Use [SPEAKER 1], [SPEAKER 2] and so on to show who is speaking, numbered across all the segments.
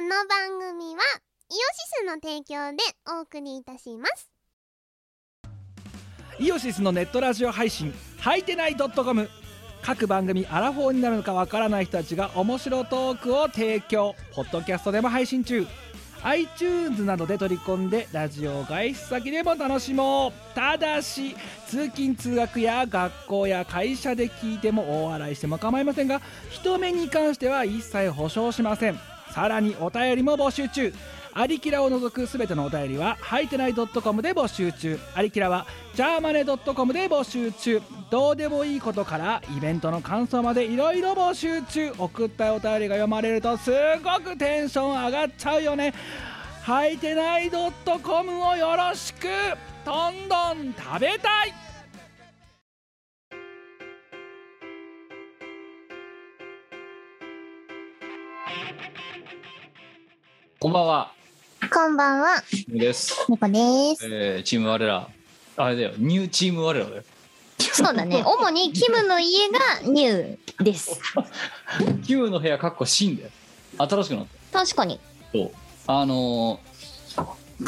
[SPEAKER 1] の番組はイオシスの提供でお送りいたします
[SPEAKER 2] イオシスのネットラジオ配信「はいてない .com」各番組アラフォーになるのかわからない人たちが面白トークを提供ポッドキャストでも配信中 iTunes などで取り込んでラジオを外出先でも楽しもうただし通勤通学や学校や会社で聞いても大笑いしても構いませんが人目に関しては一切保証しませんさらにお便りも募集中アリキラを除くすべてのお便りは、はいてない .com で募集中。アリキラは、ジャーマネ .com で募集中。どうでもいいことから、イベントの感想までいろいろ募集中。送ったお便りが読まれると、すごくテンション上がっちゃうよね。はいてない .com をよろしくどんどん食べたい
[SPEAKER 3] こんばんは、
[SPEAKER 1] こんばんは
[SPEAKER 3] みゆです。
[SPEAKER 1] みこです
[SPEAKER 3] えー、チーム我ら、あれだよ、ニューチーム我らだよ。
[SPEAKER 1] そうだね主にキムの家がニューです
[SPEAKER 3] 旧の部屋、かっこ新だよ。新しくなっ
[SPEAKER 1] 確かに
[SPEAKER 3] た。そう。あのー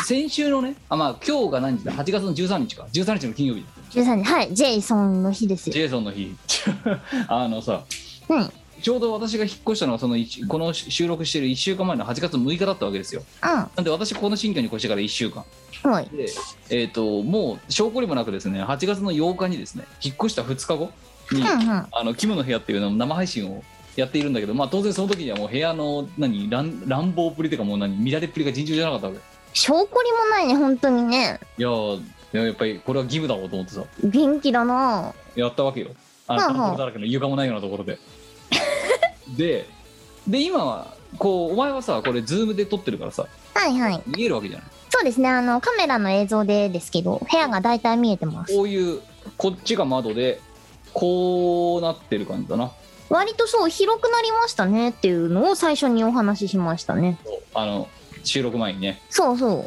[SPEAKER 3] 先週のね、あ、まあ、今日が何日だ ?8 月の13日か。13日の金曜日。
[SPEAKER 1] 13日はいジェイソンの日です
[SPEAKER 3] ジ
[SPEAKER 1] よ
[SPEAKER 3] ェイソンの日。 あのさ、
[SPEAKER 1] うんうん
[SPEAKER 3] ちょうど私が引っ越したのはその一この収録している1週間前の8月6日だったわけですよ。なんで私、この新居に越してから1週間。
[SPEAKER 1] はい
[SPEAKER 3] で、えっ、と、もう証拠にもなくですね、8月の8日にですね、引っ越した2日後に、
[SPEAKER 1] うんうん
[SPEAKER 3] あのキムの部屋っていうのも生配信をやっているんだけど、まあ、当然その時にはもう部屋の何乱乱暴っぷりというかもう何乱れっぷりが尋常じゃなかったわけ
[SPEAKER 1] 証拠りもないね本当にね
[SPEAKER 3] いやーいややっぱりこれは義務だろうと思ってさ
[SPEAKER 1] 元気だな
[SPEAKER 3] やったわけよあの
[SPEAKER 1] はあはあ
[SPEAKER 3] 段ボールだらけの床もないようなところで でで今はこうお前はさこれズームで撮ってるからさ
[SPEAKER 1] はいはい
[SPEAKER 3] 見えるわけじゃない
[SPEAKER 1] そうですねあのカメラの映像でですけど部屋が大体見えてます
[SPEAKER 3] こういうこっちが窓でこうなってる感じだな
[SPEAKER 1] 割とそう広くなりましたねっていうのを最初にお話ししましたね
[SPEAKER 3] あの収録前にね
[SPEAKER 1] そうそう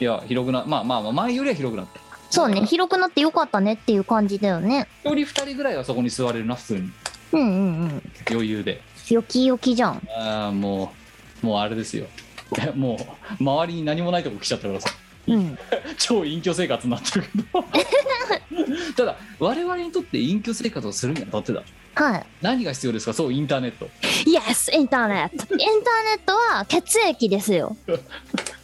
[SPEAKER 3] いや広くなまあまあまあ前よりは広くなった
[SPEAKER 1] そうね広くなってよかったねっていう感じだよね
[SPEAKER 3] 一人二人ぐらいはそこに座れるな普通に
[SPEAKER 1] うんうんうん
[SPEAKER 3] 余裕で
[SPEAKER 1] よきよきじゃん
[SPEAKER 3] ああもうもうあれですよ もう周りに何もないとこ来ちゃったからさ
[SPEAKER 1] うん
[SPEAKER 3] 超隠居生活になってるけど ただ我々にとって隠居生活をするにあたってだ
[SPEAKER 1] は
[SPEAKER 3] 何が必要ですかそうインターネット
[SPEAKER 1] い Yes インターネットインターネットは血液です よ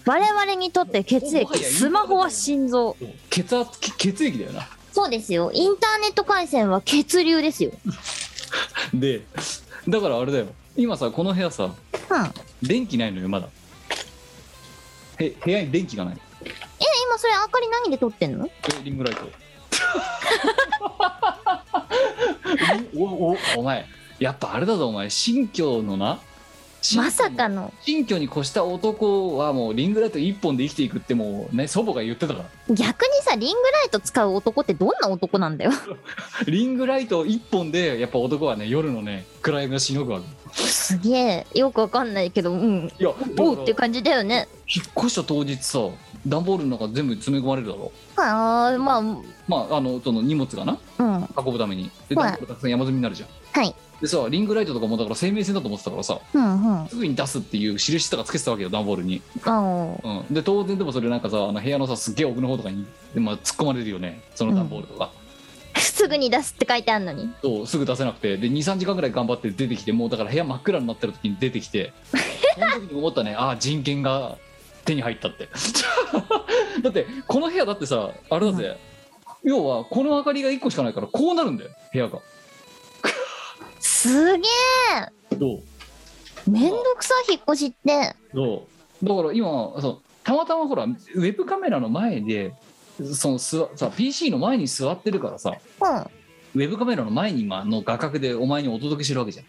[SPEAKER 1] 我々にとって血
[SPEAKER 3] もはやインターネット
[SPEAKER 1] 液
[SPEAKER 3] だよ
[SPEAKER 1] スマホは心臓
[SPEAKER 3] 血圧血血液だよな
[SPEAKER 1] そうですよインターネット回線は血流ですよ
[SPEAKER 3] でだからあれだよ今さこの部屋さ
[SPEAKER 1] うん
[SPEAKER 3] 電気ないのよまだへ部屋に電気がない
[SPEAKER 1] え今それ明かり何で撮ってんの
[SPEAKER 3] えリングライ トおおお前やっぱあれだぞお前新居のな新居の
[SPEAKER 1] まさかの
[SPEAKER 3] 新居に越した男はもうリングライト一本で生きていくってもうね祖母が言ってたから
[SPEAKER 1] 逆にさリングライト使う男ってどんな男なんだよ
[SPEAKER 3] リングライト一本でやっぱ男はね夜のね暗闇をしのぐわけ
[SPEAKER 1] すげえよくわかんないけどうん
[SPEAKER 3] いや
[SPEAKER 1] おうっていう
[SPEAKER 3] だから
[SPEAKER 1] 感じだよね
[SPEAKER 3] 引っ越した当日さ段ボールの中全部詰め込まれるだろ
[SPEAKER 1] ああまあうん
[SPEAKER 3] まああのその荷物がな
[SPEAKER 1] は
[SPEAKER 3] 運ぶためにで
[SPEAKER 1] はい
[SPEAKER 3] 段ボールがたくさん山積みになるじゃん
[SPEAKER 1] い
[SPEAKER 3] でさリングライトとかもだから生命線だと思ってたからさ
[SPEAKER 1] うんうん
[SPEAKER 3] すぐに出すっていう印とかつけてたわけよ段ボールに、
[SPEAKER 1] あ
[SPEAKER 3] うん、で当然でもそれなんかさあの部屋のさすっげえ奥の方とかに、まあ、突っ込まれるよねその段ボールとか、
[SPEAKER 1] あすぐに出すって書いてあるのに
[SPEAKER 3] そうすぐ出せなくてで23時間ぐらい頑張って出てきてもうだから部屋真っ暗になってる時に出てき てその時に思ったねああ人権が手に入ったって だってこの部屋だってさあれだぜ、要はこの明かりが1個しかないからこうなるんだよ部屋が
[SPEAKER 1] すげ
[SPEAKER 3] どう
[SPEAKER 1] えめんどくさい引っ越しって
[SPEAKER 3] どうだから今そうたまたまほらウェブカメラの前でそのすわさ PC の前に座ってるからさ
[SPEAKER 1] うんは
[SPEAKER 3] ウェブカメラの前に今の画角でお前にお届けしてるわけじゃん
[SPEAKER 1] い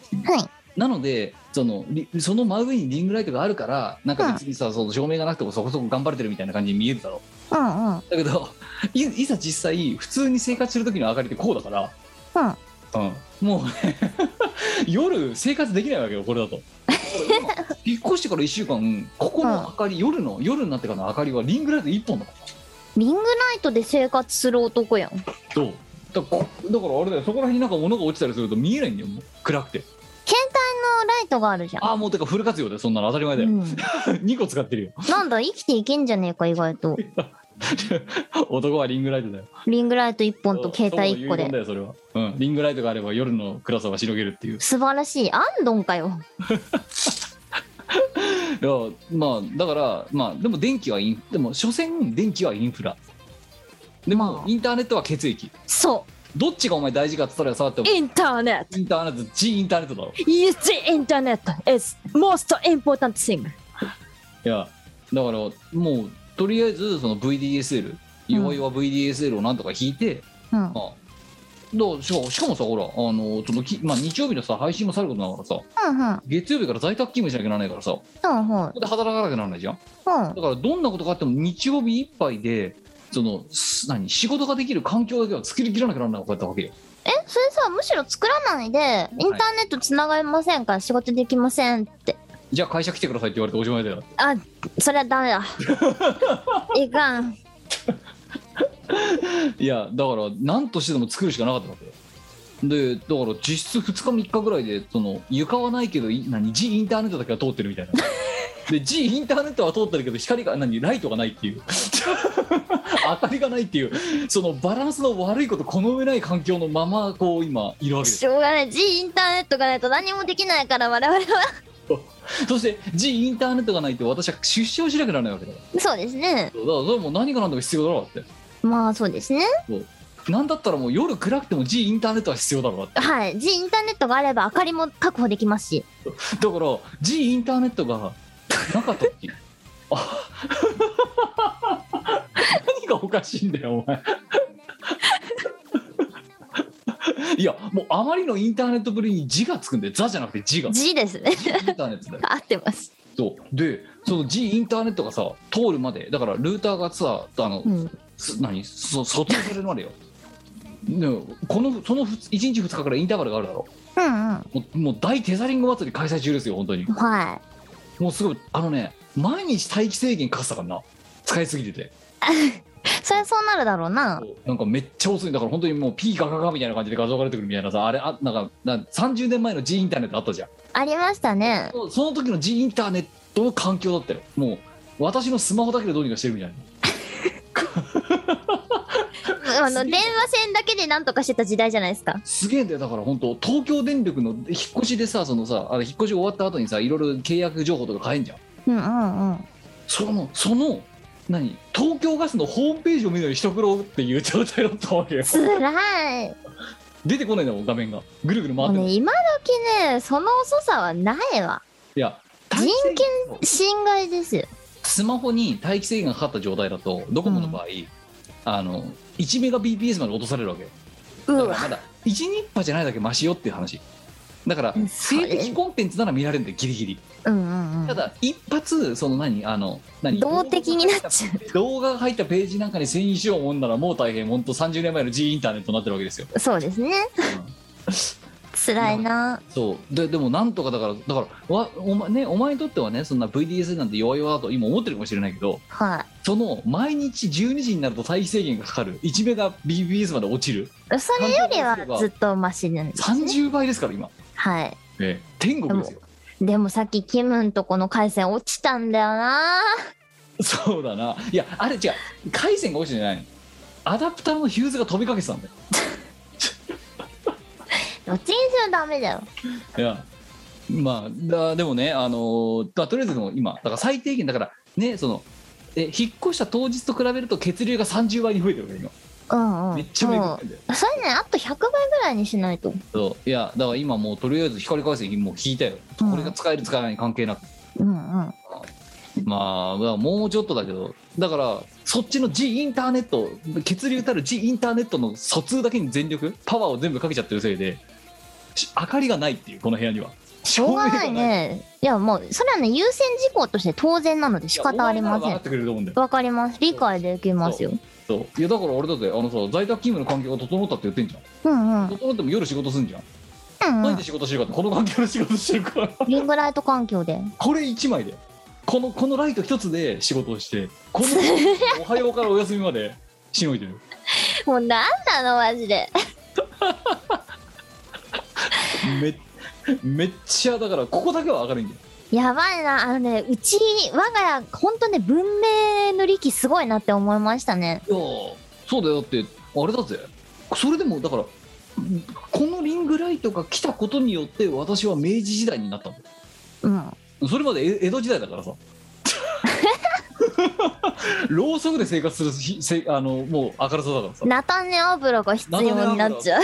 [SPEAKER 3] なのでそのリその真上にリングライトがあるからなんか別にさ、その照明がなくてもそこそこ頑張れてるみたいな感じに見えるだろ
[SPEAKER 1] うんうん
[SPEAKER 3] うだけどいいざ実際普通に生活してる時の明かりってこうだから
[SPEAKER 1] うん
[SPEAKER 3] うん、 もうね夜生活できないわけよこ れだと引っ越してから1週間ここの明かり、夜の夜になってからの明かりはリングライト1本だから
[SPEAKER 1] リングライトで生活する男やん
[SPEAKER 3] どうだからこだからあれだよそこら辺になんか物が落ちたりすると見えないんだよもう暗くて
[SPEAKER 1] 携帯のライトがあるじゃん。
[SPEAKER 3] ああもうてかフル活用でそんなの当たり前だ
[SPEAKER 1] う
[SPEAKER 3] よ、
[SPEAKER 1] ん、
[SPEAKER 3] 2個使ってるよ
[SPEAKER 1] なんだ生きていけんじゃねえか意外と
[SPEAKER 3] 男はリングライトだよ
[SPEAKER 1] リングライト1本と携帯1個
[SPEAKER 3] そう
[SPEAKER 1] で
[SPEAKER 3] そういうもんだよそれは、うん、リングライトがあれば夜の暗さはしのげるっていう
[SPEAKER 1] 素晴らしいアンドンかよ
[SPEAKER 3] いやまあだからまあでも電気はインでも所詮電気はインフラでまあインターネットは血液
[SPEAKER 1] そ
[SPEAKER 3] どっちがお前大事かって言ったらさ
[SPEAKER 1] う
[SPEAKER 3] って
[SPEAKER 1] インターネッ
[SPEAKER 3] インターネットチインターネットだろ
[SPEAKER 1] ト Yes the internet is most important thing
[SPEAKER 3] いやだからもうとりあえずその VDSL 弱々 VDSL をなんとか引いて、
[SPEAKER 1] うん
[SPEAKER 3] まあだしかしかもさほらあのちょっとき、まあ、日曜日のさ配信もさることながら
[SPEAKER 1] う
[SPEAKER 3] さ
[SPEAKER 1] んうん
[SPEAKER 3] 月曜日から在宅勤務しなきゃならないからさこ
[SPEAKER 1] うんうん
[SPEAKER 3] こで働かなきゃならないじゃん
[SPEAKER 1] うん
[SPEAKER 3] だからどんなことがあっても日曜日いっぱいでそのす何仕事ができる環境だけは作りきらなきゃならないわけだわけよ
[SPEAKER 1] えそれさむしろ作らないでインターネットつながりませんから仕事できませんって
[SPEAKER 3] じゃあ会社来てくださいって言われておしまいだよ
[SPEAKER 1] あそれはダメ だいかん
[SPEAKER 3] いやだから何としてでも作るしかなかったわけよでだから実質2日3日ぐらいでその床はないけどい何 G インターネットだけは通ってるみたいなで G インターネットは通ってるけど光が何ライトがないっていう明かりがないっていうそのバランスの悪いことこの上ない環境のままこう今いるわ けです
[SPEAKER 1] しょうがない G インターネットがないと何もできないから我々は
[SPEAKER 3] そして G インターネットがないと私は出社をしなきゃならないわけだから
[SPEAKER 1] そうですね
[SPEAKER 3] だからそれもう何が何でも必要だろうだっ
[SPEAKER 1] まあそうですね
[SPEAKER 3] てなんだったらもう夜暗くても G インターネットは必要だろうだって
[SPEAKER 1] はい G インターネットがあれば明かりも確保できますし
[SPEAKER 3] だから G インターネットがなかった時あ 何がおかしいんだよお前 いやもうあまりのインターネットぶりに字がつくんで「ザ」じゃなくて字が
[SPEAKER 1] G ですね
[SPEAKER 3] G インターネットだよ
[SPEAKER 1] 合ってます
[SPEAKER 3] そうでその G インターネットがさ通るまでだからルーターがさあの、
[SPEAKER 1] うん
[SPEAKER 3] す何そ外にされるまでよでこのその1日2日からいインターバルがあるだろ
[SPEAKER 1] うんうん
[SPEAKER 3] もうもう大テザリング祭り開催中ですよ本当に
[SPEAKER 1] は
[SPEAKER 3] もうすごいあのね毎日待機制限課したからな使いすぎてて
[SPEAKER 1] い それはそうなるだろうな
[SPEAKER 3] なんかめっちゃ遅いだから本当にもう P ガガガみたいな感じで画像が出てくるみたいなさあれあなんかなん30年前の G インターネットあったじゃん
[SPEAKER 1] ありました ね
[SPEAKER 3] そその時の G インターネットの環境だったよもう私のスマホだけでどうにかしてるみたいな
[SPEAKER 1] あの
[SPEAKER 3] すげえ
[SPEAKER 1] 電話線だけで何とかしてた時代じゃないですか
[SPEAKER 3] すげえんだよだから本当東京電力の引っ越しでさそのさあれ引っ越し終わった後にさいろいろ契約情報とか変えんじゃん
[SPEAKER 1] うんうんうん
[SPEAKER 3] そのその何東京ガスのホームページを見るのに一苦労っていう状態だったわけよ
[SPEAKER 1] つらい
[SPEAKER 3] 出てこないんだもん画面がぐるぐる回
[SPEAKER 1] も
[SPEAKER 3] っ
[SPEAKER 1] う
[SPEAKER 3] てる
[SPEAKER 1] ね今時ねその遅さはないわ
[SPEAKER 3] いや
[SPEAKER 1] 人
[SPEAKER 3] 権
[SPEAKER 1] 侵害ですよ
[SPEAKER 3] スマホに待機制限がかかった状態だとドコモの場合、あの1メガ BPS まで落とされるわけよ
[SPEAKER 1] う
[SPEAKER 3] だから
[SPEAKER 1] わ
[SPEAKER 3] まだ1ニッパじゃないだけマシよっていう話だから
[SPEAKER 1] うんそ
[SPEAKER 3] 正
[SPEAKER 1] れ
[SPEAKER 3] 規コンテンツなら見られるんでギリギリ
[SPEAKER 1] うんうんう
[SPEAKER 3] た
[SPEAKER 1] ん
[SPEAKER 3] だ一発その何あの何
[SPEAKER 1] 動的になっちゃう
[SPEAKER 3] 動画が入ったページなんかに遷移しようもんならもう大変ほんと30年前の G インターネットになってるわけです よ
[SPEAKER 1] そうですねつらいな
[SPEAKER 3] そうででもなんとかだからだからわお,、前ね、お前にとってはねそんな VDS なんて弱々だと今思ってるかもしれないけど
[SPEAKER 1] は
[SPEAKER 3] その毎日12時になると待機制限がかかる1メガ BBS まで落ちる
[SPEAKER 1] いそれよりはずっとマシなんですね
[SPEAKER 3] 30倍ですから今、
[SPEAKER 1] はい
[SPEAKER 3] 天国ですよ
[SPEAKER 1] でもさっきキムんとこの回線落ちたんだよな
[SPEAKER 3] そうだないやあれ違う回線が落ちてないのアダプターのヒューズが飛びかけてたんだよ
[SPEAKER 1] どっちにせよダメだよ
[SPEAKER 3] いやまあだでもねあのーまあとりあえずでも今だから最低限だからねそのえ引っ越した当日と比べると血流が30倍に増えてるわけ今
[SPEAKER 1] うんうん
[SPEAKER 3] めっちゃめくってんだよ
[SPEAKER 1] うんそれねあと100倍ぐらいにしないと
[SPEAKER 3] そういやだから今もうとりあえず光回線もう引いたよ、
[SPEAKER 1] うん
[SPEAKER 3] これが使える使えないに関係なく
[SPEAKER 1] うんうん
[SPEAKER 3] まあまあもうちょっとだけどだからそっちの G インターネット血流たる G インターネットの疎通だけに全力パワーを全部かけちゃってるせいでし明かりがないっていうこの部屋には
[SPEAKER 1] しょうがないねいやもうそれはね優先事項として当然なので仕方ありま
[SPEAKER 3] い
[SPEAKER 1] せん
[SPEAKER 3] やお前なら分かってくれると思うんだよ
[SPEAKER 1] わかります理解できますよ
[SPEAKER 3] そういやだから俺だってあのさ在宅勤務の環境が整ったって言ってんじゃん
[SPEAKER 1] うんうん
[SPEAKER 3] 整っても夜仕事すんじゃん、
[SPEAKER 1] うんう
[SPEAKER 3] 何
[SPEAKER 1] ん
[SPEAKER 3] で仕事してるかってこの環境で仕事してる から
[SPEAKER 1] リングライト環境で
[SPEAKER 3] これ1枚でこのこのライト1つで仕事をして このおはようからお休みまでしのいでる
[SPEAKER 1] もうなんなのマジで
[SPEAKER 3] めめっちゃだからここだけは明るいんだよ
[SPEAKER 1] やばいな、あのね、うち、我が家、ほんとね、文明の利器すごいなって思いましたね。
[SPEAKER 3] いやーそうだよだってあれだぜそれでもだからうんこのリングライトが来たことによって私は明治時代になったの
[SPEAKER 1] うん。
[SPEAKER 3] それまで江江戸時代だからさ ろうそくで生活するひせあのもう明るさだからさ
[SPEAKER 1] 菜種油が必要になっちゃう。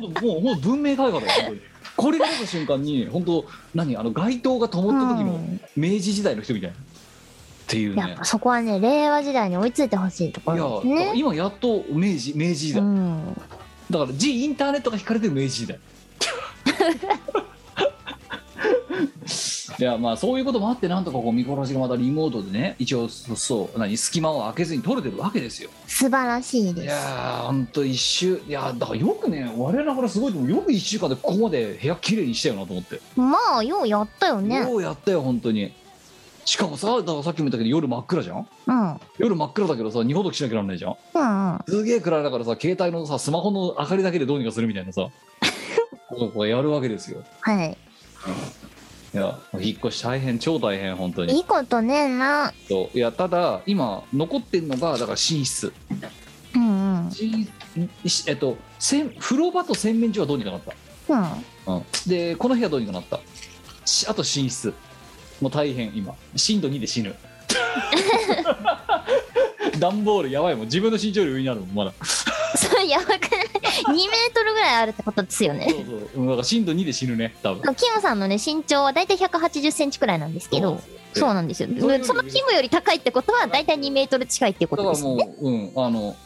[SPEAKER 3] 本当もうもう文明開化だよ本当にこれが出た瞬間に本当何あの街灯が灯った時
[SPEAKER 1] う
[SPEAKER 3] の
[SPEAKER 1] ん
[SPEAKER 3] 明治時代の人みたいなっていうね
[SPEAKER 1] やっぱそこはね、令和時代に追いついてほしいとこ
[SPEAKER 3] いや
[SPEAKER 1] ろですね。
[SPEAKER 3] 今やっと明治明治時代、
[SPEAKER 1] うん、
[SPEAKER 3] だから「ジ・インターネット」が引かれてる明 治時代いやまあそういうこともあってなんとかこう見殺しがまたリモートでね一応そうそう何隙間を空けずに取れてるわけですよ
[SPEAKER 1] 素晴らしい
[SPEAKER 3] い
[SPEAKER 1] です。
[SPEAKER 3] やーほんと一周いやだからよくね我ながらすごいと思うよく1週間でここまで部屋きれいにしたよなと思って
[SPEAKER 1] まあ、ようやったよね。
[SPEAKER 3] ようやったよ本当にしかもさだからさっきも言ったけど夜真っ暗じゃん
[SPEAKER 1] うん。うん
[SPEAKER 3] 夜真っ暗だけどさ荷ほどきしなきゃなんないじゃん
[SPEAKER 1] うん。
[SPEAKER 3] すげえ暗いだからさ携帯のさスマホの明かりだけでどうにかするみたいなさことをこうやるわけですよ
[SPEAKER 1] はい。
[SPEAKER 3] いやもう引っ越し大変超大変本当
[SPEAKER 1] い
[SPEAKER 3] に
[SPEAKER 1] いことねえな。
[SPEAKER 3] そういやただ今残ってんのがだから寝室
[SPEAKER 1] うんうん。
[SPEAKER 3] 寝しえっと洗風呂場と洗面所はどうにかなった
[SPEAKER 1] うん。
[SPEAKER 3] うん、でこの部屋どうにかなったしあと寝室もう大変今震度2で 死ぬ段ボールやばいもん自分の身長より上になるもんまだ
[SPEAKER 1] それやばくない ?2 メートルぐらいあるってことですよね。
[SPEAKER 3] そうそううんだから震度2で死ぬね多分
[SPEAKER 1] キムさんのね、身長はだいたい180センチくらいなんですけど、
[SPEAKER 3] そう
[SPEAKER 1] そうなんですよ。
[SPEAKER 3] それより
[SPEAKER 1] そのキムより高いってことは、だいたい2メートル近いってこ
[SPEAKER 3] だ
[SPEAKER 1] と
[SPEAKER 3] か
[SPEAKER 1] で
[SPEAKER 3] ら
[SPEAKER 1] す
[SPEAKER 3] も
[SPEAKER 1] よ
[SPEAKER 3] う、
[SPEAKER 1] ね。
[SPEAKER 3] うんあの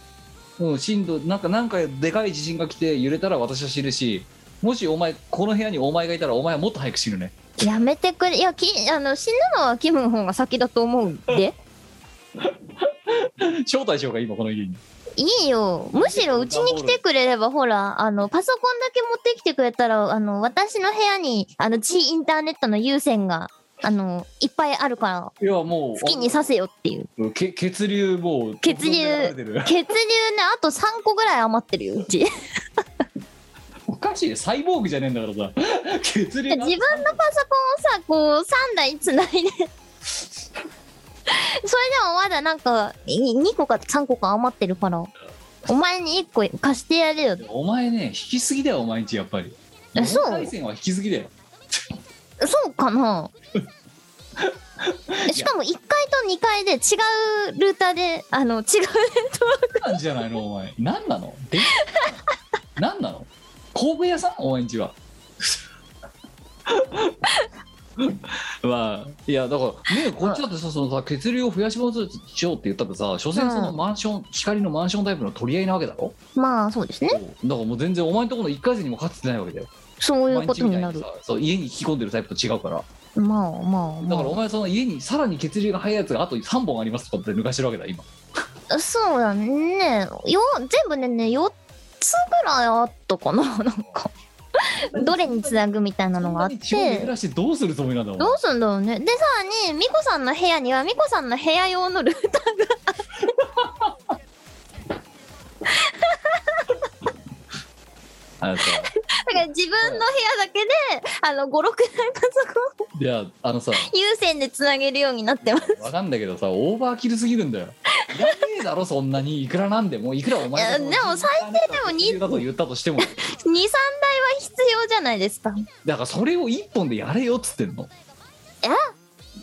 [SPEAKER 3] うん震度なんかなんかでかい地震が来て揺れたら私は死ぬしもしお前この部屋にお前がいたらお前はもっと早く死ぬね
[SPEAKER 1] やめてくれ。いや、きあの死ぬのはキムの方が先だと思うんで。
[SPEAKER 3] 招待しようか今この家に
[SPEAKER 1] いいよ。むしろうちに来てくれれば、ほら、あの、パソコンだけ持ってきてくれたら、あの、私の部屋に、あの、G インターネットの有線が、あの、いっぱいあるから、
[SPEAKER 3] いやもう
[SPEAKER 1] 好きにさせよっていう。
[SPEAKER 3] け血流もう
[SPEAKER 1] 血流
[SPEAKER 3] 突然流れてる
[SPEAKER 1] 血流ね、あと3個ぐらい余ってるよ、うち。
[SPEAKER 3] おかしいねサイボーグじゃねえんだからさ 血流
[SPEAKER 1] 自分のパソコンをさこう3台つないでそれで もまだなんか2個か3個か余ってるからお前に1個貸してやるよ
[SPEAKER 3] お前ね引きすぎだよお前んちやっぱり
[SPEAKER 1] えそう
[SPEAKER 3] 4回戦は引きすぎだよ
[SPEAKER 1] そうかなしかも1階と2階で違うルーターであの違う
[SPEAKER 3] なんじゃないのお前何なので何なの工具屋さんお前んちは まあいやだからねこっちだってさそのさ血流を増やしますしようって言ったってさ所詮そのマンション、光のマンションタイプの取り合いなわけだろ
[SPEAKER 1] まあそうですね
[SPEAKER 3] だからもう全然お前んとこの1回戦にも勝ってないわけだよ
[SPEAKER 1] そういう
[SPEAKER 3] お前ん
[SPEAKER 1] こ
[SPEAKER 3] ち
[SPEAKER 1] と
[SPEAKER 3] み
[SPEAKER 1] に
[SPEAKER 3] たい
[SPEAKER 1] な
[SPEAKER 3] に
[SPEAKER 1] る
[SPEAKER 3] さそう家に引き込んでるタイプと違うから
[SPEAKER 1] まあまあ
[SPEAKER 3] だからお
[SPEAKER 1] ま
[SPEAKER 3] 前その家にさらに血流が速いやつがあと3本ありますとかって抜かしてるわけだ今
[SPEAKER 1] あそうだねよ全部ねね4つぐらいあったかななん かどれにつなぐみたいなのがあっ
[SPEAKER 3] そんなに血を
[SPEAKER 1] て
[SPEAKER 3] 巡らしてどうするつもりなんだお前
[SPEAKER 1] どうすんだろうねでさらにミコさんの部屋にはミコさんの部屋用のルー ターが
[SPEAKER 3] あのさ
[SPEAKER 1] だから自分の部屋だけであの56台パソコ
[SPEAKER 3] いやあのさ
[SPEAKER 1] ン有線でつなげるようになって ます
[SPEAKER 3] わかんだけどさオーバーキルすぎるんだよいらねえだろそんなにいくらなんでもいくらお前が
[SPEAKER 1] いやでも最低でも
[SPEAKER 3] だと言ったとしても
[SPEAKER 1] 23台は必要じゃないですか
[SPEAKER 3] だからそれを1本でやれよっつってんの
[SPEAKER 1] え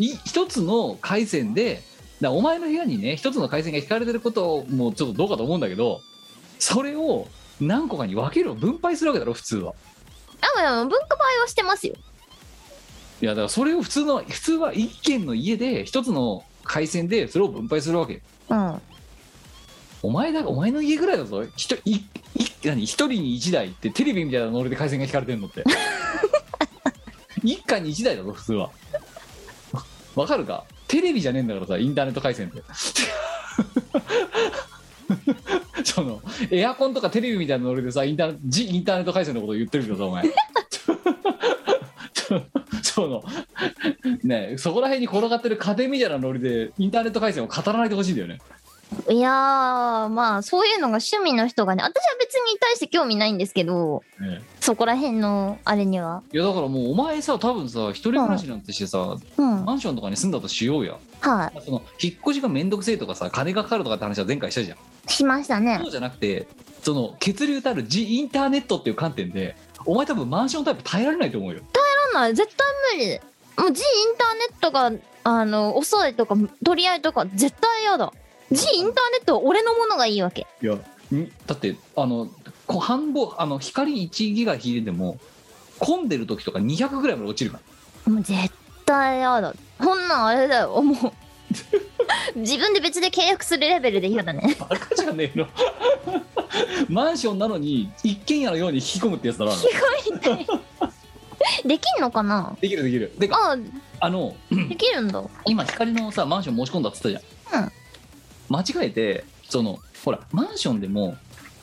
[SPEAKER 3] い一つの回線でだからお前の部屋にね一つの回線が引かれてることもちょっとどうかと思うんだけどそれを何個かに分ける分配するわけだろ普通は
[SPEAKER 1] あもう文化配はしてますよ
[SPEAKER 3] いやだからそれを普通の普通は一軒の家で一つの回線でそれを分配するわけよ
[SPEAKER 1] うん
[SPEAKER 3] お前だお前の家ぐらいだぞひといい何一人に一台ってテレビみたいなノリで回線が引かれてんのって一家に一台だぞ普通はわかるかテレビじゃねえんだからさインターネット回線って そのエアコンとかテレビみたいなノリでさインタージインターネット回線のこと言ってるけどさお前そのねえそこら辺に転がってる家電みたいなノリでインターネット回線を語らないでほしいんだよね
[SPEAKER 1] いやー、まあ、そういうのが趣味の人がね、私は別に対して興味ないんですけど、
[SPEAKER 3] ね
[SPEAKER 1] そこら辺のあれには。
[SPEAKER 3] いやだからもうお前さ多分さ一人暮らしなんてしてさ、
[SPEAKER 1] うん。はい、
[SPEAKER 3] マンションとかに住んだとしようやまあその引っ越しがめんどくせえとかさ金がかかるとかって話は前回したじゃん、
[SPEAKER 1] しましたね
[SPEAKER 3] そう。じゃなくてその血流たるジインターネットっていう観点でお前多分マンションタイプ耐えられないと思うよ
[SPEAKER 1] そんなん絶対無理。もう G インターネットが、あの、遅いとか、取り合いとか、絶対嫌だ。G インターネットは俺のものがいいわけ。
[SPEAKER 3] いやだってあのこ半分あの光1ギガ引いてても混んでる時とか200ぐらいまで落ちるから
[SPEAKER 1] もう絶対嫌だ。こんなんあれだよ、もう。 自分で別で契約するレベルで嫌だね。
[SPEAKER 3] バカじゃねえの マンションなのに一軒家のように引き込むってやつ だな
[SPEAKER 1] できんのかな
[SPEAKER 3] できるできるでか
[SPEAKER 1] あ、
[SPEAKER 3] あの
[SPEAKER 1] できるんだ。
[SPEAKER 3] 今光のさマンション申し込んだっつったじゃん、
[SPEAKER 1] うん
[SPEAKER 3] 間違えてそのほらマンションでも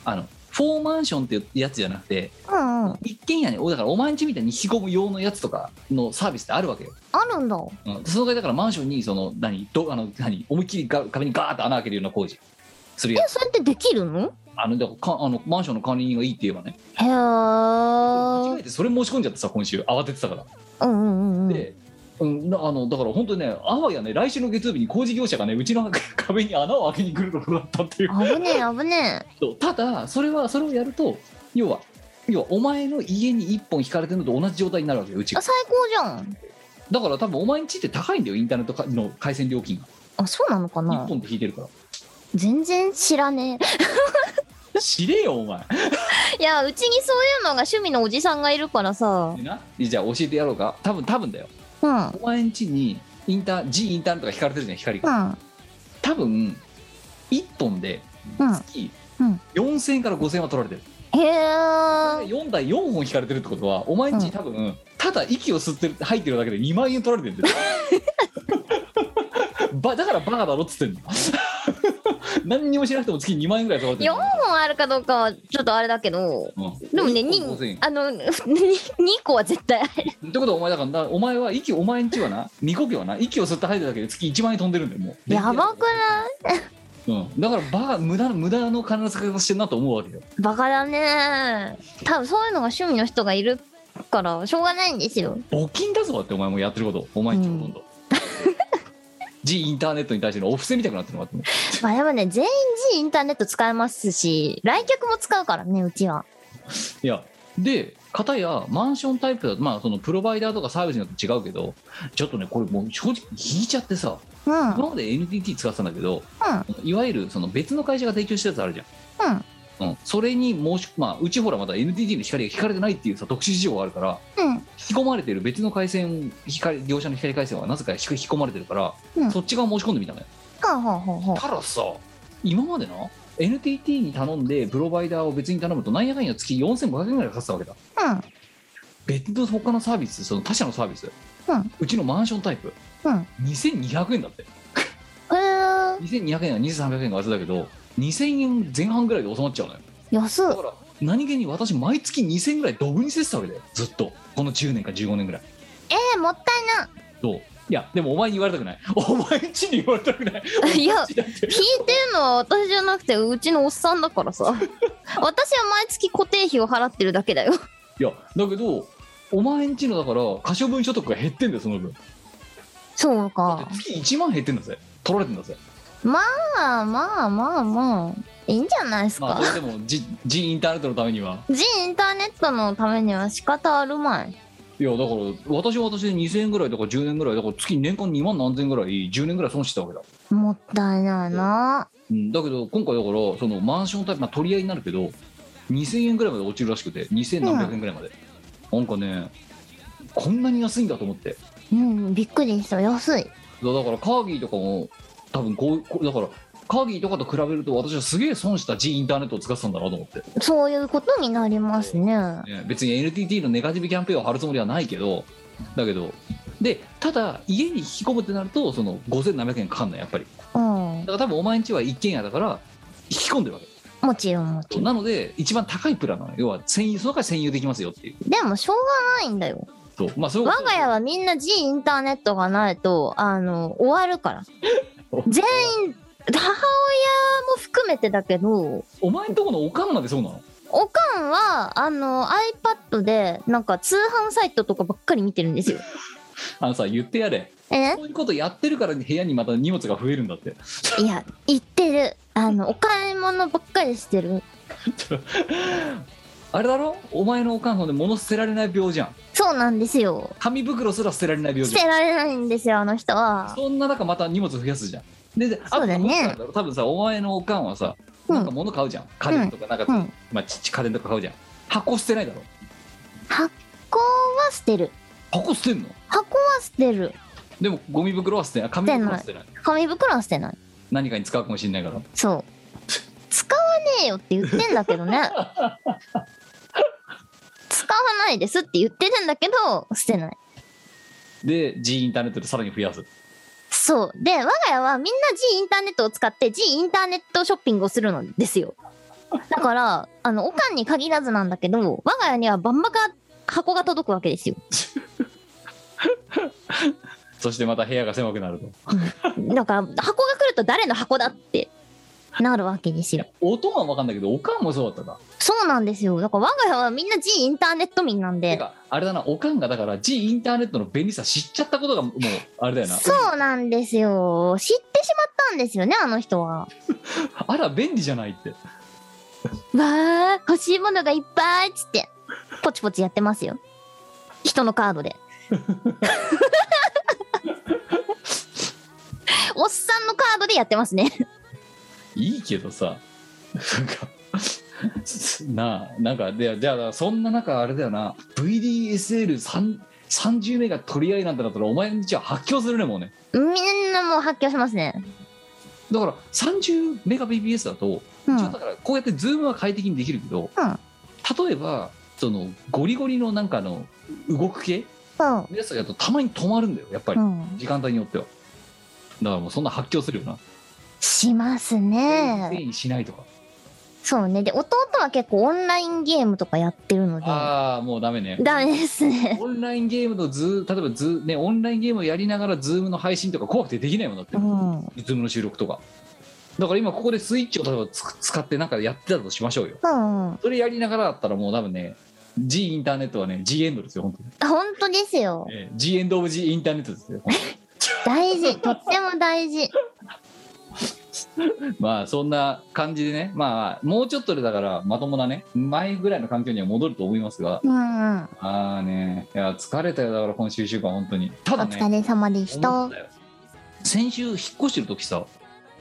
[SPEAKER 3] あのフォーマンションっていうやつじゃなくて
[SPEAKER 1] うんうん。
[SPEAKER 3] 一軒家におだからお前んちみたいに引き込む用のやつとかのサービスってあるわけよ、
[SPEAKER 1] あるんだ。
[SPEAKER 3] うん、でそのぐらいだからマンションにその何どあの何思いっきりが壁にガーッと穴開けるような工事する
[SPEAKER 1] え
[SPEAKER 3] や、つ
[SPEAKER 1] それってできるの
[SPEAKER 3] あのだからかあのマンションの管理人がいいって言えばね
[SPEAKER 1] へえ。うん
[SPEAKER 3] 間違えてそれ申し込んじゃってさ今週慌ててたから
[SPEAKER 1] うんうんうん。
[SPEAKER 3] で、うん、なあのだから本当にねあわやね来週の月曜日に工事業者がねうちの 壁に穴を開けに来るところだったっていう
[SPEAKER 1] 危ねえ危ね
[SPEAKER 3] そうただそれはそれをやると要は要はお前の家に一本引かれてるのと同じ状態になるわけようち
[SPEAKER 1] え。あ、
[SPEAKER 3] が
[SPEAKER 1] 最高じゃん。
[SPEAKER 3] だから多分お前んちって高いんだよインターネットかの回線料金が
[SPEAKER 1] あ、そうなのか
[SPEAKER 3] 一
[SPEAKER 1] な
[SPEAKER 3] 本で引いてるか
[SPEAKER 1] 全然知らね
[SPEAKER 3] ら知れよお前
[SPEAKER 1] え。いや、うちにそういうのが趣味のおじさんがいるからさ。
[SPEAKER 3] でなじゃあ教えてやろうか多分多分だよ
[SPEAKER 1] うん。うん。
[SPEAKER 3] お前んちにインター G インターネットが引かれてるじゃん光
[SPEAKER 1] う
[SPEAKER 3] が
[SPEAKER 1] ん。
[SPEAKER 3] 多分一本で月
[SPEAKER 1] うん
[SPEAKER 3] 4000円から5000円は取られてる
[SPEAKER 1] へえ。
[SPEAKER 3] 4台4本引かれてるってことはお前ん
[SPEAKER 1] う
[SPEAKER 3] ち
[SPEAKER 1] ん
[SPEAKER 3] 多分、ただ息を吸ってる入ってるだけで2万円取られてるんだよ ばだからバカだろっつってんの 何にもしなくても月2万円ぐらい取られて
[SPEAKER 1] 4
[SPEAKER 3] る
[SPEAKER 1] 本あるかどうかはちょっとあれだけど。で
[SPEAKER 3] うん
[SPEAKER 1] もね、
[SPEAKER 3] 一本5000
[SPEAKER 1] 2
[SPEAKER 3] 円、
[SPEAKER 1] あの、2個は絶対ある。
[SPEAKER 3] ってことはお前だからなお前は息お前んちはな2呼吸はな息を吸って入ってるだけで月1万円飛んでるんだよも う
[SPEAKER 1] やばくない
[SPEAKER 3] うん、だからバカ無駄無駄の金の使い方してるなと思うわけよ
[SPEAKER 1] バカだね多分そういうのが趣味の人がいるから、しょうがないんですよ。
[SPEAKER 3] 募金だぞだってお前もやってることお前んちほとん ど、G インターネットに対してのお布施みたくなってるのかって
[SPEAKER 1] まあでもね、全員 G インターネット使えますし、来客も使うからね、うちは。
[SPEAKER 3] いやで片やマンションタイプだとまあそのプロバイダーとかサービスによって違うけどちょっとねこれもう正直引いちゃってさ
[SPEAKER 1] うん。うん。
[SPEAKER 3] 今まで NTT 使ってたんだけど
[SPEAKER 1] う
[SPEAKER 3] いわゆるその別の会社が提供したやつあるじ
[SPEAKER 1] ん。
[SPEAKER 3] ゃん、うん、それに申しまあうちほらまだ NTT の光が引かれてないっていうさ特殊事情があるから
[SPEAKER 1] うん。
[SPEAKER 3] 引き込まれてる別の回線光業者の光回線はなぜか引き込まれてるから、
[SPEAKER 1] うん
[SPEAKER 3] そっち側申し込んでみたのよ
[SPEAKER 1] はあ、はあはあはあ、
[SPEAKER 3] たださ今までな NTT に頼んでプロバイダーを別に頼むとなんやかんや月4500円ぐらいかかってたわけだ
[SPEAKER 1] うん。
[SPEAKER 3] 別の他のサービスその他社のサービス、
[SPEAKER 1] うん
[SPEAKER 3] ちのマンションタイプ、
[SPEAKER 1] うん
[SPEAKER 3] 2200円だって
[SPEAKER 1] えー、
[SPEAKER 3] 2200円は2300円が忘れだけど2000円前半ぐらいで収まっちゃうのよ
[SPEAKER 1] 安
[SPEAKER 3] だから何気に私毎月2000円ぐらいドブにせてたわけだよずっとこの10年か15年ぐらい
[SPEAKER 1] えー、もった
[SPEAKER 3] どういやでもお前に言われたくない お前んちに言われたくない
[SPEAKER 1] い ないいや
[SPEAKER 3] だって
[SPEAKER 1] 引いてるのは私じゃなくてうちのおっさんだ からさ私は毎月固定費を払ってるだけだよ
[SPEAKER 3] いやだけどお前んちのだから可処分所得が減ってんだよその分
[SPEAKER 1] そうか
[SPEAKER 3] 月1万減ってんだぜ取られてんだぜ
[SPEAKER 1] まあまあまあまあいいんじゃないですか、
[SPEAKER 3] まあそれでも ジジインターネットのためには
[SPEAKER 1] G インターネットのためには仕方あるまい
[SPEAKER 3] いやだから私は私で2000円ぐらいとか10年ぐらいだから月年間2万何千円ぐらい10年ぐらい損してたわけだ、
[SPEAKER 1] もったいないな
[SPEAKER 3] うん、だけど今回だからそのマンションタイプ、まあ、取り合いになるけど2000円ぐらいまで落ちるらしくて2000何百円ぐらいまで、なんかねこんなに安いんだと思って
[SPEAKER 1] うんびっくりした安い
[SPEAKER 3] だだからカーギーとかも多分こうこうだからカーギーとかと比べると私はすげえ損した G インターネットを使ってたんだなと思って、
[SPEAKER 1] そういうことになりますね
[SPEAKER 3] ね別に NTT のネガティブキャンペーンを張るつもりはないけどだけどでただ家に引き込むってなるとその5700円かかんないやっぱり
[SPEAKER 1] うん
[SPEAKER 3] だから多分お前んちは一軒家だから引き込んでるわけ
[SPEAKER 1] もちろんもちろん
[SPEAKER 3] なので一番高いプランなのよ要は占有その代わり占有できますよっていう
[SPEAKER 1] でもしょうがないんだよ
[SPEAKER 3] そうまあそういうこ
[SPEAKER 1] 我
[SPEAKER 3] と
[SPEAKER 1] が家は みんな G インターネットがないとあの終わるから
[SPEAKER 3] お
[SPEAKER 1] 全員母親も含めてだけど
[SPEAKER 3] お前んとこのおかんなんてそうなの
[SPEAKER 1] おかんはあの iPad でなんか通販サイトとかばっかり見てるんです よ。
[SPEAKER 3] あのさ言ってやれ
[SPEAKER 1] え
[SPEAKER 3] そういうことやってるから部屋にまた荷物が増えるんだって
[SPEAKER 1] いや言ってるあのお買い物ばっかりしてる
[SPEAKER 3] あれだろお前のおかんほんで物捨てられない病じゃん
[SPEAKER 1] そうなんですよ
[SPEAKER 3] 紙袋すら捨てられない病
[SPEAKER 1] 捨
[SPEAKER 3] じゃん
[SPEAKER 1] てられないんですよあの人は
[SPEAKER 3] そんな中また荷物増やすじゃん。で、で
[SPEAKER 1] そうだね
[SPEAKER 3] あとなんろ多分さ、お前のおかんはさ、
[SPEAKER 1] うん
[SPEAKER 3] なんか物買うじゃん。家電とか、なんか、
[SPEAKER 1] うん
[SPEAKER 3] まあ、ちっち家電とか買うじゃん。箱捨てないだろ。
[SPEAKER 1] 箱は捨てる
[SPEAKER 3] 箱捨てんの
[SPEAKER 1] 箱は捨てる
[SPEAKER 3] でも、ゴミ袋は捨てない。紙袋は捨てない。
[SPEAKER 1] 紙袋は捨てない
[SPEAKER 3] 何かに使うかもしれないから。
[SPEAKER 1] そう使わねえよって言ってんだけどね使わないですって言ってるんだけど捨てない
[SPEAKER 3] で、G インターネットでさらに増やす。
[SPEAKER 1] そうで我が家はみんな G インターネットを使って G インターネットショッピングをするのですよだからあのおかんに限らずなんだけど我が家にはバンバカ箱が届くわけですよ
[SPEAKER 3] そしてまた部屋が狭くなると。い
[SPEAKER 1] だから箱が来ると誰の箱だってなるわけです
[SPEAKER 3] や
[SPEAKER 1] よ。、
[SPEAKER 3] 音は分かんないけど、おかんもそうだったな。
[SPEAKER 1] そうなんですよ。だから我が家はみんな G インターネット民なん
[SPEAKER 3] て
[SPEAKER 1] で。
[SPEAKER 3] か、あれだな、おかんがだから G インターネットの便利さ知っちゃったことが、もう、あれだよな。
[SPEAKER 1] そうなんですよ。知ってしまったんですよね、あの人は。
[SPEAKER 3] あら、便利じゃないって。
[SPEAKER 1] わあ、欲しいものがいっぱいっつって、ポチポチやってますよ。人のカード で。おっさんのカードでやってますね。
[SPEAKER 3] いいけどさなんかなあなんかでじゃあそんな中あれだよな VDSL30 名が取り合いなんてなったらお前んちは発狂するねもうね
[SPEAKER 1] みんなもう発狂しますね。
[SPEAKER 3] だから30メガ BPS だと、
[SPEAKER 1] うん。
[SPEAKER 3] 一応だからこうやってズームは快適にできるけど、例えばそのゴリゴリのなんかの動く系
[SPEAKER 1] うん。
[SPEAKER 3] のやつだとたまに止まるんだよやっぱり、
[SPEAKER 1] うん。
[SPEAKER 3] 時間帯によってはだからもうそんな発狂するよな
[SPEAKER 1] しますね。
[SPEAKER 3] 全員しないとか
[SPEAKER 1] そうね。で、弟は結構オンラインゲームとかやってるので、
[SPEAKER 3] ああもうダメね
[SPEAKER 1] ダメですね。
[SPEAKER 3] オンラインゲームとズー例えばズーねオンラインゲームをやりながらズームの配信とか怖くてできないもんだって、
[SPEAKER 1] うん。
[SPEAKER 3] ズームの収録とかだから今ここでスイッチを例えばつく使ってなんかやってたとしましょうよ
[SPEAKER 1] うん。
[SPEAKER 3] それやりながらだったらもう多分ね G インターネットはね G エンドですよ本当に、
[SPEAKER 1] 本当ですよ。
[SPEAKER 3] ええ G エンドオブ G インターネットですよ本
[SPEAKER 1] 大事。とっても大事。
[SPEAKER 3] 当にまあそんな感じでねまあもうちょっとでだからまともなね前ぐらいの環境には戻ると思いますが
[SPEAKER 1] うん。お
[SPEAKER 3] ああねいや疲れたよだから今週1週間本当にただね
[SPEAKER 1] 疲れ様でし
[SPEAKER 3] 思
[SPEAKER 1] た
[SPEAKER 3] っ。たよ先週引っ越してる時さ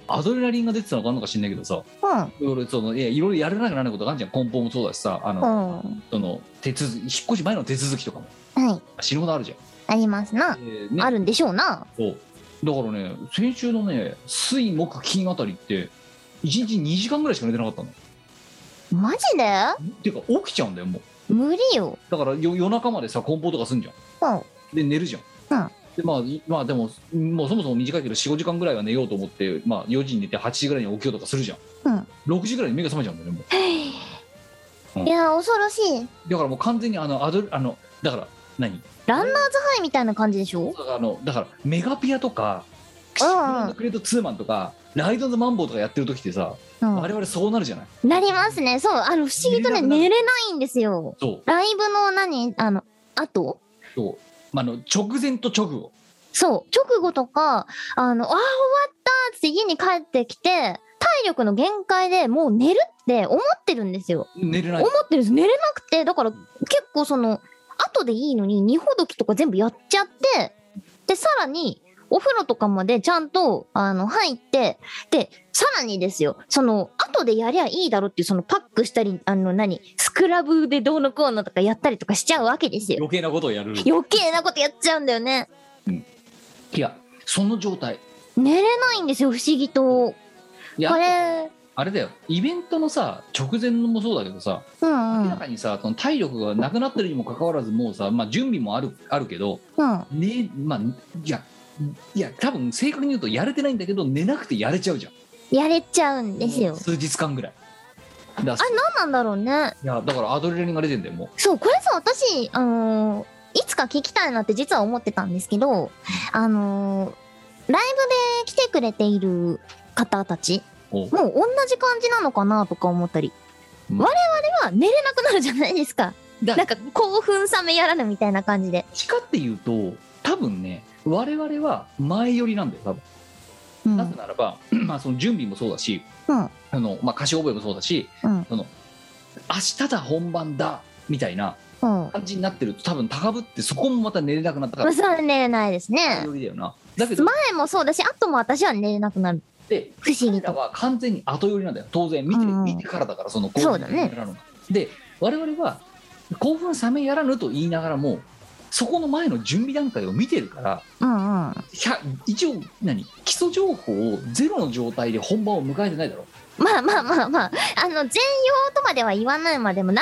[SPEAKER 3] アドレナリンが出てたのかなんのか知んないけどさ
[SPEAKER 1] うん。
[SPEAKER 3] いろいろそのいやいろいろやらなきゃならないことがあるじゃん梱包もそうだしさあの、
[SPEAKER 1] うん。
[SPEAKER 3] その手続き引っ越し前の手続きとかも
[SPEAKER 1] はい。
[SPEAKER 3] 死ぬほどあるじゃ
[SPEAKER 1] ありますな。
[SPEAKER 3] ん、でね
[SPEAKER 1] あるんでしょうな。
[SPEAKER 3] そうだからね先週のね水木金あたりって1日2時間ぐらいしか寝てなかったの
[SPEAKER 1] マジで
[SPEAKER 3] ていうか起きちゃうんだよもう
[SPEAKER 1] 無理よ。
[SPEAKER 3] だからよ夜中までさ梱包とかすんじゃ
[SPEAKER 1] う
[SPEAKER 3] ん
[SPEAKER 1] ん。
[SPEAKER 3] で寝るじゃん、
[SPEAKER 1] うん
[SPEAKER 3] でまあ、いまあでももうそもそも短いけど45時間ぐらいは寝ようと思って、まあ、4時に寝て8時ぐらいに起きようとかするじゃん、
[SPEAKER 1] うん
[SPEAKER 3] 6時ぐらいに目が覚めちゃうんだよねも
[SPEAKER 1] いや、恐ろしい。
[SPEAKER 3] うだからもう完全にあのアドあのだから何
[SPEAKER 1] ランナーズハイみたいな感じでしょ
[SPEAKER 3] だからあのだからメガピアとか
[SPEAKER 1] うんうん
[SPEAKER 3] クレートツーマンとかライド・ズ・マンボウとかやってる時ってさ、
[SPEAKER 1] う
[SPEAKER 3] 我
[SPEAKER 1] ん。
[SPEAKER 3] 々そうなるじゃない
[SPEAKER 1] なりますね。そう。あの、不思議とね、
[SPEAKER 3] 寝
[SPEAKER 1] 寝
[SPEAKER 3] れ
[SPEAKER 1] れないんですよ。
[SPEAKER 3] そう
[SPEAKER 1] ライブの何あの、後
[SPEAKER 3] そう、まあ、あの直前と直後
[SPEAKER 1] そう、直後とか、あの、あー、終わったっつって家に帰ってきて、体力の限界でもう寝るって思ってるんですよ。
[SPEAKER 3] 寝れない
[SPEAKER 1] 思ってるんです。寝れなくて、だから結構その、後でいいのに、二ほどきとか全部やっちゃって、で、さらに、お風呂とかまでちゃんと、あの、入って、で、さらにですよ、その、後でやりゃいいだろっていう、そのパックしたり、あの、何、スクラブでどうのこうのとかやったりとかしちゃうわけですよ。
[SPEAKER 3] 余計なことをやるい
[SPEAKER 1] 余計なことやっちゃうんだよね。
[SPEAKER 3] やその状態
[SPEAKER 1] 寝れないんですよ不思議と
[SPEAKER 3] いや
[SPEAKER 1] これ
[SPEAKER 3] あれだよイベントのさ直前もそうだけどさ
[SPEAKER 1] うんう
[SPEAKER 3] 明
[SPEAKER 1] ん
[SPEAKER 3] らかにさその体力がなくなってるにもかかわらずもうさ、まあ、準備もあるあるけど、
[SPEAKER 1] うん
[SPEAKER 3] ねまあ、いやいや多分正確に言うとやれてないんだけど寝なくてやれちゃうじゃん
[SPEAKER 1] やれちゃうんですよ
[SPEAKER 3] 数日間ぐらいだ
[SPEAKER 1] あ何なんだろうね
[SPEAKER 3] いやだからアドレナリンが出てんだよも
[SPEAKER 1] そうこれさ私あのーいつか聞きたいなって実は思ってたんですけどあのーライブで来てくれている方たち
[SPEAKER 3] お
[SPEAKER 1] もう同じ感じなのかなとか思ったり、
[SPEAKER 3] うん
[SPEAKER 1] 我々は寝れなくなるじゃないですか
[SPEAKER 3] だ
[SPEAKER 1] なんか興奮冷めやらぬみたいな感じで
[SPEAKER 3] 地下っていうと多分ね我々は前寄りなんだよ多分、
[SPEAKER 1] うんう
[SPEAKER 3] なぜ
[SPEAKER 1] ん
[SPEAKER 3] ならば、 まあ、その準備もそうだし
[SPEAKER 1] うん
[SPEAKER 3] あの、まあ、歌詞覚えもそうだし
[SPEAKER 1] うん
[SPEAKER 3] 明日だ本番だみたいな
[SPEAKER 1] ま
[SPEAKER 3] 感じになってると多分高ぶってそこもまた寝れなくなったか
[SPEAKER 1] あ
[SPEAKER 3] ら
[SPEAKER 1] それは寝れないです
[SPEAKER 3] 前
[SPEAKER 1] ね
[SPEAKER 3] 寄りだよなだけど
[SPEAKER 1] 前もそうだし後も私は寝れなくなる
[SPEAKER 3] で
[SPEAKER 1] 不思議
[SPEAKER 3] 彼ら
[SPEAKER 1] と
[SPEAKER 3] は完全に後寄りなんだよ当然見て,、
[SPEAKER 1] うん
[SPEAKER 3] 見てからだからその興
[SPEAKER 1] そう
[SPEAKER 3] 奮
[SPEAKER 1] だ
[SPEAKER 3] 冷
[SPEAKER 1] ね
[SPEAKER 3] めやらぬがで我々は興奮冷めやらぬと言いながらもそこの前の準備段階を見てるから
[SPEAKER 1] うんうん
[SPEAKER 3] 100一応何基礎情報をゼロの状態で本番を迎えてないだろ
[SPEAKER 1] まあまあまあまあ、あの、全容とまでは言わないまでも、70%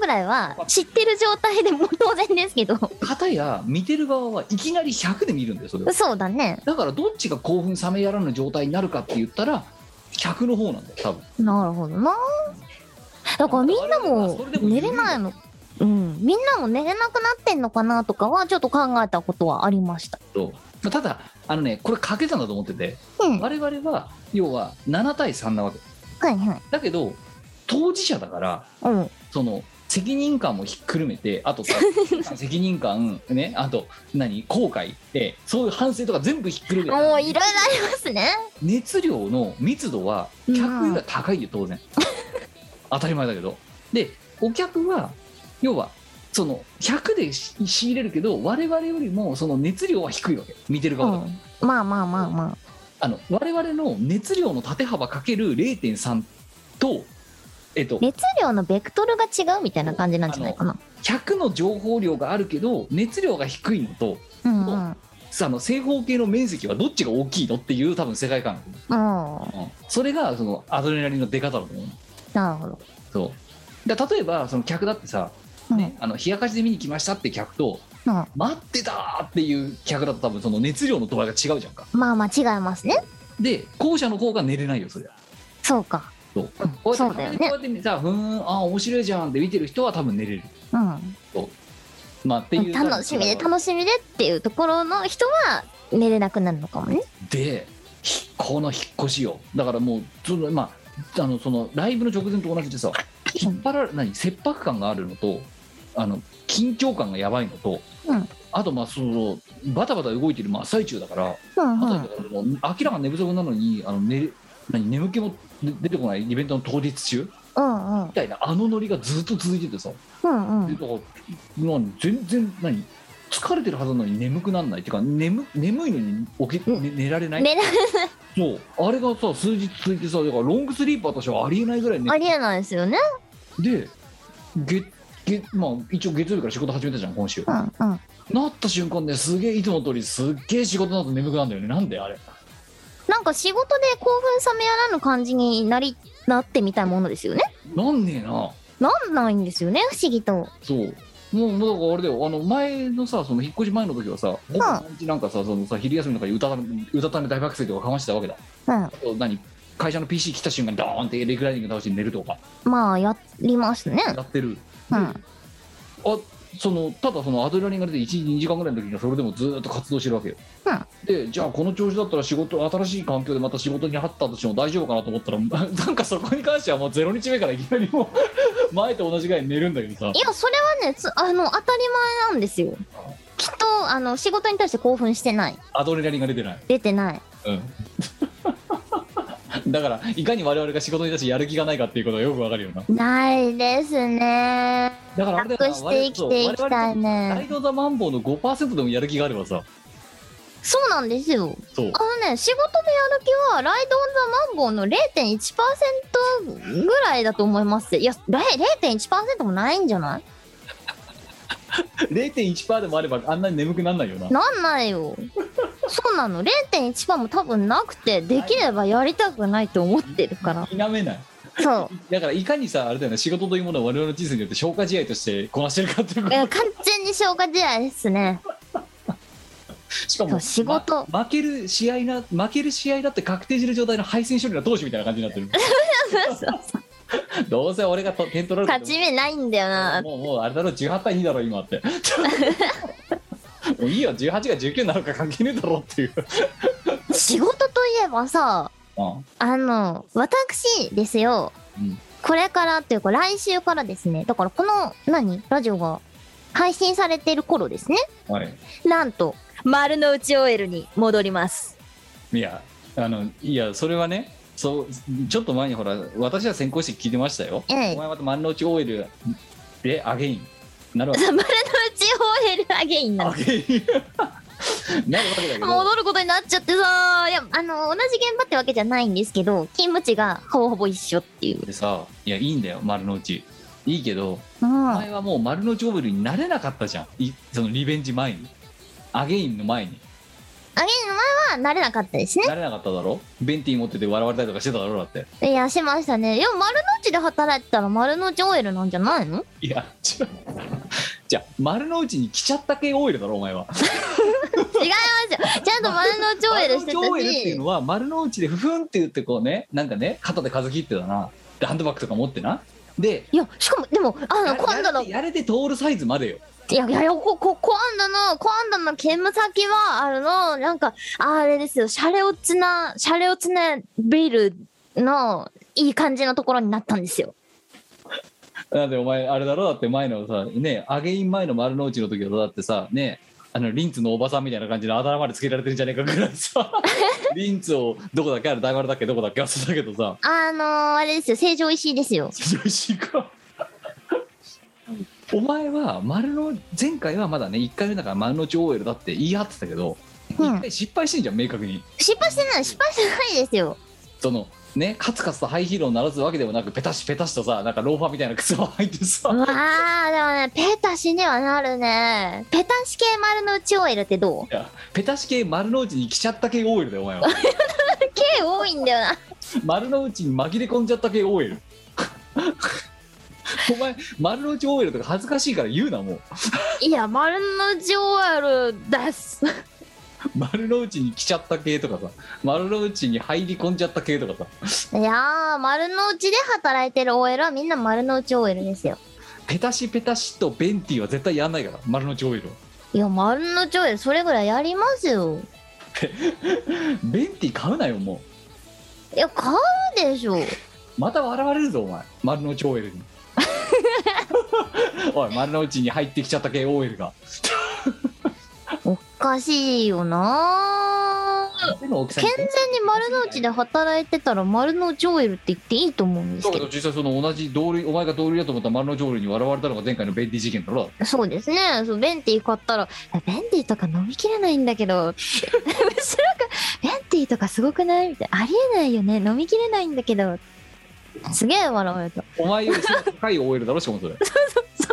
[SPEAKER 1] ぐらいは知ってる状態でもう当然ですけど、
[SPEAKER 3] 片や見てる側はいきなり100で見るんだよそれを
[SPEAKER 1] そうだね。
[SPEAKER 3] だからどっちが興奮冷めやらぬ状態になるかって言ったら100の方なんだよ多分
[SPEAKER 1] なるほどな。だからみんなも寝れないの。うん、みんなも寝れなくなってんのかなとかはちょっと考えたことはありました。
[SPEAKER 3] とまあただあのねこれ掛け算だと思ってて
[SPEAKER 1] うん、はい
[SPEAKER 3] 我々は要は7対3なわけ
[SPEAKER 1] はい。
[SPEAKER 3] だけど当事者だから
[SPEAKER 1] うん、
[SPEAKER 3] その責任感もひっくるめて あとさ責任感ねあと何後悔でそういう反省とか全部ひっくるめて
[SPEAKER 1] もういろいろありますね。
[SPEAKER 3] 熱量の密度は客よりは高いよ 当然当たり前だけどでお客は要はその100でし仕入れるけど我々よりもその熱量は低いわけ見てる
[SPEAKER 1] う
[SPEAKER 3] 側だから、
[SPEAKER 1] ん、まあまあまあま
[SPEAKER 3] あの我々の熱量の縦幅かける0.3とえっと
[SPEAKER 1] あ、熱量のベクトルが違うみたいな感じなんじゃないかな。
[SPEAKER 3] 100の情報量があるけど熱量が低いのと
[SPEAKER 1] うん、う
[SPEAKER 3] の
[SPEAKER 1] ん、
[SPEAKER 3] さあの正方形の面積はどっちが大きいのっていう多分世界観、
[SPEAKER 1] うん、
[SPEAKER 3] うんそれがそのアドレナリンの出方だと思う
[SPEAKER 1] なるほど。
[SPEAKER 3] そうだ例えばその客だってさ
[SPEAKER 1] うん、
[SPEAKER 3] あの冷やかしで見に来ましたって客と
[SPEAKER 1] うん
[SPEAKER 3] 待ってたーっていう客だと多分その熱量の度合いが違うじゃんか
[SPEAKER 1] まあまあ違いますね。
[SPEAKER 3] で後者の方が寝れないよそりゃ
[SPEAKER 1] そうか。
[SPEAKER 3] そう
[SPEAKER 1] うん
[SPEAKER 3] こうや
[SPEAKER 1] そ
[SPEAKER 3] っ
[SPEAKER 1] うだよ
[SPEAKER 3] て
[SPEAKER 1] ね
[SPEAKER 3] こうやってさふーんあー面白いじゃんって見てる人は多分寝れる
[SPEAKER 1] うん。
[SPEAKER 3] まあっていう
[SPEAKER 1] 楽しみで
[SPEAKER 3] 多分
[SPEAKER 1] 楽しみでっていうところの人は寝れなくなるのかもね。
[SPEAKER 3] でひこの引っ越しよだからもうそのまああのそのライブの直前と同じでさ引っ張られ何切迫感があるのとあの緊張感がやばいのと、
[SPEAKER 1] うん
[SPEAKER 3] あとまあそのバタバタ動いてる真っ最中だから、
[SPEAKER 1] うんう
[SPEAKER 3] あと
[SPEAKER 1] ん。
[SPEAKER 3] だからもう明らかに寝不足なのにあの、ね、何眠気も出出てこないイベントの当日中
[SPEAKER 1] うんうん
[SPEAKER 3] み。たいなあのノリがずっと続いててさ、
[SPEAKER 1] うんう
[SPEAKER 3] で
[SPEAKER 1] ん。
[SPEAKER 3] だから何全然何疲れてるはずなのに眠くなんないっていうか眠眠いのに起き、ね寝られない
[SPEAKER 1] 寝ら
[SPEAKER 3] そうあれがさ数日続いてさだからロングスリーパーとしてはありえないぐらいね
[SPEAKER 1] ありえないですよね。
[SPEAKER 3] でげげまあ一応月曜日から仕事始めたじゃん今週
[SPEAKER 1] うんうん。
[SPEAKER 3] なった瞬間ですげえいつもの通りすっげえ仕事の後眠くなるんだよねなんであれ
[SPEAKER 1] なんか仕事で興奮冷めやらぬ感じになりなってみたいものですよね。
[SPEAKER 3] なんねえな
[SPEAKER 1] なんないんですよね不思議と。
[SPEAKER 3] そうもうもうだからあれだよあの前のさその引っ越し前の時はさ午後3時なんかさそのさ昼休みなんかにうたた寝うたた寝大学生とかかましてたわけだ
[SPEAKER 1] うん
[SPEAKER 3] あ。と何会社の PC 来た瞬間にドーンってレクライニング倒して寝るとか
[SPEAKER 1] まあやりますね。
[SPEAKER 3] やってる
[SPEAKER 1] うん。
[SPEAKER 3] あそのただそのアドレナリンが出て12時間ぐらいの時にはそれでもずーっと活動してるわけよ、
[SPEAKER 1] うん
[SPEAKER 3] でじゃあこの調子だったら仕事新しい環境でまた仕事に入ったとしても大丈夫かなと思ったら なんかそこに関してはもう0日目からいきなりもう 前と同じぐらい寝るんだけどさ
[SPEAKER 1] いやそれはねつあの当たり前なんですよ。きっとあの仕事に対して興奮してない
[SPEAKER 3] アドレナリンが出てない、
[SPEAKER 1] 出てない。
[SPEAKER 3] うん、 だからいかに我々が仕事に対してやる気がないかっていうことがよくわかるよな
[SPEAKER 1] ないですね。
[SPEAKER 3] だからあれだよ
[SPEAKER 1] 楽し
[SPEAKER 3] な
[SPEAKER 1] て生きていきたい
[SPEAKER 3] ラ
[SPEAKER 1] ね
[SPEAKER 3] イ。ド・ザ・マンボウの5%でもやる気があればさ
[SPEAKER 1] そうなんですよ。
[SPEAKER 3] そう
[SPEAKER 1] あのね、仕事でやる気は、ライド・オン・ザ・マンボウの0.1%ぐらいだと思います。いや、れ0.1%もないんじゃない
[SPEAKER 3] 0.1%でもあればあんなに眠くならないよな
[SPEAKER 1] なんないよ。そうなの。0.1%も多分なくて、できればやりたくないと思ってるから。
[SPEAKER 3] 否めない
[SPEAKER 1] そ
[SPEAKER 3] だからいかにさあれだよね仕事というものを我々の人生によって消化試合としてこなしてるかっていうこ
[SPEAKER 1] う。い
[SPEAKER 3] と
[SPEAKER 1] や完全に消化試合ですね。
[SPEAKER 3] しか
[SPEAKER 1] そ
[SPEAKER 3] も
[SPEAKER 1] う仕事
[SPEAKER 3] ま負ける試合な負ける試合だって確定してる状態の敗戦処理の投手みたいな感じになってる どうせ俺がと点取られても
[SPEAKER 1] 勝ち目ないんだよな。
[SPEAKER 3] もうもうあれだろ18対2だろ今って もういいよ18が19になるか関係ねえだろっていう
[SPEAKER 1] 仕事といえばさ、
[SPEAKER 3] うん
[SPEAKER 1] あの、私ですよ、
[SPEAKER 3] うん
[SPEAKER 1] これからというか来週からですね、だからこの、何ラジオが配信されてる頃ですね、
[SPEAKER 3] はい
[SPEAKER 1] なんと、丸の内 OL に戻ります。
[SPEAKER 3] いやあのいやそれはねそうちょっと前にほら私は先行して聞いてましたよ、
[SPEAKER 1] ええ
[SPEAKER 3] お前また丸の内オイルでアゲインなるわけ
[SPEAKER 1] 丸の内 OL アゲインな
[SPEAKER 3] ア
[SPEAKER 1] の。
[SPEAKER 3] ゲイン なるわけだけ ど
[SPEAKER 1] 戻ることになっちゃってさいや、あの、同じ現場ってわけじゃないんですけど、勤務地がほぼほぼ一緒っていう。
[SPEAKER 3] でさいやいいんだよ丸の内いいけど
[SPEAKER 1] うん。
[SPEAKER 3] 前はもう丸の内オイルになれなかったじゃんいそのリベンジ前にアゲインの前に
[SPEAKER 1] アゲインの前は慣れなかったですね。
[SPEAKER 3] なれなかっただろベンティ持ってて笑われたりとかしてただろだって
[SPEAKER 1] いや、しましたね。いや、丸の内で働いてたら丸の内 OL なんじゃないの
[SPEAKER 3] いや違う じゃあ丸の内に来ちゃった系オイルだろお前は
[SPEAKER 1] 違いますよ。ちゃんと丸の内 OL してたし。
[SPEAKER 3] 丸の内 OL っていうのは丸の内でふふんって言ってこうねなんかね肩で風切ってたなでハンドバッグとか持ってなで
[SPEAKER 1] いや、しかも、でも、あの、
[SPEAKER 3] や
[SPEAKER 1] 今度の、い
[SPEAKER 3] やれてやれて通るサイズまでよ
[SPEAKER 1] や、いや、こ、こ、今度の、今度の勤務先は、あの、なんか、あれですよ、シャレオツな、シャレオツなビルの、いい感じのところになったんですよ。
[SPEAKER 3] だってお前あれだろだって前のさねアゲイン前の丸の内の時はだってさねあのリンツのおばさんみたいな感じで頭までつけられてるんじゃねえかぐらいさ リンツをどこだっけあれ大丸だっけどこだっけ忘れたけどさ
[SPEAKER 1] あのー、あれですよ、成城石井ですよ。
[SPEAKER 3] 非常に進化お前は丸の前回はまだね1回目だから丸の内 OL だって言い張ってたけど、
[SPEAKER 1] う
[SPEAKER 3] 一
[SPEAKER 1] ん
[SPEAKER 3] 回失敗してんじゃん明確に
[SPEAKER 1] 失敗してない、失敗してないですよ。
[SPEAKER 3] そのねカツカツとハイヒールを鳴らすわけでもなくペタシペタシとさなんかローファーみたいな靴を履いてさ、
[SPEAKER 1] うわー、でもね、ペタシにはなるね。ペタシ系丸の内 OL ってどう
[SPEAKER 3] いやペタシ系丸の内に来ちゃった系 OL だよ お前は
[SPEAKER 1] 系多いんだよな。
[SPEAKER 3] 丸の内に紛れ込んじゃった系 OL お前丸の内 OL とか恥ずかしいから言うなもう
[SPEAKER 1] いや、丸の内 OL です。
[SPEAKER 3] 丸の内に来ちゃった系とかさ丸の内に入り込んじゃった系とかさ
[SPEAKER 1] いやー、丸の内で働いてる OL はみんな丸の内 OL ですよ。
[SPEAKER 3] ペタシペタシとベンティは絶対やんないから丸の内オイルはい
[SPEAKER 1] や、丸の内 OL それぐらいやりますよ。
[SPEAKER 3] ベンティ買うなよも
[SPEAKER 1] いや、買うでしょ。
[SPEAKER 3] うまた笑われるぞお前丸の内オイルに おい丸の内に入ってきちゃった系オイルが
[SPEAKER 1] おかしいよなー。
[SPEAKER 3] 手の大きさ
[SPEAKER 1] 健全に丸の内で働いてたら丸の内 OL って言っていいと思うんです
[SPEAKER 3] そう
[SPEAKER 1] け
[SPEAKER 3] だ
[SPEAKER 1] ど。
[SPEAKER 3] けど実際その同じ同類お前が同類だと思った丸の内オイルに笑われたのが前回のベンティ事件だろ
[SPEAKER 1] そうですね。そう、ベンティ買ったら、いやベンティとか飲みきれないんだけど、 後ろから、ベンティとかすごくないみたいな。ありえないよね。飲みきれないんだけど。すげえ笑われた。
[SPEAKER 3] お前より背の高い OL だろしかもそれ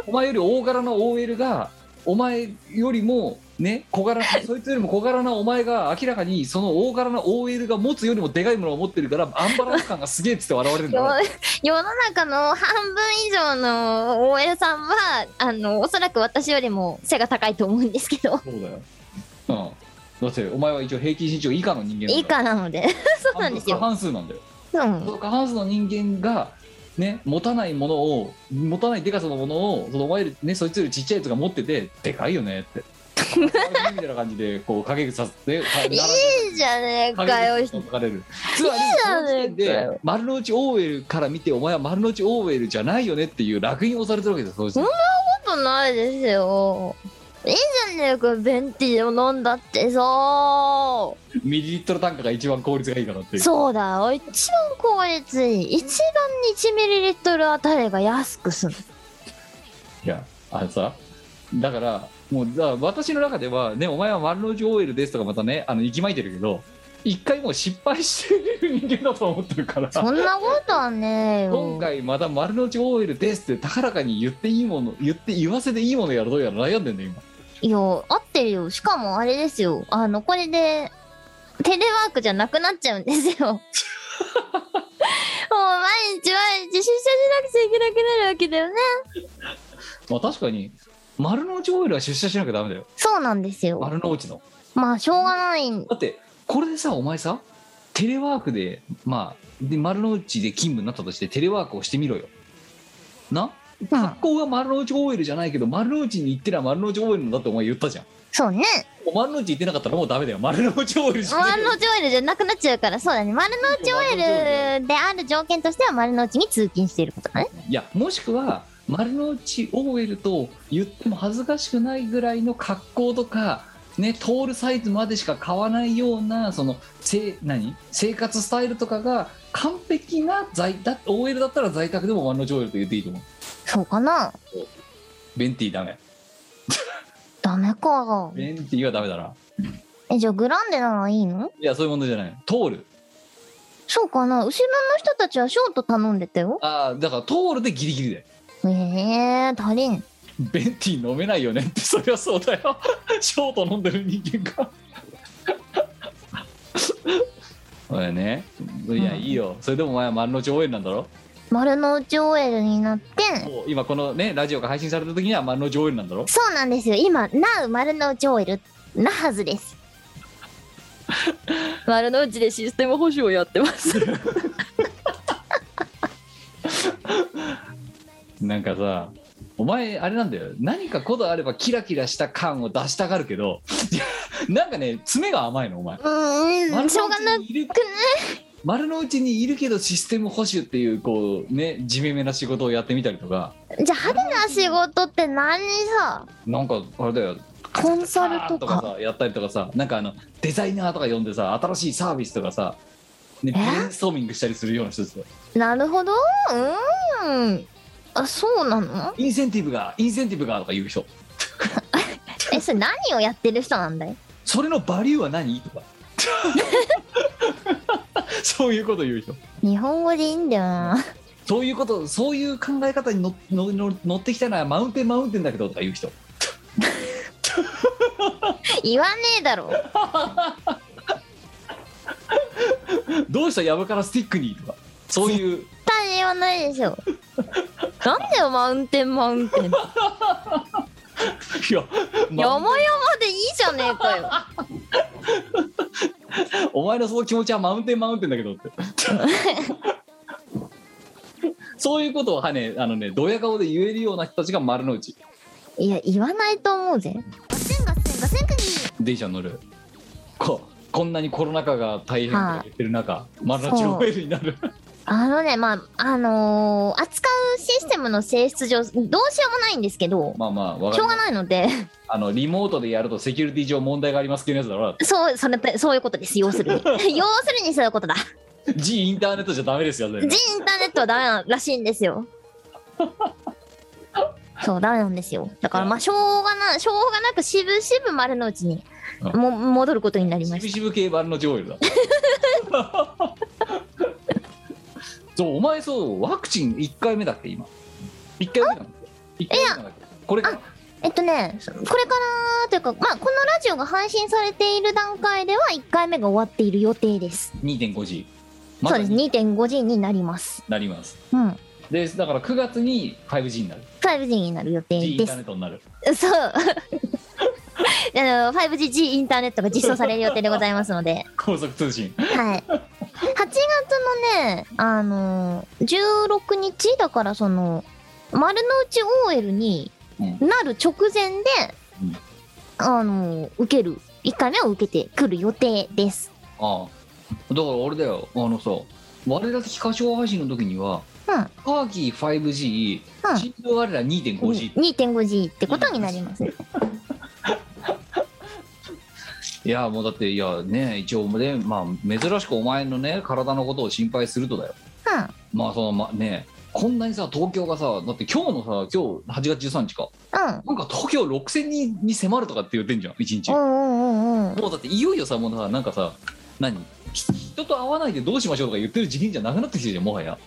[SPEAKER 3] お前より大柄な OL がお前よりもね小柄そいつよりも小柄なお前が明らかにその大柄な OL が持つよりもでかいものを持ってるからアンバランス感がすげえっつって笑われるんだ
[SPEAKER 1] よ
[SPEAKER 3] ろ
[SPEAKER 1] 世の中の半分以上の OL さんはあのおそらく私よりも背が高いと思うんですけど
[SPEAKER 3] そうだよ、うん、だってお前は一応平均身長以下の人間だ
[SPEAKER 1] 以下なので そうなんです
[SPEAKER 3] 過
[SPEAKER 1] よ、
[SPEAKER 3] 半数なんだよ
[SPEAKER 1] うん
[SPEAKER 3] そ、の過半数の人間がね持たないものを持たないでかさのものをそのお前よりねそいつよりちっちゃいやつが持っててでかいよねってみたいな感じでこう陰口させて
[SPEAKER 1] いいじゃねえかよ
[SPEAKER 3] 陰口を書かれるつまり
[SPEAKER 1] じ
[SPEAKER 3] そ
[SPEAKER 1] ゃ
[SPEAKER 3] の
[SPEAKER 1] ねえ
[SPEAKER 3] 時点で丸の内オーエルから見てお前は丸の内オーエルじゃないよねっていう烙印を押されてるわけですよそうです
[SPEAKER 1] ことないですよいいじゃねえかベンティを飲んだってさ
[SPEAKER 3] ミリリットル単価が一番効率がいいからっていう
[SPEAKER 1] そうだよ一番効率いい一番1ミリリットルあたりが安くする
[SPEAKER 3] いやあのさだからもうだから私の中ではねお前は丸の内 OL ですとかまたねあの息巻いてるけど一回もう失敗してる人間だと思ってるから
[SPEAKER 1] そんなことはねえよ
[SPEAKER 3] 今回また丸の内 OL ですって高らかに言っていいもの言って言わせていいものやらどうやら悩んでんだよ今
[SPEAKER 1] いや、合ってるよ。しかもあれですよ。あの、これで、テレワークじゃなくなっちゃうんです よ。もう毎日毎日出社しなくちゃいけなくなるわけだよね。
[SPEAKER 3] まあ確かに丸の内 OL は出社しなきゃダメだよ
[SPEAKER 1] そうなんですよ。
[SPEAKER 3] 丸の内の
[SPEAKER 1] まあ、しょうがない。
[SPEAKER 3] だってこれでさお前さテレワークでまあで丸の内で勤務になったとしてテレワークをしてみろよな
[SPEAKER 1] うん、
[SPEAKER 3] ここは丸の内オイルじゃないけど丸の内に行ってりゃ丸の内オイルだってお前言ったじゃん
[SPEAKER 1] そうね。
[SPEAKER 3] もう丸の内行ってなかったらもうダメだよ丸の内オイルしか
[SPEAKER 1] 丸の内オイルじゃなくなっちゃうから、そうだね。丸の内オイルである条件としては、丸の内に通勤していることだね。
[SPEAKER 3] いやもしくは丸の内 OL と言っても恥ずかしくないぐらいの格好とかねトールサイズまでしか買わないようなそのせ何生活スタイルとかが完璧な在だ OL だったら在宅でも丸の内 OL と言っていいと思う
[SPEAKER 1] そうかな
[SPEAKER 3] ベンティーダメ
[SPEAKER 1] ダメか。
[SPEAKER 3] ベンティーはダメだな
[SPEAKER 1] え、じゃあグランデならいいの
[SPEAKER 3] いやそういう問題じゃないトール
[SPEAKER 1] そうかな後ろの人たちはショート頼んでたよ。
[SPEAKER 3] ああだからトールでギリギリで
[SPEAKER 1] ええー、足りん。
[SPEAKER 3] ベンティー飲めないよねって そりゃそうだよショート飲んでる人間が それねいや、
[SPEAKER 1] うん
[SPEAKER 3] いいよそれでもお前は丸の内応援なんだろ
[SPEAKER 1] 丸の内 OL になって、
[SPEAKER 3] もう今このねラジオが配信された時には丸の内応援なんだろ
[SPEAKER 1] そうなんですよ。今、なう丸の内 OL なはずです。
[SPEAKER 4] 丸の内でシステム保守をやってます。
[SPEAKER 3] なんかさお前あれなんだよ何かことあればキラキラした感を出したがるけど なんかね爪が甘いのお前
[SPEAKER 1] うー
[SPEAKER 3] 丸の
[SPEAKER 1] ん、しょうがな
[SPEAKER 3] 内
[SPEAKER 1] く、
[SPEAKER 3] にいる丸の内にいるけどシステム保守っていうこうね地味めな仕事をやってみたりとか
[SPEAKER 1] じゃあ派手な仕事って何さ、
[SPEAKER 3] なんかあれだよ
[SPEAKER 1] コンサルと
[SPEAKER 3] と
[SPEAKER 1] か。
[SPEAKER 3] かさやったりとかさなんかあのデザイナーとか呼んでさ新しいサービスとかさ、ね、
[SPEAKER 1] え
[SPEAKER 3] ブレインストーミングしたりするような人ですよ
[SPEAKER 1] なるほど。うーん。あ、そうなの
[SPEAKER 3] インセンティブがインセンティブがとか言う人
[SPEAKER 1] え、それ何をやってる人なんだい
[SPEAKER 3] それのバリューは 何とかそういうこと言う人
[SPEAKER 1] 日本語でいいんだよな。
[SPEAKER 3] そういうことそういう考え方にののの乗ってきたのはマウンテンマウンテンだけどとか言う人
[SPEAKER 1] 言わねえだろ。
[SPEAKER 3] どうしたやぶからスティックにとかそ ういう
[SPEAKER 1] 絶対言わないでしょ。
[SPEAKER 4] なんだよ、マウンテンマウンテン。
[SPEAKER 3] いや、
[SPEAKER 1] よ
[SPEAKER 3] まあ、
[SPEAKER 1] もよもでいいじゃねえかよ。
[SPEAKER 3] お前のその気持ちはマウンテンマウンテンだけどって そういうことをはねあのねドヤ顔で言えるような人たちが丸の内
[SPEAKER 1] いや、言わないと思うぜ。ガセンガセンガセンクニ
[SPEAKER 3] 電車に乗るここんなにコロナ禍が大変とか言ってる中、丸の内
[SPEAKER 1] そう
[SPEAKER 3] ロエルになる
[SPEAKER 1] あのね、まあ、あのー扱うシステムの性質上、どうしようもないんですけど、
[SPEAKER 3] まあまあわか
[SPEAKER 1] しょ
[SPEAKER 3] る
[SPEAKER 1] うがないので、
[SPEAKER 3] あのリモートでやるとセキュリティ上問題がありますっていうやつだろ
[SPEAKER 1] そう、それ、そういうことです。要す るに。要するにそういうことだ。
[SPEAKER 3] G インターネットじゃダメですよね
[SPEAKER 1] ジインターネットはダメならしいんです よ。そう、ダメなんですよ。だから、まあ、しょうがな、しょうがなく、しぶしぶ丸の内に、も、戻ることになりま
[SPEAKER 3] し
[SPEAKER 1] し
[SPEAKER 3] ぶしぶ系丸の内オイルだそうお前そうワクチン1回目だって今1回目なんだ1回目なんだっけこれから
[SPEAKER 1] た。えっとね、そこれから、というか、まあ、このラジオが配信されている段階では、1回目が終わっている予定です。
[SPEAKER 3] 2.5時
[SPEAKER 1] そ
[SPEAKER 3] ま
[SPEAKER 1] う
[SPEAKER 3] だ
[SPEAKER 1] です。
[SPEAKER 3] に
[SPEAKER 1] 2.5 G になります。
[SPEAKER 3] なります
[SPEAKER 1] うん。
[SPEAKER 3] でだから9月に 5G になる
[SPEAKER 1] 5G になる予
[SPEAKER 3] G
[SPEAKER 1] 定
[SPEAKER 3] イン
[SPEAKER 1] で
[SPEAKER 3] ターネットになる
[SPEAKER 1] す。そう。 あの 5G インターネットが実装される予定でございますので、
[SPEAKER 3] 高速通信
[SPEAKER 1] はい。8月のね、あの16日だからその、丸の内 OL になる直前で、
[SPEAKER 3] うん
[SPEAKER 1] あの受ける、1回目を受けてくる予定です。
[SPEAKER 3] ああだから俺だよあのさ我ら的歌唱配信の時には
[SPEAKER 1] うん。
[SPEAKER 3] カーキー 5G
[SPEAKER 1] うん
[SPEAKER 3] 新聞我ら 2.5G
[SPEAKER 1] 2.5G ってことになりますね。
[SPEAKER 3] いやもうだっていやね一応ねまあ珍しくお前のね体のことを心配するとだよ
[SPEAKER 1] うん。
[SPEAKER 3] まあそのまねこんなにさ東京がさだって今日のさ今日8月13日か
[SPEAKER 1] うん。
[SPEAKER 3] なんか東京6000人に迫るとかって言ってんじゃん一日、
[SPEAKER 1] うんうんうんうん。
[SPEAKER 3] もうだっていよいよさもうさなんかさ何人と会わないでどうしましょうとか言ってる時期じゃなくなってきてるじゃんもはや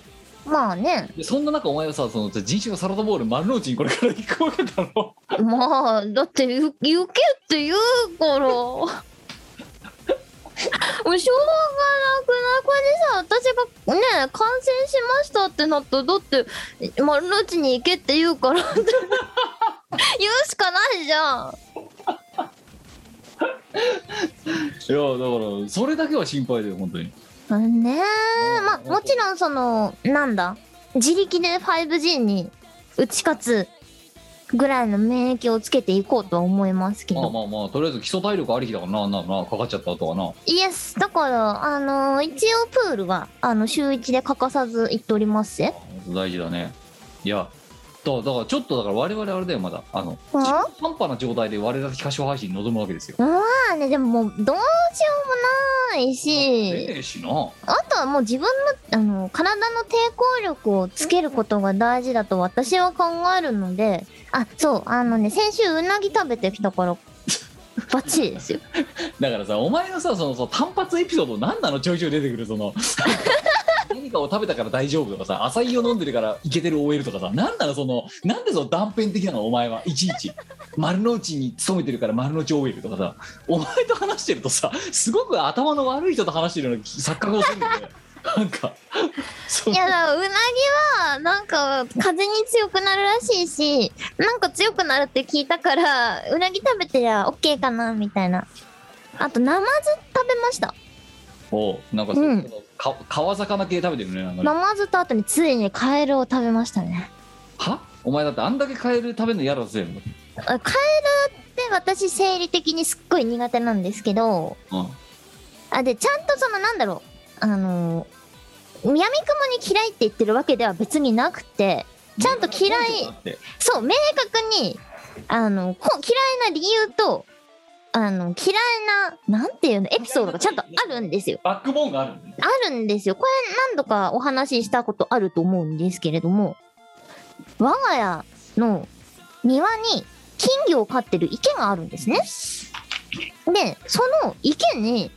[SPEAKER 1] まあね。
[SPEAKER 3] でそんな中お前はさその人種のサラダボール丸の内にこれから行くわけだろ
[SPEAKER 1] まあ、だって、ゆゆけって言うから。 もうしょうがなくないこれでさ、私がね、感染しましたってなったら、だって、丸の内に行けって言うから って言うしかないじゃん。
[SPEAKER 3] いやだからそれだけは心配だよ本当に
[SPEAKER 1] ねえ、まあ、もちろんその、なんだ、自力で 5G に打ち勝つぐらいの免疫をつけていこうとは思いますけ
[SPEAKER 3] まあ
[SPEAKER 1] ど。
[SPEAKER 3] まあまあとりあえず基礎体力ありきだからなあんなのなかかっちゃった後はな
[SPEAKER 1] イエス、だから、あのー一応プールは、あの、週一で欠かさず行っておりますぜ。
[SPEAKER 3] 大事だねいやだだからちょっとだから我々あれだよまだあの
[SPEAKER 1] うん
[SPEAKER 3] 半端な状態で我々歌唱配信に臨むわけですよ
[SPEAKER 1] まあね、でももう、どうしようもない
[SPEAKER 3] ね
[SPEAKER 1] し、
[SPEAKER 3] えしな
[SPEAKER 1] あとはもう自分の、あの、体の抵抗力をつけることが大事だと私は考えるので、あ、そう、あのね、先週うなぎ食べてきたから、バッチリですよ。
[SPEAKER 3] だからさお前のさそのその単発エピソード何なのちょいちょい出てくるその 何かを食べたから大丈夫とかさ浅いを飲んでるからいけてる OL とかさ何なのそのなんでその断片的なのお前はいちいち丸の内に勤めてるから丸の内 OL とかさお前と話してるとさすごく頭の悪い人と話してるような錯覚をするんだよねなんかそ
[SPEAKER 1] い
[SPEAKER 3] の
[SPEAKER 1] やだからうなぎはなんか風に強くなるらしいしなんか強くなるって聞いたからうなぎ食べてりゃ OK かなみたいなあとナマズ食べました
[SPEAKER 3] おうなんかその、
[SPEAKER 1] うん
[SPEAKER 3] か川魚系食べてるねなんかね
[SPEAKER 1] ナマズと後についにカエルを食べましたね
[SPEAKER 3] はお前だってあんだけカエル食べるの嫌だぜ、
[SPEAKER 1] あカエルって私生理的にすっごい苦手なんですけど
[SPEAKER 3] うん、
[SPEAKER 1] あでちゃんとそのなんだろうあのー、闇雲に嫌いって言ってるわけでは別になくてちゃんと嫌い
[SPEAKER 3] だって
[SPEAKER 1] そう、明確に、あの、こ嫌いな理由と、あの、嫌いな、なんていうの、エピソードがちゃんとあるんですよ。
[SPEAKER 3] バックボーンがあるんだよ
[SPEAKER 1] あるんですよ。これ何度かお話ししたことあると思うんですけれども、我が家の庭に金魚を飼ってる池があるんですね。で、その池に、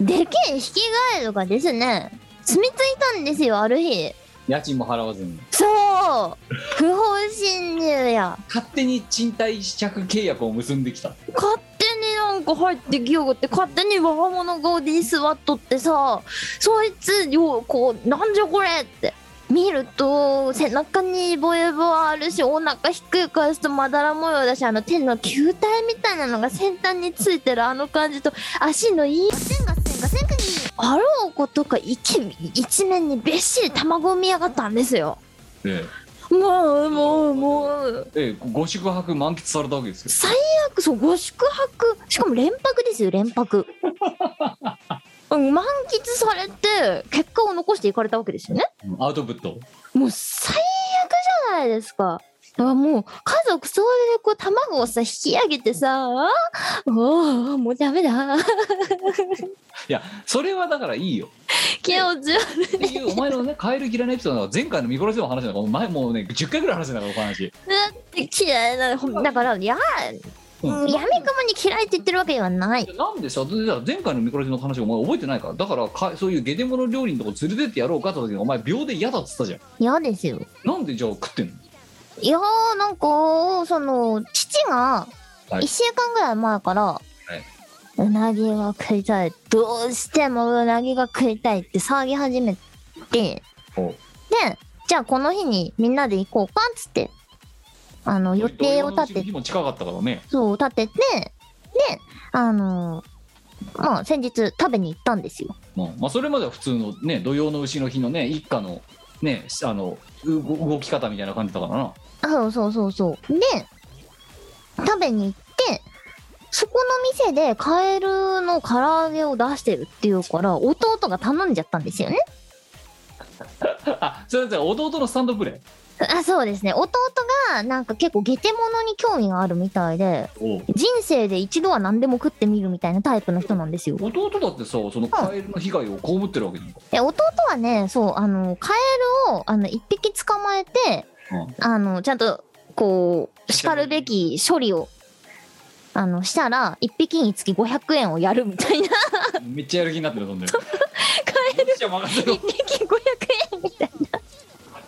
[SPEAKER 1] でけえヒキガエルがですね、住み着いたんですよ、ある日。
[SPEAKER 3] 家賃も払わずに
[SPEAKER 1] そう不法侵入や。
[SPEAKER 3] 勝手に賃貸試着契約を結んできた
[SPEAKER 1] 勝手になんか入ってきやがって勝手に我が物顔で居座っとってさそいつよこうなんじゃこれって見ると背中にボエボあるしお腹ひっくり返すとまだら模様だしあの手の球体みたいなのが先端についてるあの感じと足のいい線が線が線がいいあろうことか池一面にべっしり卵を見やがったんですよ
[SPEAKER 3] え
[SPEAKER 1] もうもうもう
[SPEAKER 3] えええご宿泊満喫されたわけですよ
[SPEAKER 1] 最悪そうご宿泊しかも連泊ですよ連 泊うん満喫されて結果を残していかれたわけですよね
[SPEAKER 3] アウトプット
[SPEAKER 1] もう最悪じゃないですかだからもう家族総出でこう卵をさ引き上げてさおおもうダメだ
[SPEAKER 3] いやそれはだからいいよ
[SPEAKER 1] 気持ち悪い
[SPEAKER 3] っていうお前のね カエル嫌いなエピソードは前回の見殺しでも話したから前もうね10回ぐらい話してんだからこの話
[SPEAKER 1] だって嫌いなほんだからや
[SPEAKER 3] うん
[SPEAKER 1] 闇雲に嫌いって言ってるわけではない
[SPEAKER 3] なんでさだから前回の見殺しの話お前覚えてないからだからかそういうゲデモノ料理のとこ連れてってやろうかって時にお前秒で嫌だっつったじゃん
[SPEAKER 1] 嫌ですよ
[SPEAKER 3] なんでじゃあ食ってんの
[SPEAKER 1] いやーなんかその父が
[SPEAKER 3] はい
[SPEAKER 1] 1週間ぐらい前から、うなぎが食いたいどうしてもうなぎが食いたいって騒ぎ始めて
[SPEAKER 3] お
[SPEAKER 1] でじゃあこの日にみんなで行こうかっつってあの予定を立て
[SPEAKER 3] 日も近かったからね
[SPEAKER 1] そう立ててであのーまあ先日食べに行ったんですよ
[SPEAKER 3] うんまあ、それまでは普通のね土用の丑の日のね一家のねあのうご動き方みたいな感じだからな
[SPEAKER 1] あそうそうそうそう。で、食べに行って、そこの店でカエルの唐揚げを出してるっていうから、弟が頼んじゃったんですよね。
[SPEAKER 3] あそれじゃ弟のスタンドプレ
[SPEAKER 1] あ、そうですね。弟がなんか結構ゲテモノに興味があるみたいで、
[SPEAKER 3] ー
[SPEAKER 1] 人生で一度は何でも食ってみるみたいなタイプの人なんですよ。
[SPEAKER 3] 弟だってさそのカエルの被害を被ってるわけじゃんか、
[SPEAKER 1] で、弟はね、そう、あの、カエルを、あの、一匹捕まえて、あの、ちゃんと、こう、叱るべき処理を、あの、したら、一匹につき500円をやるみたいな。
[SPEAKER 3] うん、めっちゃやる気になってるそんだよカエルじゃ任せ ろ
[SPEAKER 1] 一匹500円みたい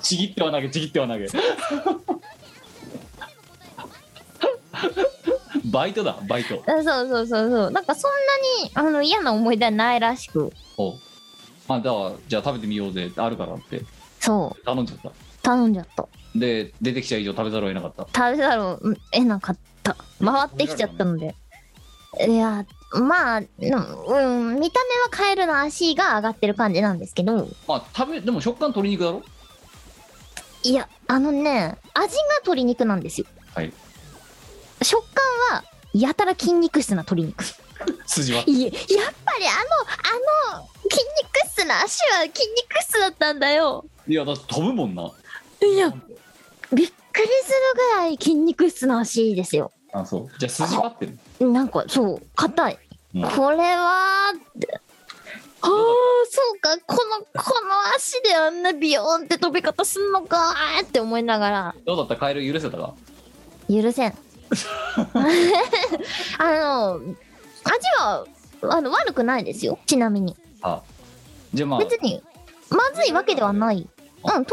[SPEAKER 3] ちぎっては投げちぎっては投げ バイトだバイト
[SPEAKER 1] な。あそうそうそうそう。なんかそんなに、あの、嫌な思い出はないらしく。
[SPEAKER 3] おうまあだからじゃあ食べてみようぜあるからって
[SPEAKER 1] そう、
[SPEAKER 3] 頼んじゃった
[SPEAKER 1] 頼んじゃった。
[SPEAKER 3] で出てきちゃう以上食べざるを得なかった
[SPEAKER 1] 食べざるを得なかった。回ってきちゃったので。いや、まあ、うん、うん見た目はカエルの足が上がってる感じなんですけど、
[SPEAKER 3] まあ食べでも食感鶏肉だろ
[SPEAKER 1] いや、あのね、味が鶏肉なんですよ。
[SPEAKER 3] はい
[SPEAKER 1] 食感はやたら筋肉質な鶏肉
[SPEAKER 3] 筋はい
[SPEAKER 1] ややっぱりあのあの筋肉質な足は筋肉質だったんだよ
[SPEAKER 3] いやだって飛ぶもんない
[SPEAKER 4] や
[SPEAKER 1] びっくりするぐらい筋肉質な足ですよ
[SPEAKER 3] あそうじゃあ筋は合ってる
[SPEAKER 1] なんかそう硬い
[SPEAKER 3] うん
[SPEAKER 1] これはってああそうかこのこの足であんなビヨーンって飛び方すんのかーって思いながら
[SPEAKER 3] どうだったカエル許せたか
[SPEAKER 1] 許せん あの味はあの悪くないですよちなみに
[SPEAKER 3] あじゃあまあ
[SPEAKER 1] 別にまずいわけではないうん鶏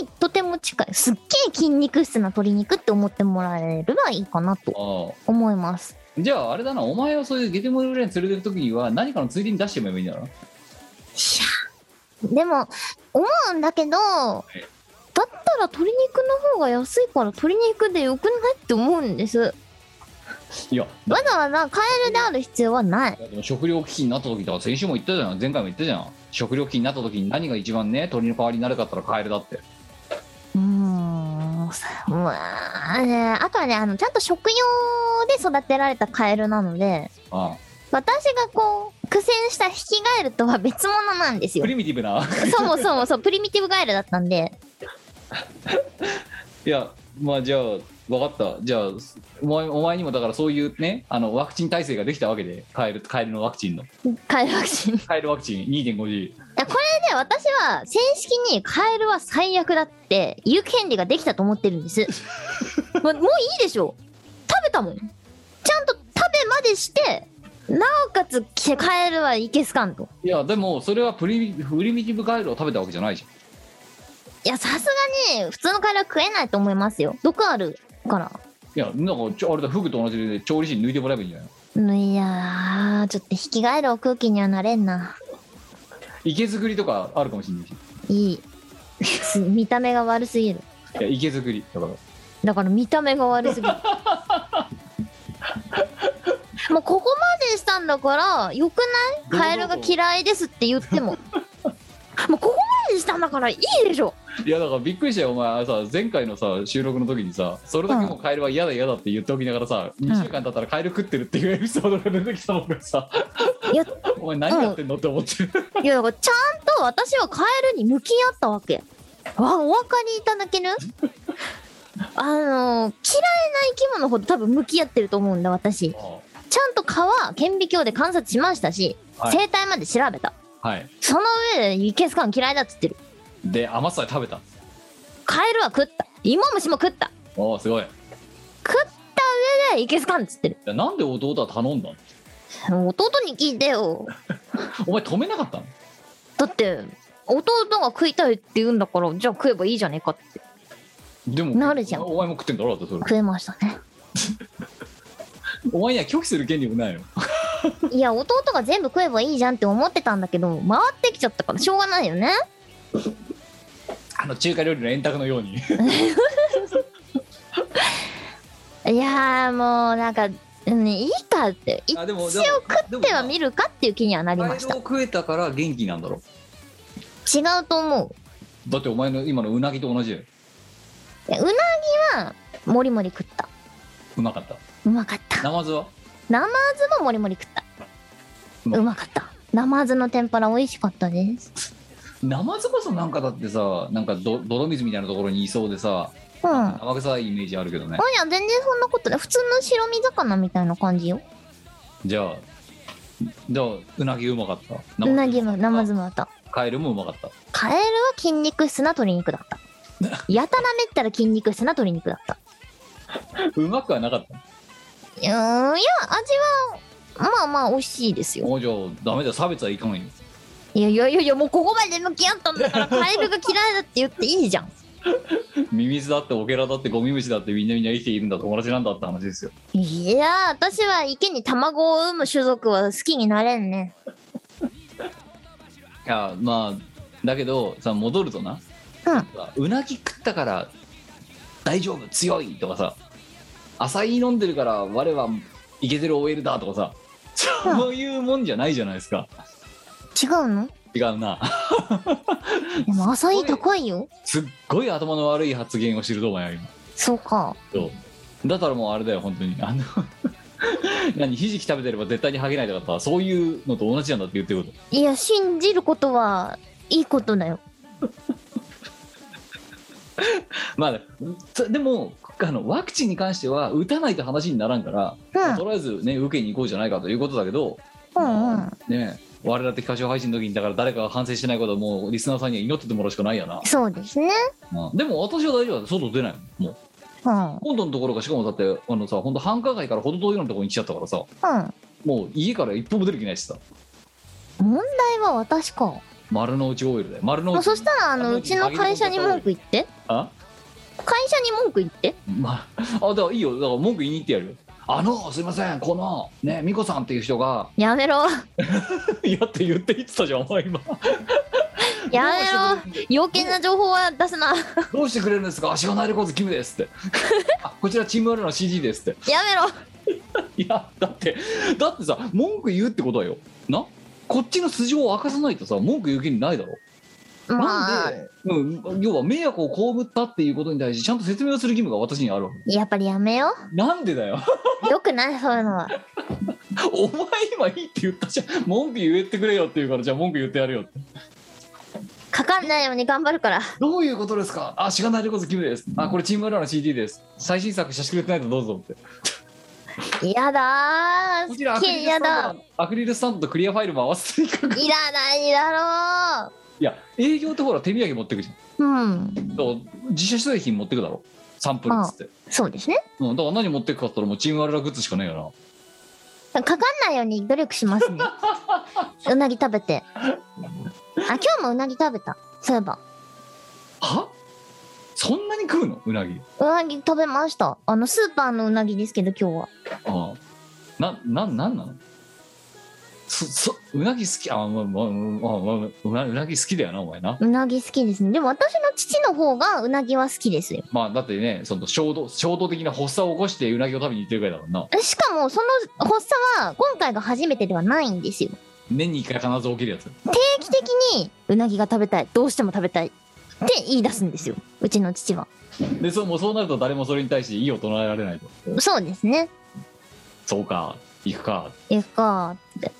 [SPEAKER 1] 肉にとても近いすっげえ筋肉質な鶏肉って思ってもらえればいいかなと
[SPEAKER 3] あ
[SPEAKER 1] 思います
[SPEAKER 3] じゃああれだなお前をそういうゲテモノぐらいに連れてる時には何かのついでに出してもいいんだろ
[SPEAKER 1] でも思うんだけどだったら鶏肉の方が安いから鶏肉でよくないって思うんです
[SPEAKER 3] いやだ
[SPEAKER 1] わざわざカエルである必要はない
[SPEAKER 3] でも食料危機になった時とか先週も言ったじゃん前回も言ったじゃん食料危機になった時に何が一番ね鳥の代わりになるかって言ったらカエルだって
[SPEAKER 1] うーんうわーねあとはねあのちゃんと食用で育てられたカエルなので
[SPEAKER 3] あ
[SPEAKER 1] 私がこう苦戦したヒキガエルとは別物なんです
[SPEAKER 3] あ
[SPEAKER 1] よ
[SPEAKER 3] プリミティブな
[SPEAKER 1] そもそもそうプリミティブガエルだったんで
[SPEAKER 3] いやまあじゃあ分かったじゃあお前お前にもだからそういうねあのワクチン体制ができたわけでカエルカエルのワクチンの
[SPEAKER 1] カエルワクチンい
[SPEAKER 3] カエルワクチン 2.5G
[SPEAKER 1] やこれで私は正式にカエルは最悪だって言う権利ができたと思ってるんです もうもういいでしょ食べたもんちゃんと食べまでしてなおかつカエルはいけすかんと
[SPEAKER 3] いやでもそれはプリミプリミティブカエルを食べたわけじゃないじゃん
[SPEAKER 1] いやさすがに普通のカエルは食えないと思いますよ毒あるから
[SPEAKER 3] いやなんかちょあれだフグと同じで調理師に抜いてもらえばいいんじゃないの
[SPEAKER 1] うんいやーちょっとヒキガエルを空気にはなれんな
[SPEAKER 3] 池作りとかあるかもしれないし
[SPEAKER 1] いい す見た目が悪すぎる
[SPEAKER 3] いや池作りだから
[SPEAKER 1] だから見た目が悪すぎるもうここまでしたんだからよくないカエルが嫌いですって言ってももうここまでしたんだからいいでしょ
[SPEAKER 3] いやだからびっくりしたよお前さ前回のさ収録の時にさそれだけもうカエルは嫌だ嫌だって言っておきながらさ、2週間経ったらカエル食ってるっていうエピソードが出てきたもんがさ
[SPEAKER 1] いや
[SPEAKER 3] お前何やってんのって思ってる、
[SPEAKER 1] いやだからちゃんと私はカエルに向き合ったわけわお分かりいただけ るあの嫌いな生き物ほど多分向き合ってると思うんだ私ちゃんと蚊は顕微鏡で観察しましたし、
[SPEAKER 3] はい
[SPEAKER 1] 生態まで調べた
[SPEAKER 3] はい
[SPEAKER 1] その上でイケスカン嫌いだっつってる
[SPEAKER 3] で甘さ食べた
[SPEAKER 1] カエルは食った芋虫も食った
[SPEAKER 3] おおすごい
[SPEAKER 1] 食った上でイケスカンっつってる
[SPEAKER 3] いやなんで弟は頼んだの
[SPEAKER 1] 弟に聞いてよ
[SPEAKER 3] お前止めなかったの
[SPEAKER 1] だって弟が食いたいって言うんだからじゃあ食えばいいじゃねえかって
[SPEAKER 3] でも
[SPEAKER 1] なるじゃん
[SPEAKER 3] お前も食ってんだろだってそれ
[SPEAKER 1] 食えましたね
[SPEAKER 3] お前には拒否する権利もないの
[SPEAKER 1] いや弟が全部食えばいいじゃんって思ってたんだけど回ってきちゃったからしょうがないよね
[SPEAKER 3] あの中華料理の円卓のように
[SPEAKER 1] いやーもうなんか、うん、いいかって一
[SPEAKER 3] あ
[SPEAKER 1] 応
[SPEAKER 3] でも
[SPEAKER 1] 食っては見るかっていう気にはなり
[SPEAKER 3] カ
[SPEAKER 1] ま
[SPEAKER 3] エ
[SPEAKER 1] し
[SPEAKER 3] ル
[SPEAKER 1] た
[SPEAKER 3] を食えたから元気なんだろ
[SPEAKER 1] 違うと思う
[SPEAKER 3] だってお前の今のうなぎと同じだよ
[SPEAKER 1] いやうなぎはもりもり食った
[SPEAKER 3] うまかった
[SPEAKER 1] うまかった
[SPEAKER 3] ナマズは
[SPEAKER 1] ナマズももりもり食った
[SPEAKER 3] うま
[SPEAKER 1] うまかったナマズの天ぷら美味しかったです
[SPEAKER 3] ナマズこそなんかだってさなんかど泥水みたいなところにいそうでさ
[SPEAKER 1] うんあ
[SPEAKER 3] 生臭いイメージあるけどね
[SPEAKER 1] いや全然そんなことない普通の白身魚みたいな感じよ
[SPEAKER 3] じゃあじゃあうなぎうまかったナマ
[SPEAKER 1] う
[SPEAKER 3] ズ
[SPEAKER 1] なぎもナマズもあった
[SPEAKER 3] カエルもうまかった
[SPEAKER 1] カエルは筋肉質な鶏肉だったやたらめったら筋肉質な鶏肉だった
[SPEAKER 3] うまくはなかった
[SPEAKER 1] うーんいや味はまあまあ美味しいですよ
[SPEAKER 3] もうじゃあダメだよ差別はいかんよ
[SPEAKER 1] いやいやいやいやもうここまで向き合ったんだからカエルが嫌いだって言っていいじゃん
[SPEAKER 3] ミミズだってオケラだってゴミ虫だってみんなみんな生きているんだ友達なんだって話ですよ
[SPEAKER 1] いやー私は池に卵を産む種族は好きになれんね
[SPEAKER 3] いやまあだけどさ戻るとな
[SPEAKER 1] うん
[SPEAKER 3] うなぎ食ったから大丈夫強いとかさ浅い飲んでるから我はイケてる OL だとかさそういうもんじゃないじゃないですか
[SPEAKER 1] 違うの
[SPEAKER 3] 違うな
[SPEAKER 1] でも浅い高いよ
[SPEAKER 3] すっごい頭の悪い発言をしてると思うよ今
[SPEAKER 1] そうか
[SPEAKER 3] そうだったらもうあれだよ本当にあの何ひじき食べてれば絶対にハゲないとかさそういうのと同じなんだって言ってること
[SPEAKER 1] いや信じることはいいことだよ
[SPEAKER 3] まあねつでもあのワクチンに関しては打たないと話にならんから、
[SPEAKER 1] うん
[SPEAKER 3] まあとりあえずね受けに行こうじゃないかということだけど、
[SPEAKER 1] うんう
[SPEAKER 3] ま
[SPEAKER 1] ん
[SPEAKER 3] あね我ら的歌唱配信の時にだから誰かが反省してないことをもうリスナーさんには祈っててもらうしかないやな、
[SPEAKER 1] そうですね
[SPEAKER 3] まあでも私は大丈夫だ外出ないもんもう
[SPEAKER 1] うんうん
[SPEAKER 3] 今度のところがしかもだってあのさ本当繁華街から程遠いようなところに来ちゃったからさもう家から一歩も出る気ないしさ
[SPEAKER 1] 問題は私か
[SPEAKER 3] 丸の内オイルで丸の
[SPEAKER 1] もう
[SPEAKER 3] 内
[SPEAKER 1] そしたらあ
[SPEAKER 3] あ
[SPEAKER 1] の
[SPEAKER 3] の
[SPEAKER 1] うちの会社に文句言って
[SPEAKER 3] あ
[SPEAKER 1] 会社に文句言って
[SPEAKER 3] まあ、あだからいいよだから文句言いに行ってやるよあのすいませんこのね美子さんっていう人 が
[SPEAKER 1] やめろ
[SPEAKER 3] いやって言って言ってたじゃんお前今
[SPEAKER 1] やめろ要件な情報は出すなや
[SPEAKER 3] どうしてくれるんですか足がないレコーズキムです ってあこちらチームワールの CG ですっ
[SPEAKER 1] めろ
[SPEAKER 3] ていやだってだってさ文句言うってことはよなこっちの素性を明かさないとさ文句言う気にないだろ
[SPEAKER 1] ま
[SPEAKER 3] な
[SPEAKER 1] あ
[SPEAKER 3] んで、うん、要は迷惑を被ったっていうことに対してちゃんと説明をする義務が私にあるわけ
[SPEAKER 1] やっぱりやめよ
[SPEAKER 3] なんでだよ
[SPEAKER 1] うよくないそういうのは
[SPEAKER 3] お前今いいって言ったじゃん文句言ってくれよって言うからじゃあ文句言ってやるよって
[SPEAKER 1] かかんないように頑張るから
[SPEAKER 3] どういうことですかあ、しがないレコーズキムです。あ、これチームワールドの CD です。最新作、写真くれてないとどうぞって。
[SPEAKER 1] やだ
[SPEAKER 3] こち
[SPEAKER 1] ー
[SPEAKER 3] らア
[SPEAKER 1] 好
[SPEAKER 3] クリ
[SPEAKER 1] き
[SPEAKER 3] ルス
[SPEAKER 1] や
[SPEAKER 3] タン
[SPEAKER 1] だ
[SPEAKER 3] ドアクリルスタンドとクリアファイルも合わせていく
[SPEAKER 1] いらないだろ
[SPEAKER 3] いや、 営業ってほら手土産持ってくじゃ
[SPEAKER 1] ううん
[SPEAKER 3] ん。そう自社製品持ってくだろ。サンプルっつって。
[SPEAKER 1] そうですね
[SPEAKER 3] うん、だから何持ってくかって言ったらもうチームワールドグッズしかねえよ
[SPEAKER 1] かかんないように努力しますねうなぎ食べてあ今日もうなぎ食べたそういえば
[SPEAKER 3] な。はそんなに食うのうなぎ。
[SPEAKER 1] うなぎ食べましたあのスーパーのうなぎですけど今日は
[SPEAKER 3] ああな、な、なんなのそ、そ、うなぎ好き。あ、まあ、まあ、まあ、まあうな、うなぎ好きだよな、お前な。
[SPEAKER 1] うなぎ好きですねでも私の父の方がうなぎは好きですよ
[SPEAKER 3] まあ、だってね、その衝動、衝動的な発作を起こしてうなぎを食べに行ってるぐらいだもんな。
[SPEAKER 1] しかもその発作は今回が初めてではないんですよ
[SPEAKER 3] 年に一回必ず起きるやつ。
[SPEAKER 1] 定期的にうなぎが食べたいどうしても食べたいって言い出すんですようちの父は
[SPEAKER 3] で、そう、もうそうなると誰もそれに対して異を唱えられないと。
[SPEAKER 1] そうですね
[SPEAKER 3] そうか、行くか。
[SPEAKER 1] 行くか って。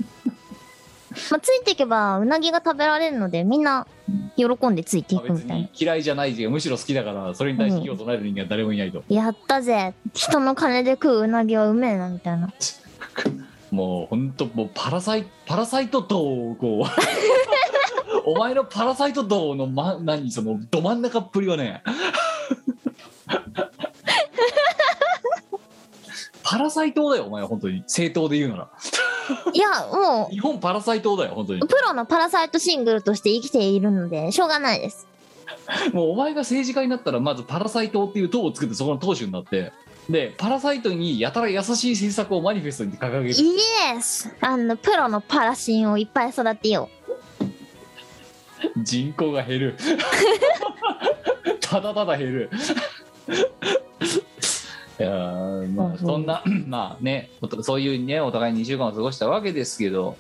[SPEAKER 1] まあ、ついていけばうなぎが食べられるのでみんな喜んでついてい
[SPEAKER 3] まあ
[SPEAKER 1] くみ
[SPEAKER 3] 別
[SPEAKER 1] たいな
[SPEAKER 3] に。嫌いじゃないし、むしろ好きだから、それに対して異を唱える人間は誰もいないと。
[SPEAKER 1] やったぜ人の金で食ううなぎはうめえなみたいな。
[SPEAKER 3] もう、ほんと、もう、パラサイ、パラサイト道をこう。 お前のパラサイト道の、ま、何、その、ど真ん中っぷりはね。 パラサイトだよ、お前は本当に。正当で言うなら。
[SPEAKER 1] いやも
[SPEAKER 3] 日本パラサイトだよ、本当に
[SPEAKER 1] う。プロのパラサイトシングルとして生きているのでしょうがないです。
[SPEAKER 3] もうお前が政治家になったらまずパラサイトっていう党を作ってそこの党首になってでパラサイトにやたら優しい政策をマニフェストに掲げる
[SPEAKER 1] イエスあのプロのパラシンをいっぱい育てよ
[SPEAKER 3] 人口が減るただただ減るいやーま
[SPEAKER 1] うん
[SPEAKER 3] あそんな まあねおとそういうねお互い2週間を過ごしたわけですけど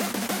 [SPEAKER 1] う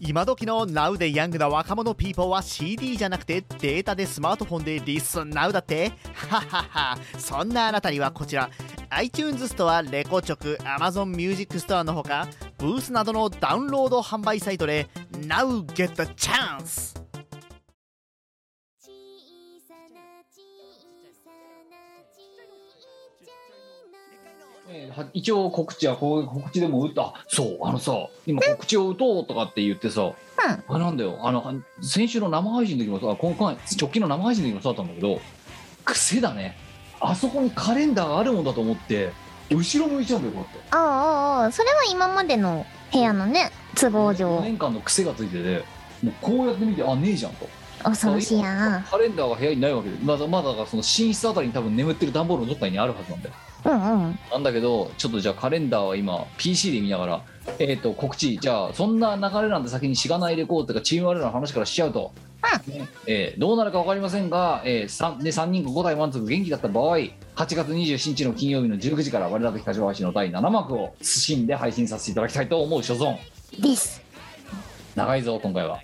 [SPEAKER 5] 今時の Now でヤングな若者ピーポーは CD じゃなくてデータでスマートフォンでリスン Now だってはははそんなあなたにはこちら iTunes ストア、レコチョク、Amazon Music ストアのほかブースなどのダウンロード販売サイトで Now get the chance!
[SPEAKER 3] えーは一応告知はこう告知でも打ったあそうあのさ今告知を打とうとかって言ってさ、あなんだよあのあ先週の生配信の時もさあ今回直近の生配信の時もそうだったんだけど癖だねあそこにカレンダーがあるもんだと思って後ろ向いちゃうんだよこうやっ
[SPEAKER 1] ああああそれは今までの部屋のね都合
[SPEAKER 3] て4
[SPEAKER 1] 上
[SPEAKER 3] 年間の癖がついててもうこうやって見てあねえじゃんと
[SPEAKER 1] 恐ろしいや
[SPEAKER 3] カレンダーが部屋にないわけでまだまだだからその寝室あたりに多分眠ってる段ボールのどっかにあるはずなんだよ
[SPEAKER 1] うんうん
[SPEAKER 3] なんだけど、ちょっとじゃあカレンダーは今、PC で見ながら、えっ、と、告知、じゃあ、そんな流れなんで先にしがないレコードとか、チームワールドの話からしちゃうと、ねえーどうなるか分かりませんが、えー、3, ね3人5台満足元気だった場合、8月27日の金曜日の19時から、我らと北島配信の第7幕を、謹んで配信させていただきたいと思う所存。
[SPEAKER 1] です
[SPEAKER 3] 長いぞ、今回は。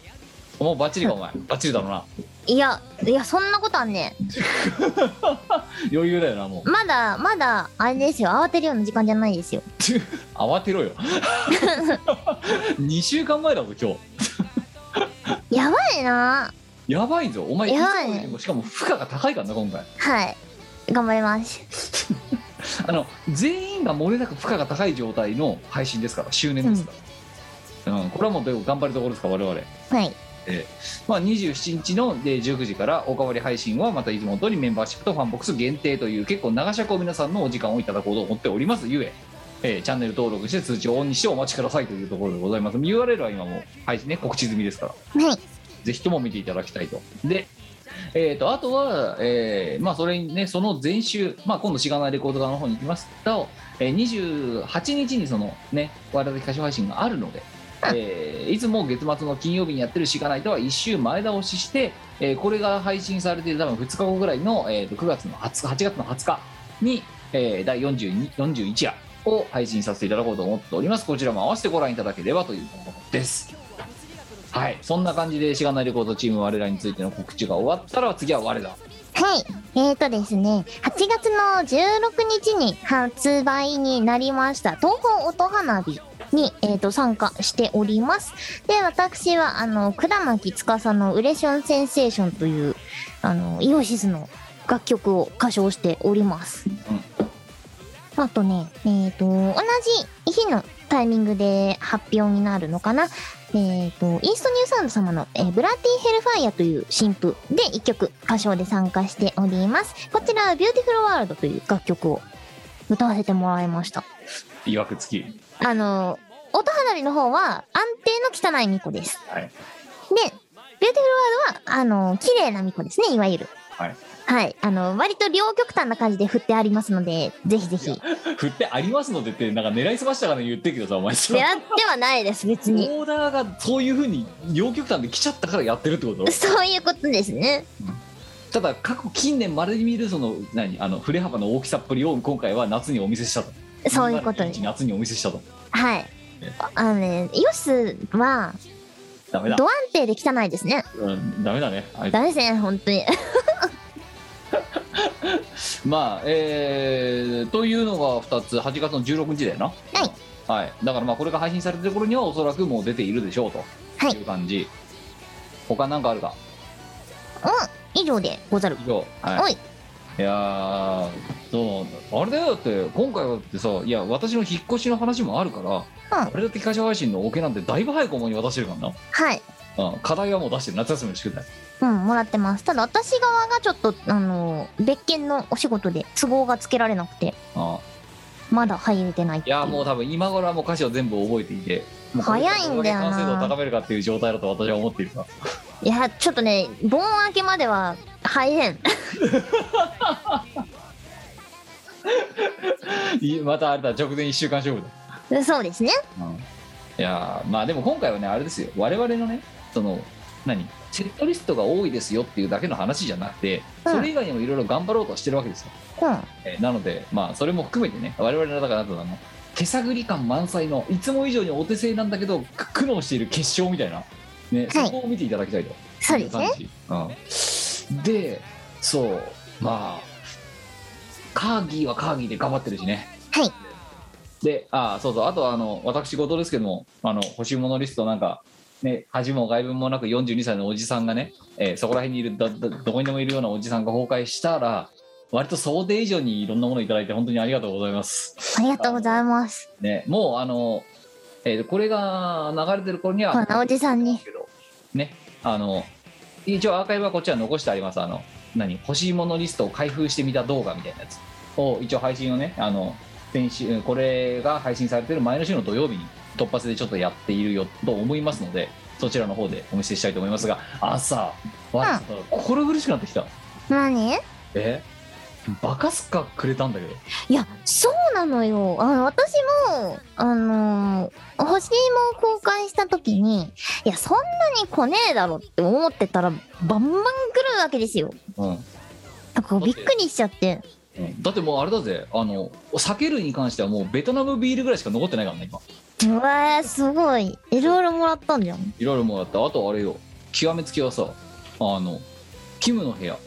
[SPEAKER 3] もうバッチリか、お 前。バッチリだろうな。
[SPEAKER 1] いやいやそんなことはね
[SPEAKER 3] 余裕だよな、もう。
[SPEAKER 1] まだまだあれですよ慌てるような時間じゃないですよ
[SPEAKER 3] 慌てろよ。2週間前だぞ、今日。
[SPEAKER 1] やばいな
[SPEAKER 3] やばいぞお前
[SPEAKER 1] やばいね
[SPEAKER 3] つもよりもしかも負荷が高いからな今回
[SPEAKER 1] はい頑張ります
[SPEAKER 3] あの全員が漏れなく負荷が高い状態の配信ですから周年ですから、うんこれはもうでも頑張るところですから我々、
[SPEAKER 1] はい
[SPEAKER 3] まあ、27日ので19時からおかわり配信はまたいつも通りメンバーシップとファンボックス限定という結構長尺を皆さんのお時間をいただこうと思っておりますゆええーチャンネル登録して通知をオンにしてお待ちくださいというところでございます URL は今もう配信ね告知済みですから
[SPEAKER 1] はい
[SPEAKER 3] ぜひとも見ていただきたいと。で、えー、とあとは、えーまあ、それにね、その前週、まあ、今度、しがないレコード側の方に行きますと、えー、28日にその、ね、我々歌手配信があるので、 えーいつも月末の金曜日にやってるしがないとは1週前倒しして、えーこれが配信されている多分2日後ぐらいの、えー、と9月の20日8月の20日に、えー、第42 41夜を配信させていただこうと思っております。こちらも合わせてご覧いただければというところです。はい、そんな感じで、しがないレコードチーム我らについての告知が終わったら、次は我ら。
[SPEAKER 1] はい。えーとですね、8月の16日に発売になりました、東方音花火に、えー、と参加しております。で、私は、あの、倉巻司のウレションセンセーションという、あの、イオシスの楽曲を歌唱しております。あとね、えっ、と、同じ日のタイミングで発表になるのかな。えっ、と、イーストニューサウンド様の、えーブラッディヘルファイアという新譜で一曲歌唱で参加しております。こちらはビューティフルワールドという楽曲を歌わせてもらいました。
[SPEAKER 3] いわくつき。
[SPEAKER 1] あの、音花火の方は安定の汚い巫女です。
[SPEAKER 3] はい。
[SPEAKER 1] で、ビューティフルワールドは、あの、綺麗な巫女ですね、いわゆる。
[SPEAKER 3] はい。
[SPEAKER 1] はい。あの、割と両極端な感じで振ってありますので、ぜひぜひ。狙っ
[SPEAKER 3] 振ってありますのでってなんか狙いすましたから言ってるけどさお前それ
[SPEAKER 1] てはないです、別に。
[SPEAKER 3] オーダーがそういうふうに両極端で来ちゃったからやってるってこと
[SPEAKER 1] そういうことですね。
[SPEAKER 3] ただ過去近年まれに見るその何あの振れ幅の大きさっぷりを今回は夏にお見せしたと
[SPEAKER 1] そういうこと
[SPEAKER 3] 2021
[SPEAKER 1] です。
[SPEAKER 3] 夏にお見せしたと
[SPEAKER 1] はい。ああのね、イオシスは、
[SPEAKER 3] ダメだ
[SPEAKER 1] ド安定で汚いですね。
[SPEAKER 3] うんダメだねはい
[SPEAKER 1] ダメですね、本当に。
[SPEAKER 3] まあえー、というのが2つ8月の16日だよなはい、だからまあこれが配信されてる頃にはおそらくもう出ているでしょうと
[SPEAKER 1] はい
[SPEAKER 3] いう感じ、他なんかあるか
[SPEAKER 1] 以上でござる。
[SPEAKER 3] 以上
[SPEAKER 1] お
[SPEAKER 3] はい
[SPEAKER 1] い
[SPEAKER 3] いやーそうあれだよだって今回だってさいや私の引っ越しの話もあるから、
[SPEAKER 1] うん
[SPEAKER 3] あれだって会社配信のオケなんてだいぶ早く思いに渡してるから
[SPEAKER 1] はい。
[SPEAKER 3] な、うん、課題はもう出してる夏休みの宿題
[SPEAKER 1] うん、もらってます。ただ、私側がちょっと、あの、別件のお仕事で都合がつけられなくて、
[SPEAKER 3] あ
[SPEAKER 1] まだ入れてないっ
[SPEAKER 3] い
[SPEAKER 1] ていう。
[SPEAKER 3] やーもう多分今頃はもう歌詞を全部覚えていてもうこれ
[SPEAKER 1] 早いんだよな
[SPEAKER 3] どれだけ完成度を高めるかっていう状態だと私は思っているから
[SPEAKER 1] いや、ちょっとね、盆明けまでは入れん。
[SPEAKER 3] いまたあれだ直前1週間勝負 だ
[SPEAKER 1] そうですね。
[SPEAKER 3] いやーまあでも今回はねあれですよ我々のねその何セットリストが多いですよっていうだけの話じゃなくて
[SPEAKER 1] うん
[SPEAKER 3] それ以外にもいろいろ頑張ろうとはしてるわけですよ、
[SPEAKER 1] うん。
[SPEAKER 3] えーなのでまあそれも含めてね我々のだからなんだろうな手探り感満載のいつも以上にお手製なんだけどく苦悩している結晶みたいな、ね
[SPEAKER 1] はい
[SPEAKER 3] そこを見ていただきたいと
[SPEAKER 1] そうですね。
[SPEAKER 3] いう感じうん、でそうまあカーギーはカーギーで頑張ってるしね
[SPEAKER 1] はい
[SPEAKER 3] であそうそうあとはあの私事ですけどもあの欲しいものリストなんかね恥も外聞もなく42歳のおじさんがね、えーそこら辺にいるだだどこにでもいるようなおじさんが崩壊したら割と想定以上にいろんなものいただいて本当にありがとうございます
[SPEAKER 1] ありがとうございます。
[SPEAKER 3] ねもうあの、えーこれが流れてる頃には
[SPEAKER 1] こんなおじさんに。
[SPEAKER 3] ね、あの一応アーカイブはこっちは残してありますあの何欲しいものリストを開封してみた動画みたいなやつを一応配信をねあの先週これが配信されてる前の週の土曜日に突発でちょっとやっているよと思いますのでそちらの方でお見せしたいと思いますが朝わちょっと心苦しくなってきた
[SPEAKER 1] 何
[SPEAKER 3] えバカスカくれたんだけど
[SPEAKER 1] いや、そうなのよ。あの、私も、あのー、星芋を公開した時に、いや、そんなに来ねえだろって思ってたら、バンバン来るわけですよ。
[SPEAKER 3] うん
[SPEAKER 1] なんかびっくりしちゃって。
[SPEAKER 3] うんだってもうあれだぜあの酒類に関してはもうベトナムビールぐらいしか残ってないからね今
[SPEAKER 1] うわー、すごい。いろいろもらったんじゃん。
[SPEAKER 3] いろいろもらったあとあれよ極めつきはさあのキムの部屋
[SPEAKER 1] は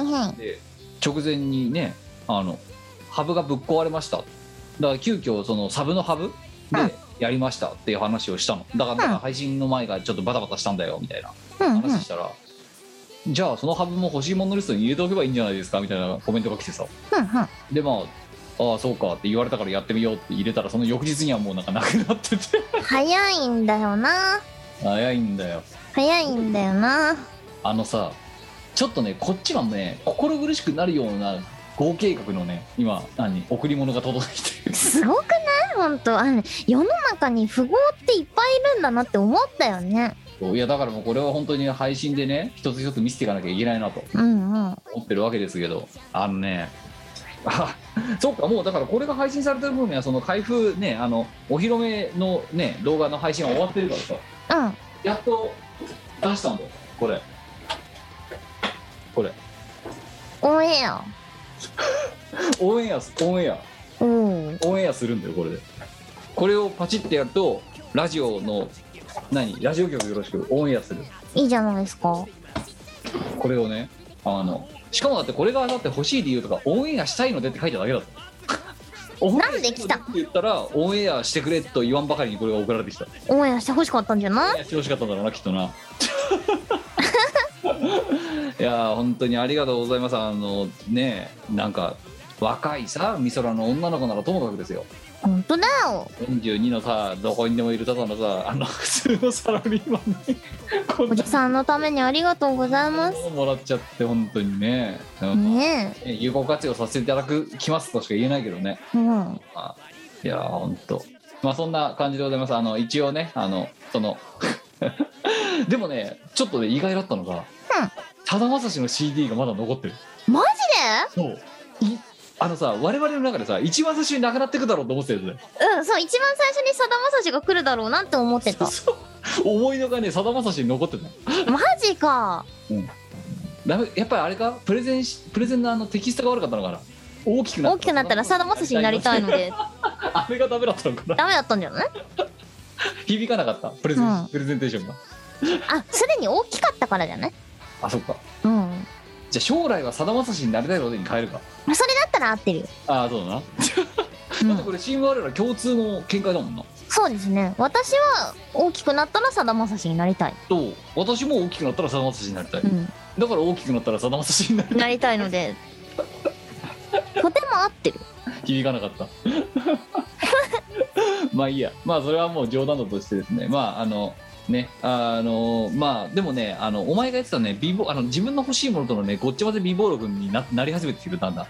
[SPEAKER 1] いはい。
[SPEAKER 3] で直前にねあのハブがぶっ壊れましただから急遽そのサブのハブ
[SPEAKER 1] うん
[SPEAKER 3] でやりましたっていう話をしたのだからだか
[SPEAKER 1] うん
[SPEAKER 3] ら配信の前がちょっとバタバタしたんだよみたいな
[SPEAKER 1] うんうん。
[SPEAKER 3] 話したら、じゃあそのハブも欲しいものリストに入れておけばいいんじゃないですかみたいなコメントが来てさ
[SPEAKER 1] うんうん。
[SPEAKER 3] でまあああそうかって言われたからやってみようって入れたらその翌日にはもうなんかなくなってて
[SPEAKER 1] 早いんだよな。
[SPEAKER 3] 早いんだよ
[SPEAKER 1] 早いんだよな。
[SPEAKER 3] あのさちょっとねこっちはね心苦しくなるような合計額のね今何贈り物が届いてる
[SPEAKER 1] すごくないほんと。あの、世の中に富豪っていっぱいいるんだなって思ったよね。
[SPEAKER 3] そういやだからもうこれは本当に配信でね一つ一つ見せていかなきゃいけないなと
[SPEAKER 1] うんうん。
[SPEAKER 3] 思ってるわけですけどあのね あそっかもうだからこれが配信されてる分にはその開封ねあのお披露目のね動画の配信は終わってるからさ
[SPEAKER 1] うん。
[SPEAKER 3] やっと出したんだよこれこれ
[SPEAKER 1] オンエア。
[SPEAKER 3] オンエアオンエア
[SPEAKER 1] うん。
[SPEAKER 3] オンエアするんだよこれでこれをパチってやるとラジオの何ラジオ局よろしくオンエアする
[SPEAKER 1] いいじゃないですか。
[SPEAKER 3] これをねあのしかもだってこれがだって欲しい理由とかオンエアしたいのでって書いただけだぞ
[SPEAKER 1] なんで来た
[SPEAKER 3] オンエアしたいのでって言ったらオンエアしてくれと言わんばかりにこれが送られてきた
[SPEAKER 1] オンエアしてほしかったんじゃない
[SPEAKER 3] いやしてほしかったんだろうなきっとな いやー本当にありがとうございますあのねなんか若いさ美空の女の子ならともかくですよ
[SPEAKER 1] 本当だよ。
[SPEAKER 3] 42のさどこにでもいるただのさあの 普通のサラリーマンにこん
[SPEAKER 1] お
[SPEAKER 3] な
[SPEAKER 1] じさんのためにありがとうございま
[SPEAKER 3] ものをもらっちゃって本当にね、
[SPEAKER 1] す。
[SPEAKER 3] うん
[SPEAKER 1] ね
[SPEAKER 3] ね有効活用させていただくきますとしか言えないけどね
[SPEAKER 1] え。うん。
[SPEAKER 3] まあいやーほんとまあそんな感じでございますあの一応ねあのその でもねちょっとね意外だったのが、
[SPEAKER 1] うん
[SPEAKER 3] さだまさしの CD がまだ残ってる
[SPEAKER 1] マ
[SPEAKER 3] そうあのさ我々の中でさ一番最初になくなってくだろうと思ってたやつね
[SPEAKER 1] うん、そう、一番最初にさだまさしが来るだろうなって思ってた。
[SPEAKER 3] 思いのがねさだまさしに残ってた
[SPEAKER 1] マジか。
[SPEAKER 3] ダメやっぱりあれかプレゼンしプレゼンのあのテキストが悪かったのかな大きくな
[SPEAKER 1] 大きくなったらさだまさしになりたいので、
[SPEAKER 3] あれがダメだったのかな
[SPEAKER 1] ダメだったんじゃない
[SPEAKER 3] 響かなかったプレゼン、
[SPEAKER 1] うん
[SPEAKER 3] プレゼンテーションが
[SPEAKER 1] あ、すでに大きかったからじゃない
[SPEAKER 3] あそっか
[SPEAKER 1] うん。
[SPEAKER 3] じゃあ将来はさだまさしになりたいことに変えるか
[SPEAKER 1] それだったら合ってるよ。
[SPEAKER 3] ああそうだな、
[SPEAKER 1] うん
[SPEAKER 3] だってこれチーム我ら共通の見解だもんな
[SPEAKER 1] そうですね。私は大きくなったらさだまさしになりたい。
[SPEAKER 3] と私も大きくなったらさだまさしになりたい、
[SPEAKER 1] うん。
[SPEAKER 3] だから大きくなったらさだまさしになり
[SPEAKER 1] なりたいの で。とても合ってる。
[SPEAKER 3] 響かなかった まあいいやまあそれはもう冗談だとしてですねまああのねあのまあでもねあのお前が言ってたね美貌あの自分の欲しいものとのねごっちゃ混ぜ美貌録にななり始めてくるだんだ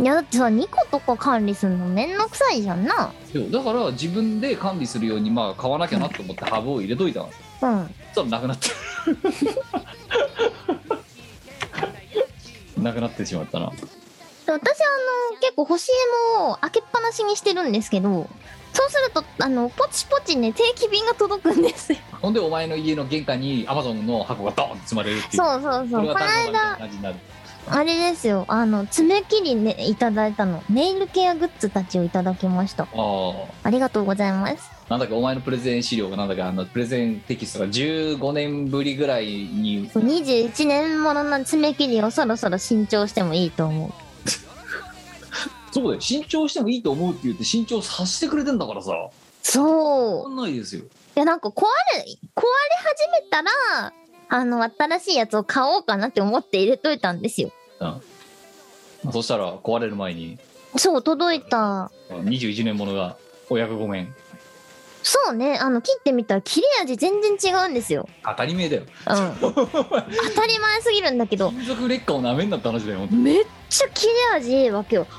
[SPEAKER 1] いや、だってさ、2個とか管理するのめんどくさいじゃんな。
[SPEAKER 3] そうだから自分で管理するようにまあ買わなきゃなと思ってハブを入れといたの
[SPEAKER 1] うん。
[SPEAKER 3] そしたらなくなった なくなってしまったな
[SPEAKER 1] 私あの結構干し芋を開けっぱなしにしてるんですけどそうするとあのポチポチね定期便が届くんですよ
[SPEAKER 3] ほんでお前の家の玄関にアマゾンの箱がドーンって積まれるってい う
[SPEAKER 1] そうそう
[SPEAKER 3] そ
[SPEAKER 1] そう
[SPEAKER 3] れ
[SPEAKER 1] こ
[SPEAKER 3] が
[SPEAKER 1] の
[SPEAKER 3] 単
[SPEAKER 1] 間
[SPEAKER 3] 価がみたいな感じになる
[SPEAKER 1] あれですよあの爪切りねいただいたのネイルケアグッズたちをいただきました
[SPEAKER 3] ああ
[SPEAKER 1] ありがとうございます
[SPEAKER 3] なんだっけお前のプレゼン資料がなんだっけあのプレゼンテキストが15年ぶりぐらいに
[SPEAKER 1] 21年ものの爪切りをそろそろ新調してもいいと思う
[SPEAKER 3] そうだよ新調してもいいと思うって言って新調させてくれてんだからさ
[SPEAKER 1] そう
[SPEAKER 3] わかんないですよ
[SPEAKER 1] いやなんか壊れ壊れ始めたらあの新しいやつを買おうかなって思って入れといたんですよ
[SPEAKER 3] まあそしたら壊れる前に
[SPEAKER 1] そう届いた
[SPEAKER 3] 21年ものがお役ごめん
[SPEAKER 1] そうね、あの、切ってみたら切れ味全然違うんですよ。
[SPEAKER 3] 当たり前だよ
[SPEAKER 1] うん。当たり前すぎるんだけど、めっ
[SPEAKER 3] 金属劣化をなめんなって話だよ本当に
[SPEAKER 4] めっ
[SPEAKER 1] ちゃ切れ味いいわけよ。は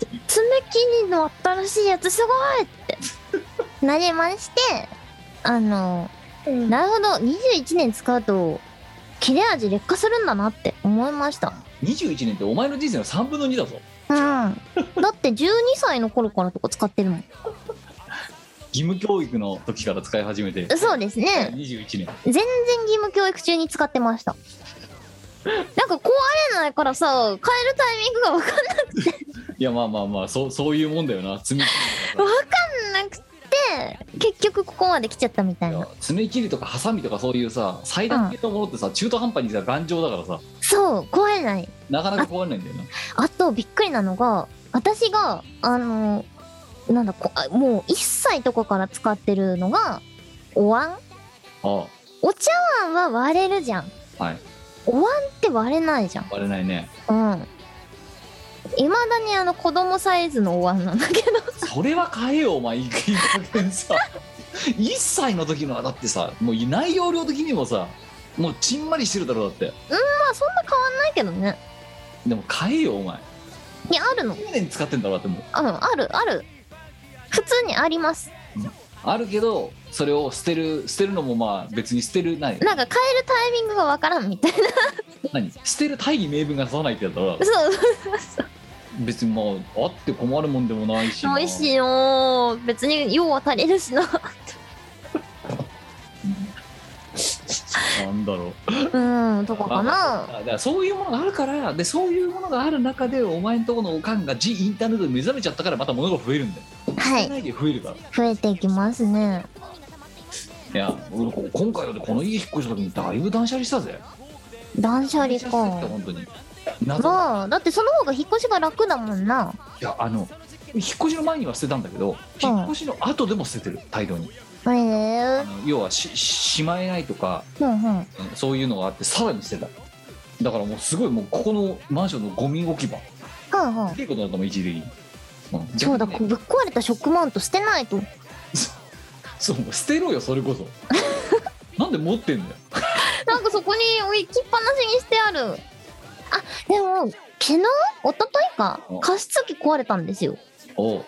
[SPEAKER 1] ーって、爪切りの新しいやつすごいって、なりまして、あの、なるほど、21年使うと、切れ味劣化するんだなって思いました。
[SPEAKER 3] 21年ってお前の人生の3分の2だぞ
[SPEAKER 1] うん。だって12歳の頃からとか使ってるもん。
[SPEAKER 3] 義務教育の時から使い始めて
[SPEAKER 1] そうですね。
[SPEAKER 3] 21年
[SPEAKER 1] 全然義務教育中に使ってましたなんか壊れないからさ変えるタイミングが分か
[SPEAKER 3] いやまあまあまあそうそういうもんだよな積
[SPEAKER 1] ん
[SPEAKER 3] み
[SPEAKER 1] なくて結局ここまで来ちゃったみたいな
[SPEAKER 3] 爪切りとかハサミとかそういうさ最短系のものってさ、中途半端にさ頑丈だからさ
[SPEAKER 1] そう壊れない
[SPEAKER 3] なかなか壊れない んだよな
[SPEAKER 1] あとびっくりなのが私があのなんだこあもう1歳とかから使ってるのがお椀
[SPEAKER 3] あ
[SPEAKER 1] お茶碗は割れるじゃん
[SPEAKER 3] あはい
[SPEAKER 1] お椀って割れないじゃん
[SPEAKER 3] 割れないね
[SPEAKER 1] うんいまだにあの子供サイズのお椀なんだけど
[SPEAKER 3] それは変えようお前いい加減さ1歳の時のはだってさもう内容量的にもさもうちんまりしてるだろうだって
[SPEAKER 1] まあそんな変わんないけどね
[SPEAKER 3] でも変えようお前
[SPEAKER 1] いやあるの
[SPEAKER 3] 10年使ってんだろうだってもう
[SPEAKER 1] うん、あるある普通にあります
[SPEAKER 3] あるけどそれを捨てる捨てるのもまあ別に捨てるない
[SPEAKER 1] なんか変えるタイミングがわからんみたいな
[SPEAKER 3] 何捨てる大義名分が出さないってやつだろう
[SPEAKER 1] そう
[SPEAKER 3] 別にまああって困るもんでもないしな
[SPEAKER 1] 美味しいよ別に用は足りるしな
[SPEAKER 3] なんだろ う
[SPEAKER 1] うんとかかな
[SPEAKER 3] あだからそういうものがあるからでそういうものがある中でお前んとこのおかんが「ジ・インターネット」で目覚めちゃったからまた物が増えるんだよ
[SPEAKER 1] は
[SPEAKER 3] 少
[SPEAKER 1] い
[SPEAKER 3] ないで増えるから
[SPEAKER 1] 増えていきますね
[SPEAKER 3] いや俺こ今回はねこの家引っ越した時にだいぶ断捨離したぜ
[SPEAKER 1] 断捨離
[SPEAKER 3] 断捨離してって
[SPEAKER 1] か
[SPEAKER 3] 本当に謎い
[SPEAKER 1] まあだってその方が引っ越しが楽だもんな
[SPEAKER 3] やあの引っ越しの前には捨てたんだけど
[SPEAKER 1] うん
[SPEAKER 3] 引っ越しの後でも捨ててる大量に
[SPEAKER 1] へ
[SPEAKER 3] あ
[SPEAKER 1] え
[SPEAKER 3] の要はしししまえないとか
[SPEAKER 1] うんうん
[SPEAKER 3] うんそういうのがあってさらに捨てただからもうすごいもうここのマンションのゴミ置き場
[SPEAKER 1] うんうん
[SPEAKER 3] っていうことだと思う一時的に、うん
[SPEAKER 1] そうだ
[SPEAKER 3] 逆
[SPEAKER 1] こ
[SPEAKER 3] にね
[SPEAKER 1] ぶっ壊れたショックマウント捨てないと
[SPEAKER 3] そうもう捨てろよそれこそ なんで持ってんだよ
[SPEAKER 1] なんかそこに置きっぱなしにしてあるあでも昨日一昨日か
[SPEAKER 3] うん
[SPEAKER 1] 加湿器壊れたんですよ
[SPEAKER 3] おう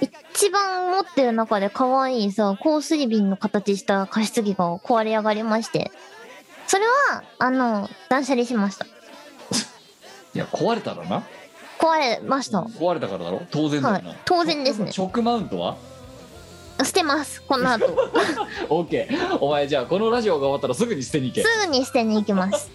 [SPEAKER 1] 一番持ってる中で可愛いさ、香水瓶の形した加湿器が壊れ上がりまして。それは、あの、断捨離しました。
[SPEAKER 3] いや壊れたらな
[SPEAKER 1] 壊れました。
[SPEAKER 3] 壊れたからだろ当然だ
[SPEAKER 1] は
[SPEAKER 3] よな、
[SPEAKER 1] い。当然ですね。
[SPEAKER 3] ショックマウントは
[SPEAKER 1] 捨てます。こ の後。
[SPEAKER 3] ?OK お前じゃあこのラジオが終わったらすぐに捨てに行け
[SPEAKER 1] すぐに捨てに行きます。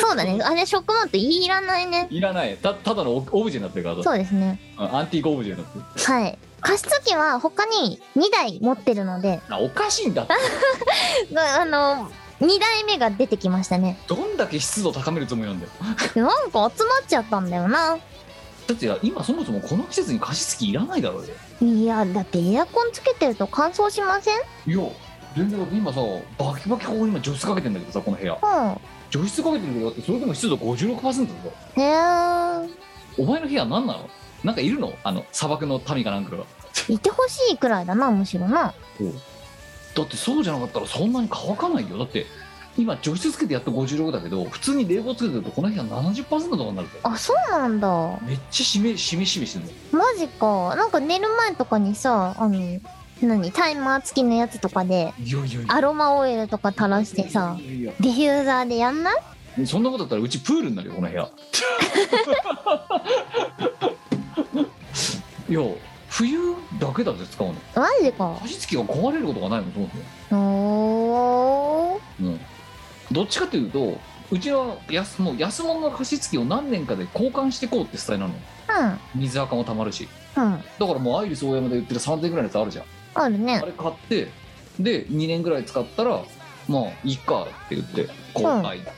[SPEAKER 1] そうだね。あれ、食物っていらないね。
[SPEAKER 3] いらないたただのオオブジェになってるからだ
[SPEAKER 1] そうですね。
[SPEAKER 3] うんアンティークオブジェになってる
[SPEAKER 1] はい。加湿器は他に2台持ってるので、
[SPEAKER 3] あおかしいんだって
[SPEAKER 1] なあの、2台目が出てきましたね。
[SPEAKER 3] どんだけ湿度高めるつもりなんだよ
[SPEAKER 1] なんか集まっちゃったんだよな。
[SPEAKER 3] だっていや今そもそもこの季節に加湿器いらないだろうよ
[SPEAKER 1] いや、だってエアコンつけてると乾燥しません
[SPEAKER 3] いや全然だって今さバキバキここに今除湿かけてんだけどさこの部屋
[SPEAKER 1] うん。
[SPEAKER 3] 除湿かけてるけどだってそれでも湿度56%だぞ
[SPEAKER 1] へえ。
[SPEAKER 3] お前の部屋何なのなんかいるのあの砂漠の民かなんかが
[SPEAKER 1] いてほしいくらいだな、むしろな。
[SPEAKER 3] だってそうじゃなかったらそんなに乾かないよだって今除湿つけてやっと56だけど普通に冷房つけてるとこの部屋70%とかになるぞ
[SPEAKER 1] あ、そうなんだ。
[SPEAKER 3] めっちゃしめしめしめしてるの
[SPEAKER 1] マジか。なんか寝る前とかにさ、あの、何、タイマー付きのやつとかで、
[SPEAKER 3] いやいやいや
[SPEAKER 1] アロマオイルとか垂らしてさ、
[SPEAKER 3] いやいや
[SPEAKER 1] ディフューザーでやんない
[SPEAKER 3] そんなことだったらうちプールになるよこの部屋いや冬だけだぜ使うの
[SPEAKER 1] マジか。
[SPEAKER 3] 加湿器が壊れることがないもんそうですね
[SPEAKER 1] おー。
[SPEAKER 3] うん、どっちかというとうちは安もう安物の加湿器を何年かで交換してこうってスタイルなの水垢もたまるし
[SPEAKER 1] うん。うん。
[SPEAKER 3] だからもうアイリス大山で売ってる3000円ぐらいのやつあるじゃん
[SPEAKER 1] あるね
[SPEAKER 3] あ。れ買ってで2年ぐらい使ったらまあいいかって言って交換って、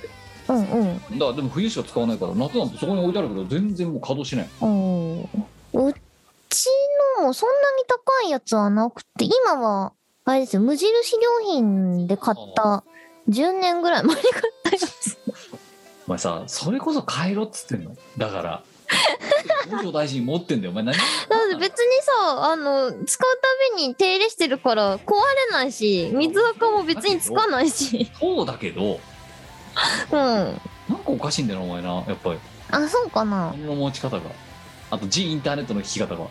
[SPEAKER 1] うんうん。
[SPEAKER 3] だからでも冬しか使わないから夏なんてそこに置いてあるけど全然もう稼働しない
[SPEAKER 1] おーうちのもそんなに高いやつはなくて、今は、あれですよ、無印良品で買った10年ぐらい 前に買ったやつ。
[SPEAKER 3] お前さそれこそ買えろっつってんのだから農場大臣持ってんだよお前何
[SPEAKER 1] だって別にさ、あの、使うたびに手入れしてるから壊れないし、水垢も別につかないし。
[SPEAKER 3] そうだけど
[SPEAKER 1] うん。あ、
[SPEAKER 3] なんかおかしいんだよなお前なやっぱり
[SPEAKER 1] そうかな。
[SPEAKER 3] 金の持ち方があと G インターネットの聞き方が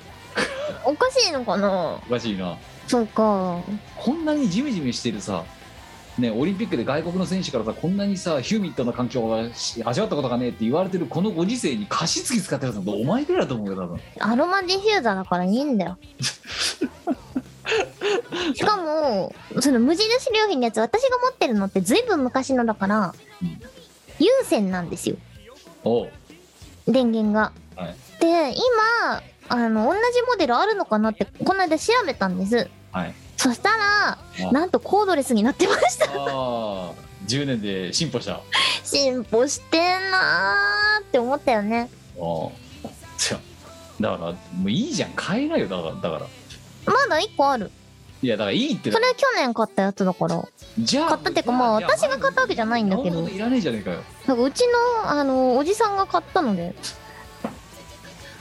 [SPEAKER 1] おかしいのかな
[SPEAKER 3] おかしいな
[SPEAKER 1] そうか。
[SPEAKER 3] こんなにジメジメしてるさね、オリンピックで外国の選手からさこんなにさヒューミットな環境がし味わったことがねえって言われてるこのご時世に加湿器使ってるのお前ぐらいだと思うよ多分
[SPEAKER 1] アロマディフューザーだからいいん だよ。しかも、その無印良品のやつ、私が持ってるのって随分昔のだから
[SPEAKER 3] うん、
[SPEAKER 1] 有線なんですよ、
[SPEAKER 3] おう
[SPEAKER 1] 電源が。
[SPEAKER 3] はい
[SPEAKER 1] で、今、あの、同じモデルあるのかなって、この間調べたんです。
[SPEAKER 3] はい
[SPEAKER 1] そしたら、なんとコードレスになってました。
[SPEAKER 3] ああ10年で進歩したあ
[SPEAKER 1] 進歩してんなーって思ったよね。
[SPEAKER 3] あじゃだからもういいじゃん買えないよだからだから
[SPEAKER 1] まだ1個ある。
[SPEAKER 3] いやだからいいって
[SPEAKER 1] それは去年買ったやつだから。
[SPEAKER 3] じゃあ
[SPEAKER 1] 買ったっていうかまあ私が買ったわけじゃないんだけど
[SPEAKER 3] そなのいらねえじゃねえかよ
[SPEAKER 1] なんかうちの、あの、おじさんが買ったので、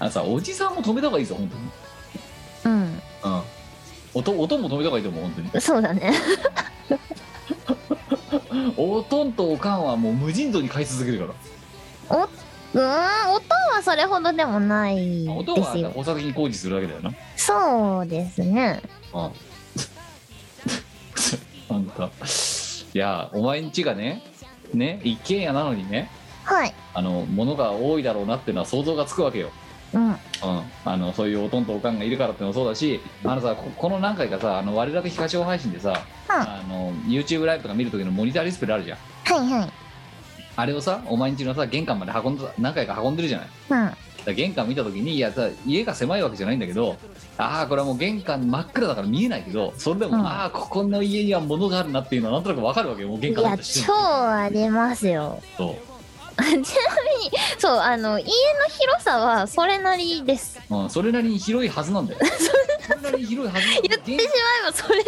[SPEAKER 3] あのさおじさんも止めた方がいいぞ本当に
[SPEAKER 1] うん。
[SPEAKER 3] うん音音も止めた方がいいと思う本当に
[SPEAKER 1] そうだね。
[SPEAKER 3] おとんとおかんはもう無尽蔵に買い続けるから
[SPEAKER 1] うーん、音はそれほどでもない
[SPEAKER 3] 音
[SPEAKER 1] です
[SPEAKER 3] は
[SPEAKER 1] よ。
[SPEAKER 3] お先に工事するだけだよな
[SPEAKER 1] そうですね。
[SPEAKER 3] うん なんかいやお前んちがねね一軒家なのにね
[SPEAKER 1] はい。
[SPEAKER 3] あの物が多いだろうなっていうのは想像がつくわけよ
[SPEAKER 1] うん。
[SPEAKER 3] うん、あのそういうおとんとおかんがいるからってのもそうだしあのさここの何回かさあの我々非課長配信でさ、あの YouTube ライブとか見る時のモニターディスプレイあるじゃん
[SPEAKER 1] はいはい。
[SPEAKER 3] あれをさお前んちのさ玄関まで運んだ何回か運んでるじゃない
[SPEAKER 1] うん。
[SPEAKER 3] だから玄関見た時にいやさ家が狭いわけじゃないんだけどああこれはもう玄関真っ暗だから見えないけどそれでも、
[SPEAKER 1] うん
[SPEAKER 3] ああここの家には物があるなっていうのはなんとなくわかるわけよもう玄
[SPEAKER 1] い
[SPEAKER 3] 関入
[SPEAKER 1] や
[SPEAKER 3] っ、た瞬
[SPEAKER 1] 超
[SPEAKER 3] 間
[SPEAKER 1] ありますよ。
[SPEAKER 3] そう
[SPEAKER 1] ちなみに、そう、あの、家の広さはそれなりです。
[SPEAKER 3] うん、それなりに広いはずなん だよそれなりに広いはずなんだよ
[SPEAKER 1] 言ってしまえばそれなり。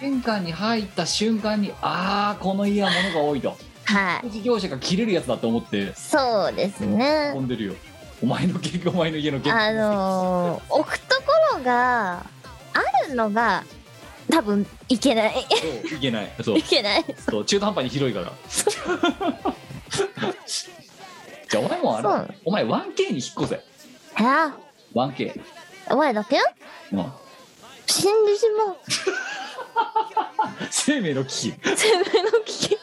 [SPEAKER 3] 玄関に入った瞬間にああこの家は物が多いと
[SPEAKER 1] はい。
[SPEAKER 3] 事業者が切れるやつだと思って
[SPEAKER 1] そうです
[SPEAKER 3] 飛
[SPEAKER 1] ね。
[SPEAKER 3] んでるよお前の玄関お前の家の玄関
[SPEAKER 1] あのー、置くところが、あるのが、多分、いけない。
[SPEAKER 3] そういけないそ う
[SPEAKER 1] いけない。
[SPEAKER 3] そう中途半端に広いからじゃあお前もあ
[SPEAKER 1] そ
[SPEAKER 3] れ
[SPEAKER 1] う
[SPEAKER 3] お前 1K に引っ越せ
[SPEAKER 1] えー
[SPEAKER 3] 1K
[SPEAKER 1] お前だけ
[SPEAKER 3] うん
[SPEAKER 1] 死んでしま う。
[SPEAKER 3] 生命の危機
[SPEAKER 1] 生命の危機。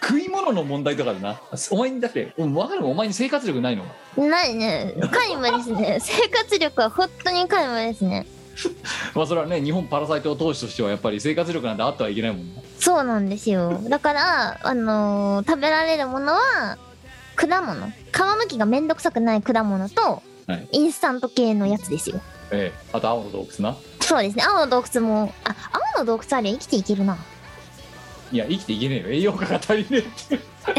[SPEAKER 3] 食い物ロの問題とかでなお前にだってうん分かるもんお前に生活力ないの
[SPEAKER 1] ないね皆無ですね生活力は本当に皆無ですね
[SPEAKER 3] まあそれはね日本パラサイト投資としてはやっぱり生活力なんてあってはいけないもんね
[SPEAKER 1] そうなんですよだからあのー食べられるものは果物皮むきがめんどくさくない果物と、
[SPEAKER 3] はい
[SPEAKER 1] インスタント系のやつですよ
[SPEAKER 3] ええあと青の洞窟な
[SPEAKER 1] そうですね青の洞窟もあ青の洞窟ありゃ生きていけるない
[SPEAKER 3] や生きていけねえよ栄養価が足りねえって
[SPEAKER 1] 果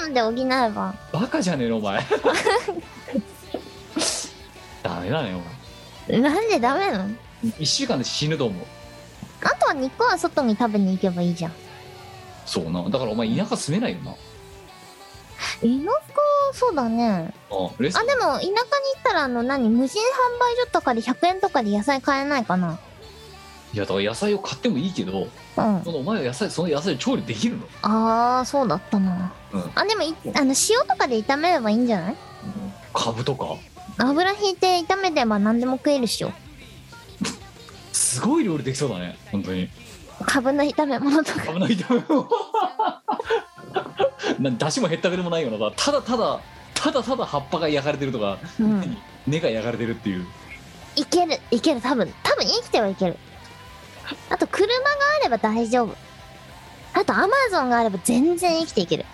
[SPEAKER 1] 物で補えば
[SPEAKER 3] バカじゃねえのお前ダメだねお前
[SPEAKER 1] なんでダメなの
[SPEAKER 3] 1週間で死ぬと思う
[SPEAKER 1] あとは肉は外に食べに行けばいいじゃん
[SPEAKER 3] そうなだからお前田舎住めないよな
[SPEAKER 1] 田舎そうだね
[SPEAKER 3] うんレス
[SPEAKER 1] あでも田舎に行ったらあの何無人販売所とかで100円とかで野菜買えないかない
[SPEAKER 3] やだから野菜を買ってもいいけど
[SPEAKER 1] うん
[SPEAKER 3] そのお前は野菜その野菜を調理できるの
[SPEAKER 1] あーそうだったな、
[SPEAKER 3] うん
[SPEAKER 1] あでもいあの塩とかで炒めればいいんじゃない
[SPEAKER 3] 株とか
[SPEAKER 1] 油引いて炒めれば何でも食えるっしょ
[SPEAKER 3] すごい料理できそうだね本当に
[SPEAKER 1] カブの炒め物とか
[SPEAKER 3] 危ないと思う な出汁も減ったくれもないようなただただただただ葉っぱが焼かれてるとか
[SPEAKER 1] うん
[SPEAKER 3] 根が焼かれてるっていう
[SPEAKER 1] いけるいける多分多分生きてはいけるあと車があれば大丈夫あとアマゾンがあれば全然生きていけ る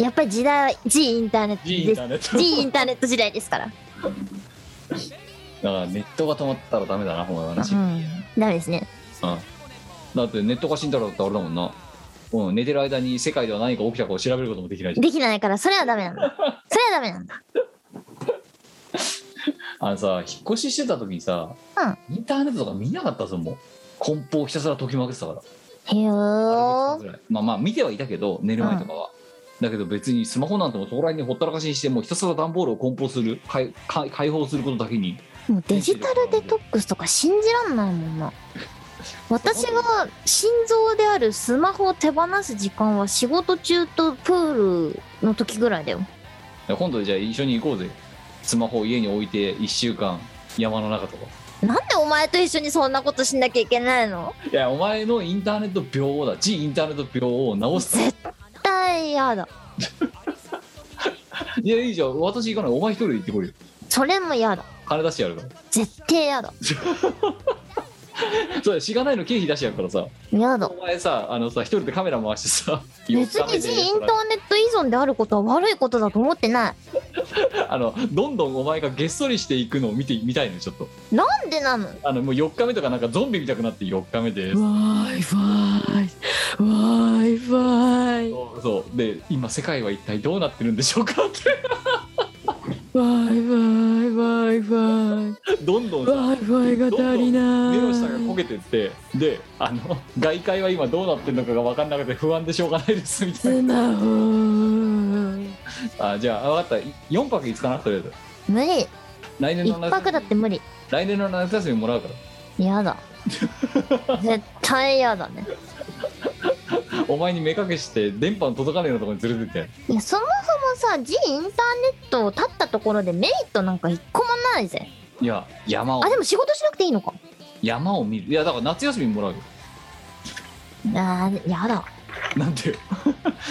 [SPEAKER 1] やっぱり時代は G インターネット
[SPEAKER 3] いいん
[SPEAKER 1] です
[SPEAKER 3] だね
[SPEAKER 1] G インターネット時代ですから
[SPEAKER 3] だからネットが止まったらダメだなお前はな
[SPEAKER 1] うんダメですね
[SPEAKER 3] だってネットが死んだらだってあれだもんな、うん、寝てる間に世界では何か起きたかを調べることもできないし
[SPEAKER 1] できないからそれはダメなん だそれはダメなんだ
[SPEAKER 3] あのさ引っ越ししてた時にさ、インターネットとか見なかったぞもう梱包をひたすら解きまくってたから
[SPEAKER 1] へ
[SPEAKER 3] あ
[SPEAKER 1] ー
[SPEAKER 3] れ別にまあまあ見てはいたけど寝る前とかは、だけど別にスマホなんてもうそこら辺にほったらかしにしてもうひたすら段ボールを梱包する解解解放することだけに
[SPEAKER 1] もうデジタルデトックスとか信じらんないもんな私が心臓であるスマホを手放す時間は仕事中とプールの時ぐらいだよ
[SPEAKER 3] 今度じゃあ一緒に行こうぜスマホを家に置いて1週間山の中とか
[SPEAKER 1] なんでお前と一緒にそんなことしなきゃいけないの
[SPEAKER 3] いやお前のインターネット病だ G インターネット病を治す
[SPEAKER 1] 絶対嫌だ
[SPEAKER 3] いやいいじゃん私行かないお前一人で行ってこいよ
[SPEAKER 1] それも嫌だ
[SPEAKER 3] 金出してやるか
[SPEAKER 1] 絶対嫌だ
[SPEAKER 3] らそうだしがないの経費出してやるからさ
[SPEAKER 1] 嫌だ
[SPEAKER 3] お前さあのさ一人でカメラ回してさ
[SPEAKER 1] 別に G インターネット依存であることは悪いことだと思ってない
[SPEAKER 3] あのどんどんお前がげっそりしていくのを見てみたいのちょっと
[SPEAKER 1] なんでなの
[SPEAKER 3] あのもう4日目とかなんかゾンビ見たくなって4日目で
[SPEAKER 4] わーいわーいわーいわーい
[SPEAKER 3] そうそうで今世界は一体どうなって るんでしょうかっ
[SPEAKER 4] わーいわーいわーいわーい
[SPEAKER 3] てどんどんさ
[SPEAKER 4] わーいわーいが足りな
[SPEAKER 3] 目
[SPEAKER 4] い
[SPEAKER 3] の下が焦げてってであの外界は今どうなってるのかが分かんなくて不安でしょうがないですみたい
[SPEAKER 4] 素直
[SPEAKER 3] なあじゃあ分かった4泊5日なとりあえず
[SPEAKER 1] 無理
[SPEAKER 3] 来年
[SPEAKER 1] 一
[SPEAKER 3] の夏
[SPEAKER 1] 泊だって無理
[SPEAKER 3] 来年の夏休みもらうから
[SPEAKER 1] 嫌 だ絶対嫌だね
[SPEAKER 3] お前に目隠して電波の届かねえようなところに連れてってやる
[SPEAKER 1] いやそもそもさ G インターネットを立ったところでメリットなんか一個もないぜ
[SPEAKER 3] いや山を
[SPEAKER 1] あでも仕事しなくていいのか
[SPEAKER 3] 山を見るいやだから夏休みもらうよ
[SPEAKER 1] あーやだ
[SPEAKER 3] なんてい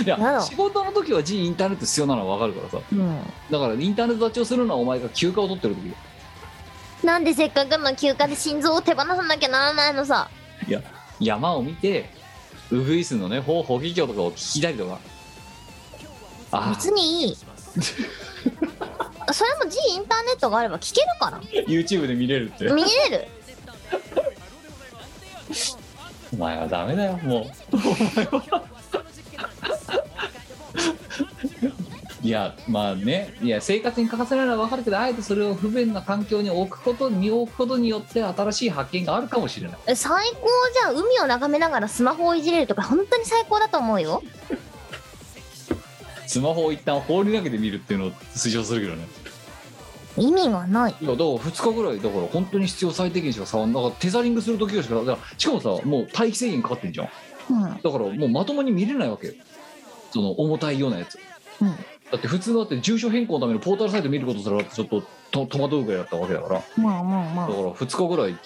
[SPEAKER 1] な
[SPEAKER 3] や
[SPEAKER 1] の
[SPEAKER 3] 仕事の時は G インターネット必要なのは分かるからさ
[SPEAKER 1] うん
[SPEAKER 3] だからインターネット立ちをするのはお前が休暇を取ってる時よ
[SPEAKER 1] なんでせっかくの休暇で心臓を手放さなきゃならないのさ
[SPEAKER 3] 山を見てウグイスのね方法技教とかを聞いたりとかあ
[SPEAKER 1] 別に いいそれも G インターネットがあれば聞けるか
[SPEAKER 3] YouTube で見れるって
[SPEAKER 1] ら見れる
[SPEAKER 3] お前はダメだよもうお前はいやまあねいや生活に欠かせないのは分かるけどあえてそれを不便な環境に置くことに置くことによって新しい発見があるかもしれない
[SPEAKER 1] え最高じゃん海を眺めながらスマホをいじれるとか本当に最高だと思うよ
[SPEAKER 3] スマホを一旦放り投げてみるっていうのを推奨するけどね
[SPEAKER 1] 意味がない
[SPEAKER 3] いやだから2日ぐらいだから本当に必要最低限しか触んだからテザリングする時しかだからしかもさもう待機制限かかってんじゃん
[SPEAKER 1] うん
[SPEAKER 3] だからもうまともに見れないわけよその重たいようなやつ、
[SPEAKER 1] うん
[SPEAKER 3] だって普通だって住所変更のためのポータルサイト見ることすらちょっとと戸惑うぐらいだったわけだからだか
[SPEAKER 1] まあまあまあ
[SPEAKER 3] ら2日ぐらい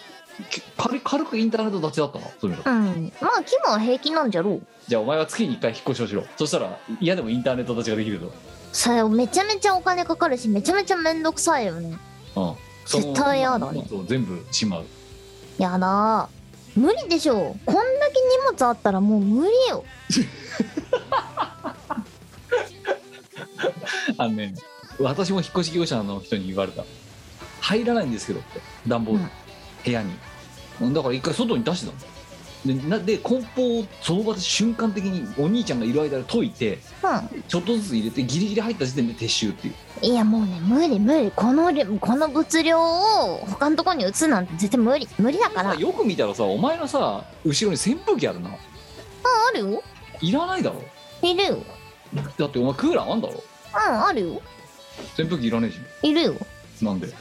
[SPEAKER 3] き軽軽くインターネット立ちだったなそういう意味だと
[SPEAKER 1] うん。まあ、キモは平気なんじゃろう。
[SPEAKER 3] じゃあお前は月に1回引っ越しをしろそしたら嫌でもインターネット立ちができると
[SPEAKER 1] それめちゃめちゃお金かかるし、めちゃめちゃめんどくさいよね。
[SPEAKER 3] うんその
[SPEAKER 1] 絶対嫌だね
[SPEAKER 3] 荷物を全部しまう
[SPEAKER 1] やだー。無理でしょ。こんだけ荷物あったらもう無理よ。
[SPEAKER 3] あのね私も引っ越し業者の人に言われた入らないんですけどって暖房、
[SPEAKER 1] うん
[SPEAKER 3] 部屋にうんだから一回外に出してたんだでなで梱包をその場で瞬間的にお兄ちゃんがいる間で解いてちょっとずつ入れてギリギリ入った時点で撤収っていう
[SPEAKER 1] うん。いや、もうね、無理無理。このり、この物量を他のとこに移すなんて絶対無理。無理だから。
[SPEAKER 3] さ
[SPEAKER 1] あ
[SPEAKER 3] よく見たらさお前のさ後ろに扇風機あるな
[SPEAKER 1] るよ。
[SPEAKER 3] いらないだろ
[SPEAKER 1] いるよ。
[SPEAKER 3] だってお前クーラーあんだろ
[SPEAKER 1] うん、あるよ。
[SPEAKER 3] 扇風機いらねえし
[SPEAKER 1] いるよ。
[SPEAKER 3] なんでい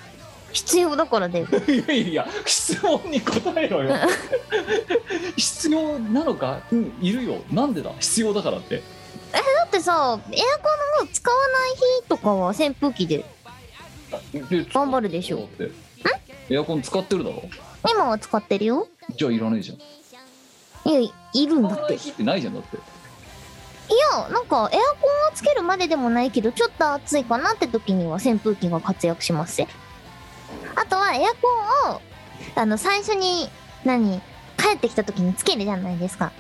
[SPEAKER 1] 必要だからだよ。
[SPEAKER 3] やいやいや質問に答え ろよ必要なのかうんいるよなんでだ必要だからって
[SPEAKER 1] だってさエアコンの使わない日とかは扇風機で頑張るでしょ
[SPEAKER 3] だってエアコン使ってるだろ
[SPEAKER 1] 今は使ってるよ
[SPEAKER 3] じゃあいらねえじゃん
[SPEAKER 1] いやいいるんだ
[SPEAKER 3] 使わ
[SPEAKER 1] っ
[SPEAKER 3] な
[SPEAKER 1] て
[SPEAKER 3] い
[SPEAKER 1] い
[SPEAKER 3] 日ってないじゃんだって
[SPEAKER 1] やなんかエアコンをつけるまででもないけどちょっと暑いかなって時には扇風機が活躍しますぜあとはエアコンをあの最初に何帰ってきた時につけるじゃないですか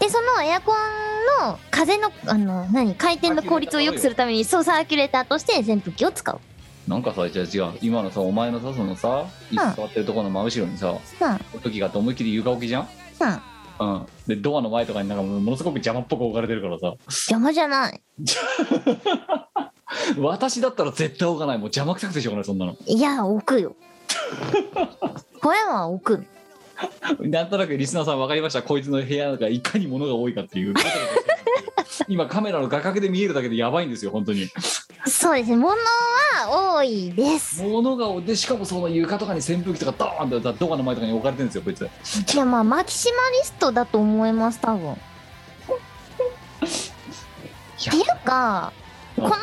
[SPEAKER 1] でそのエアコンの風のあの何回転の効率を良くするためにそうサーキュレーターとして扇風機を使う
[SPEAKER 3] なんかさじゃあ違う今のさお前のさそのさ椅子座ってるところの真後ろにさ、
[SPEAKER 1] う
[SPEAKER 3] 時があって思いっきり床置きじゃん
[SPEAKER 1] うん
[SPEAKER 3] うん、でドアの前とかになんかもうものすごく邪魔っぽく置かれてるからさ
[SPEAKER 1] 邪魔じゃない
[SPEAKER 3] 私だったら絶対置かないもう邪魔くさくてしょうがないそんなの
[SPEAKER 1] いや置く よこれは置く
[SPEAKER 3] なんとなくリスナーさん分かりましたこいつの部屋がいかに物が多いかっ ていう今カメラの画角で見えるだけでやばいんですよ本当に
[SPEAKER 1] そうですね。物は多いです。
[SPEAKER 3] 物が多いでしかもその床とかに扇風機とかドーンってドアの前とかに置かれてるんですよこいつ
[SPEAKER 1] いやまあマキシマリストだと思います多分。っていうかこの活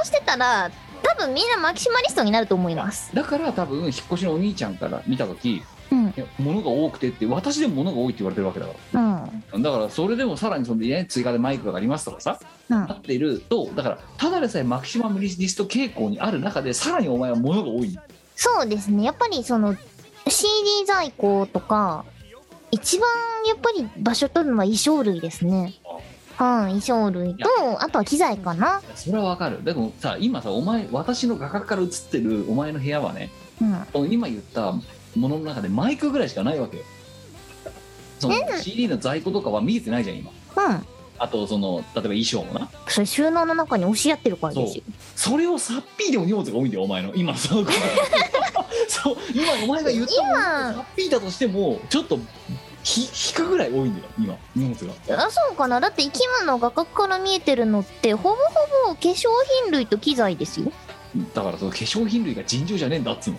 [SPEAKER 1] 動してたら多分みんなマキシマリストになると思います。
[SPEAKER 3] だから多分引っ越しのお兄ちゃんから見た時
[SPEAKER 1] うん
[SPEAKER 3] いや物が多くてって私でも物が多いって言われてるわけだか
[SPEAKER 1] うん
[SPEAKER 3] らだからそれでもさらにその、ね、追加でマイクがありますとかさ
[SPEAKER 1] うん
[SPEAKER 3] な。っているとだからただでさえマキシマムリスト傾向にある中でさらにお前は物が多い
[SPEAKER 1] そうですね。やっぱりその CD 在庫とか一番やっぱり場所取るのは衣装類ですね。うん衣装類とあとは機材かな。
[SPEAKER 3] それはわかるでもさ今さお前私の画角から映ってるお前の部屋はね
[SPEAKER 1] うん。
[SPEAKER 3] この今言ったものの中でマイクぐらいしかないわけよその CD の在庫とかは見えてないじゃん今
[SPEAKER 1] うん。
[SPEAKER 3] あとその例えば衣装もな
[SPEAKER 1] それ収納の中に押し合ってるからですよ。
[SPEAKER 3] それをさっぴーでも荷物が多いんだよお前の今そのそう今お前が言ったものがさっぴーだとしてもちょっとひ引くぐらい多いんだよ今荷物が
[SPEAKER 1] あそうかなだってキムの画角から見えてるのってほぼほぼ化粧品類と機材ですよ
[SPEAKER 3] だからその化粧品類が尋常じゃねえんだっつうの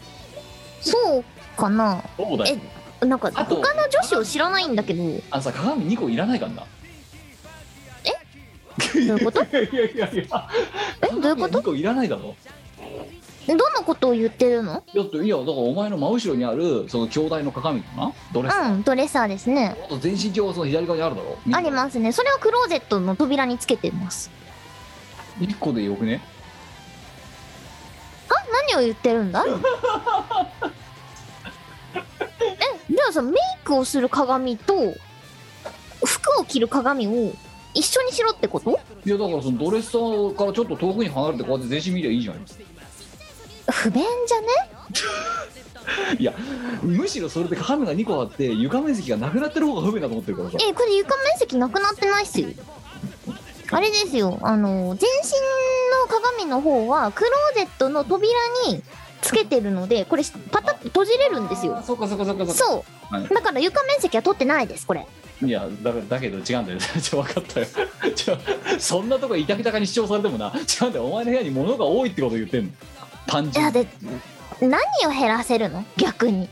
[SPEAKER 1] そうかな
[SPEAKER 3] そうだよ
[SPEAKER 1] なんか
[SPEAKER 3] あと
[SPEAKER 1] 他の女子を知らないんだけどど
[SPEAKER 3] あのさ鏡2個いらないからな
[SPEAKER 1] ういうこと
[SPEAKER 3] いやいやいやいや
[SPEAKER 1] えどういうこと
[SPEAKER 3] 鏡2個いらないだろ
[SPEAKER 1] どのことを言ってるの
[SPEAKER 3] だっていやだからお前の真後ろにあるその兄弟の鏡かなドレス、
[SPEAKER 1] うんドレッサーですね
[SPEAKER 3] あと全身鏡はその左側にあるだろ
[SPEAKER 1] ありますねそれはクローゼットの扉につけてます
[SPEAKER 3] 1個でよくね
[SPEAKER 1] あ何を言ってるんだえじゃあさメイクをする鏡と服を着る鏡を一緒にしろってこと
[SPEAKER 3] いやだからそのドレスサーからちょっと遠くに離れてこうやって全身見りゃいいじゃない
[SPEAKER 1] 不便じゃね
[SPEAKER 3] いやむしろそれで鏡が2個あって床面積がなくなってる方が不便だと思ってるからさ
[SPEAKER 1] えこれ床面積なくなってないっすよあれですよあの全身の鏡の方はクローゼットの扉につけてるのでこれパタッと閉じれるんです
[SPEAKER 3] あ
[SPEAKER 1] よ
[SPEAKER 3] ーそっかそっかそっかそっか
[SPEAKER 1] そ
[SPEAKER 3] はいう
[SPEAKER 1] だから床面積は取ってないですこれ
[SPEAKER 3] いやだからだけど違うんだよ じゃあ分かったよじゃあそんなとこいたきたかに主張されてもな違うんだよお前の部屋に物が多いってこと言ってんの単
[SPEAKER 1] い
[SPEAKER 3] 純
[SPEAKER 1] や
[SPEAKER 3] に
[SPEAKER 1] で何を減らせるの逆に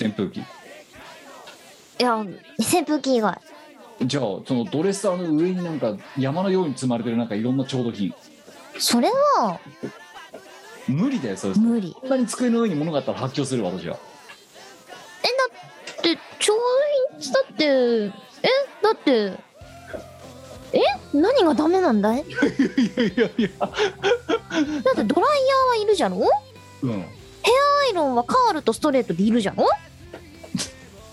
[SPEAKER 3] 扇風機
[SPEAKER 1] いや扇風機以外
[SPEAKER 3] じゃあそのドレッサーの上になんか山のように積まれてるなんかいろんな調度品
[SPEAKER 1] それは
[SPEAKER 3] 無理だよそれ
[SPEAKER 1] 無理
[SPEAKER 3] そんなに机の上に物があったら発狂するわ私は
[SPEAKER 1] だってえだってえ何がダメなんだい
[SPEAKER 3] いやいやいや
[SPEAKER 1] だってドライヤーはいるじゃろ
[SPEAKER 3] うんい
[SPEAKER 1] アイロンはカールとストレートでいるじゃろ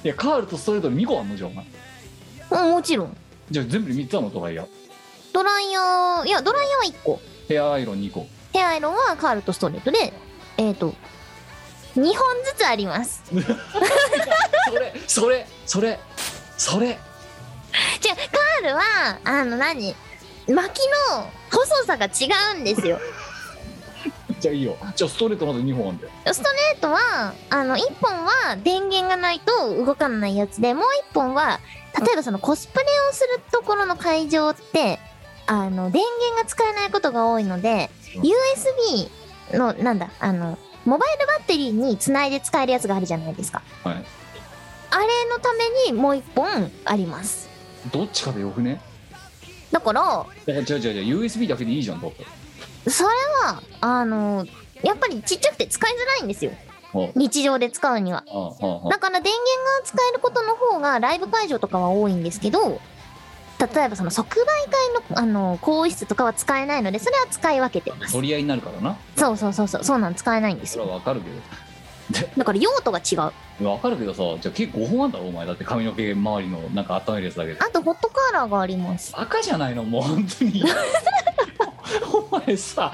[SPEAKER 3] やカールとストレートで2個あんのじゃあお前
[SPEAKER 1] うんもちろん
[SPEAKER 3] じゃあ全部で3つあんのドライヤー
[SPEAKER 1] ドライヤーいやドライヤーは1個
[SPEAKER 3] ヘアアイロン2個
[SPEAKER 1] ヘアアイロンはカールとストレートでえっ、と2本ずつあります
[SPEAKER 3] それそれそれそれ
[SPEAKER 1] じゃあカールはあの何巻きの細さが違うんですよ
[SPEAKER 3] じゃあいいよじゃあストレートまだ2本あんだよ
[SPEAKER 1] ストレートはあの1本は電源がないと動かないやつでもう1本は例えばそのコスプレをするところの会場ってあの電源が使えないことが多いので
[SPEAKER 3] うん
[SPEAKER 1] USB のなんだあのモバイルバッテリーにつないで使えるやつがあるじゃないですか
[SPEAKER 3] はい
[SPEAKER 1] あれのためにもう1本あります
[SPEAKER 3] どっちかでよくね
[SPEAKER 1] だから
[SPEAKER 3] だからじゃあじゃあじゃあ USB だけでいいじゃんだって
[SPEAKER 1] それはあのやっぱりちっちゃくて使いづらいんですよ
[SPEAKER 3] あ
[SPEAKER 1] 日常で使うには
[SPEAKER 3] ああああ
[SPEAKER 1] だから電源が使えることの方がライブ会場とかは多いんですけど例えばその即売会のあの更衣室とかは使えないのでそれは使い分けてます
[SPEAKER 3] 取り合いになるからな
[SPEAKER 1] そうそうそうそうそうなん使えないんです
[SPEAKER 3] そ
[SPEAKER 1] よ
[SPEAKER 3] れはわかるけ
[SPEAKER 1] だから用途が違うあ
[SPEAKER 3] どわかるけどさじゃあ結構5本あんだろお前だって髪の毛周りのなんか温めるやつだけで
[SPEAKER 1] とホットカーラーがあります
[SPEAKER 3] 赤じゃないのもう本当にお前さ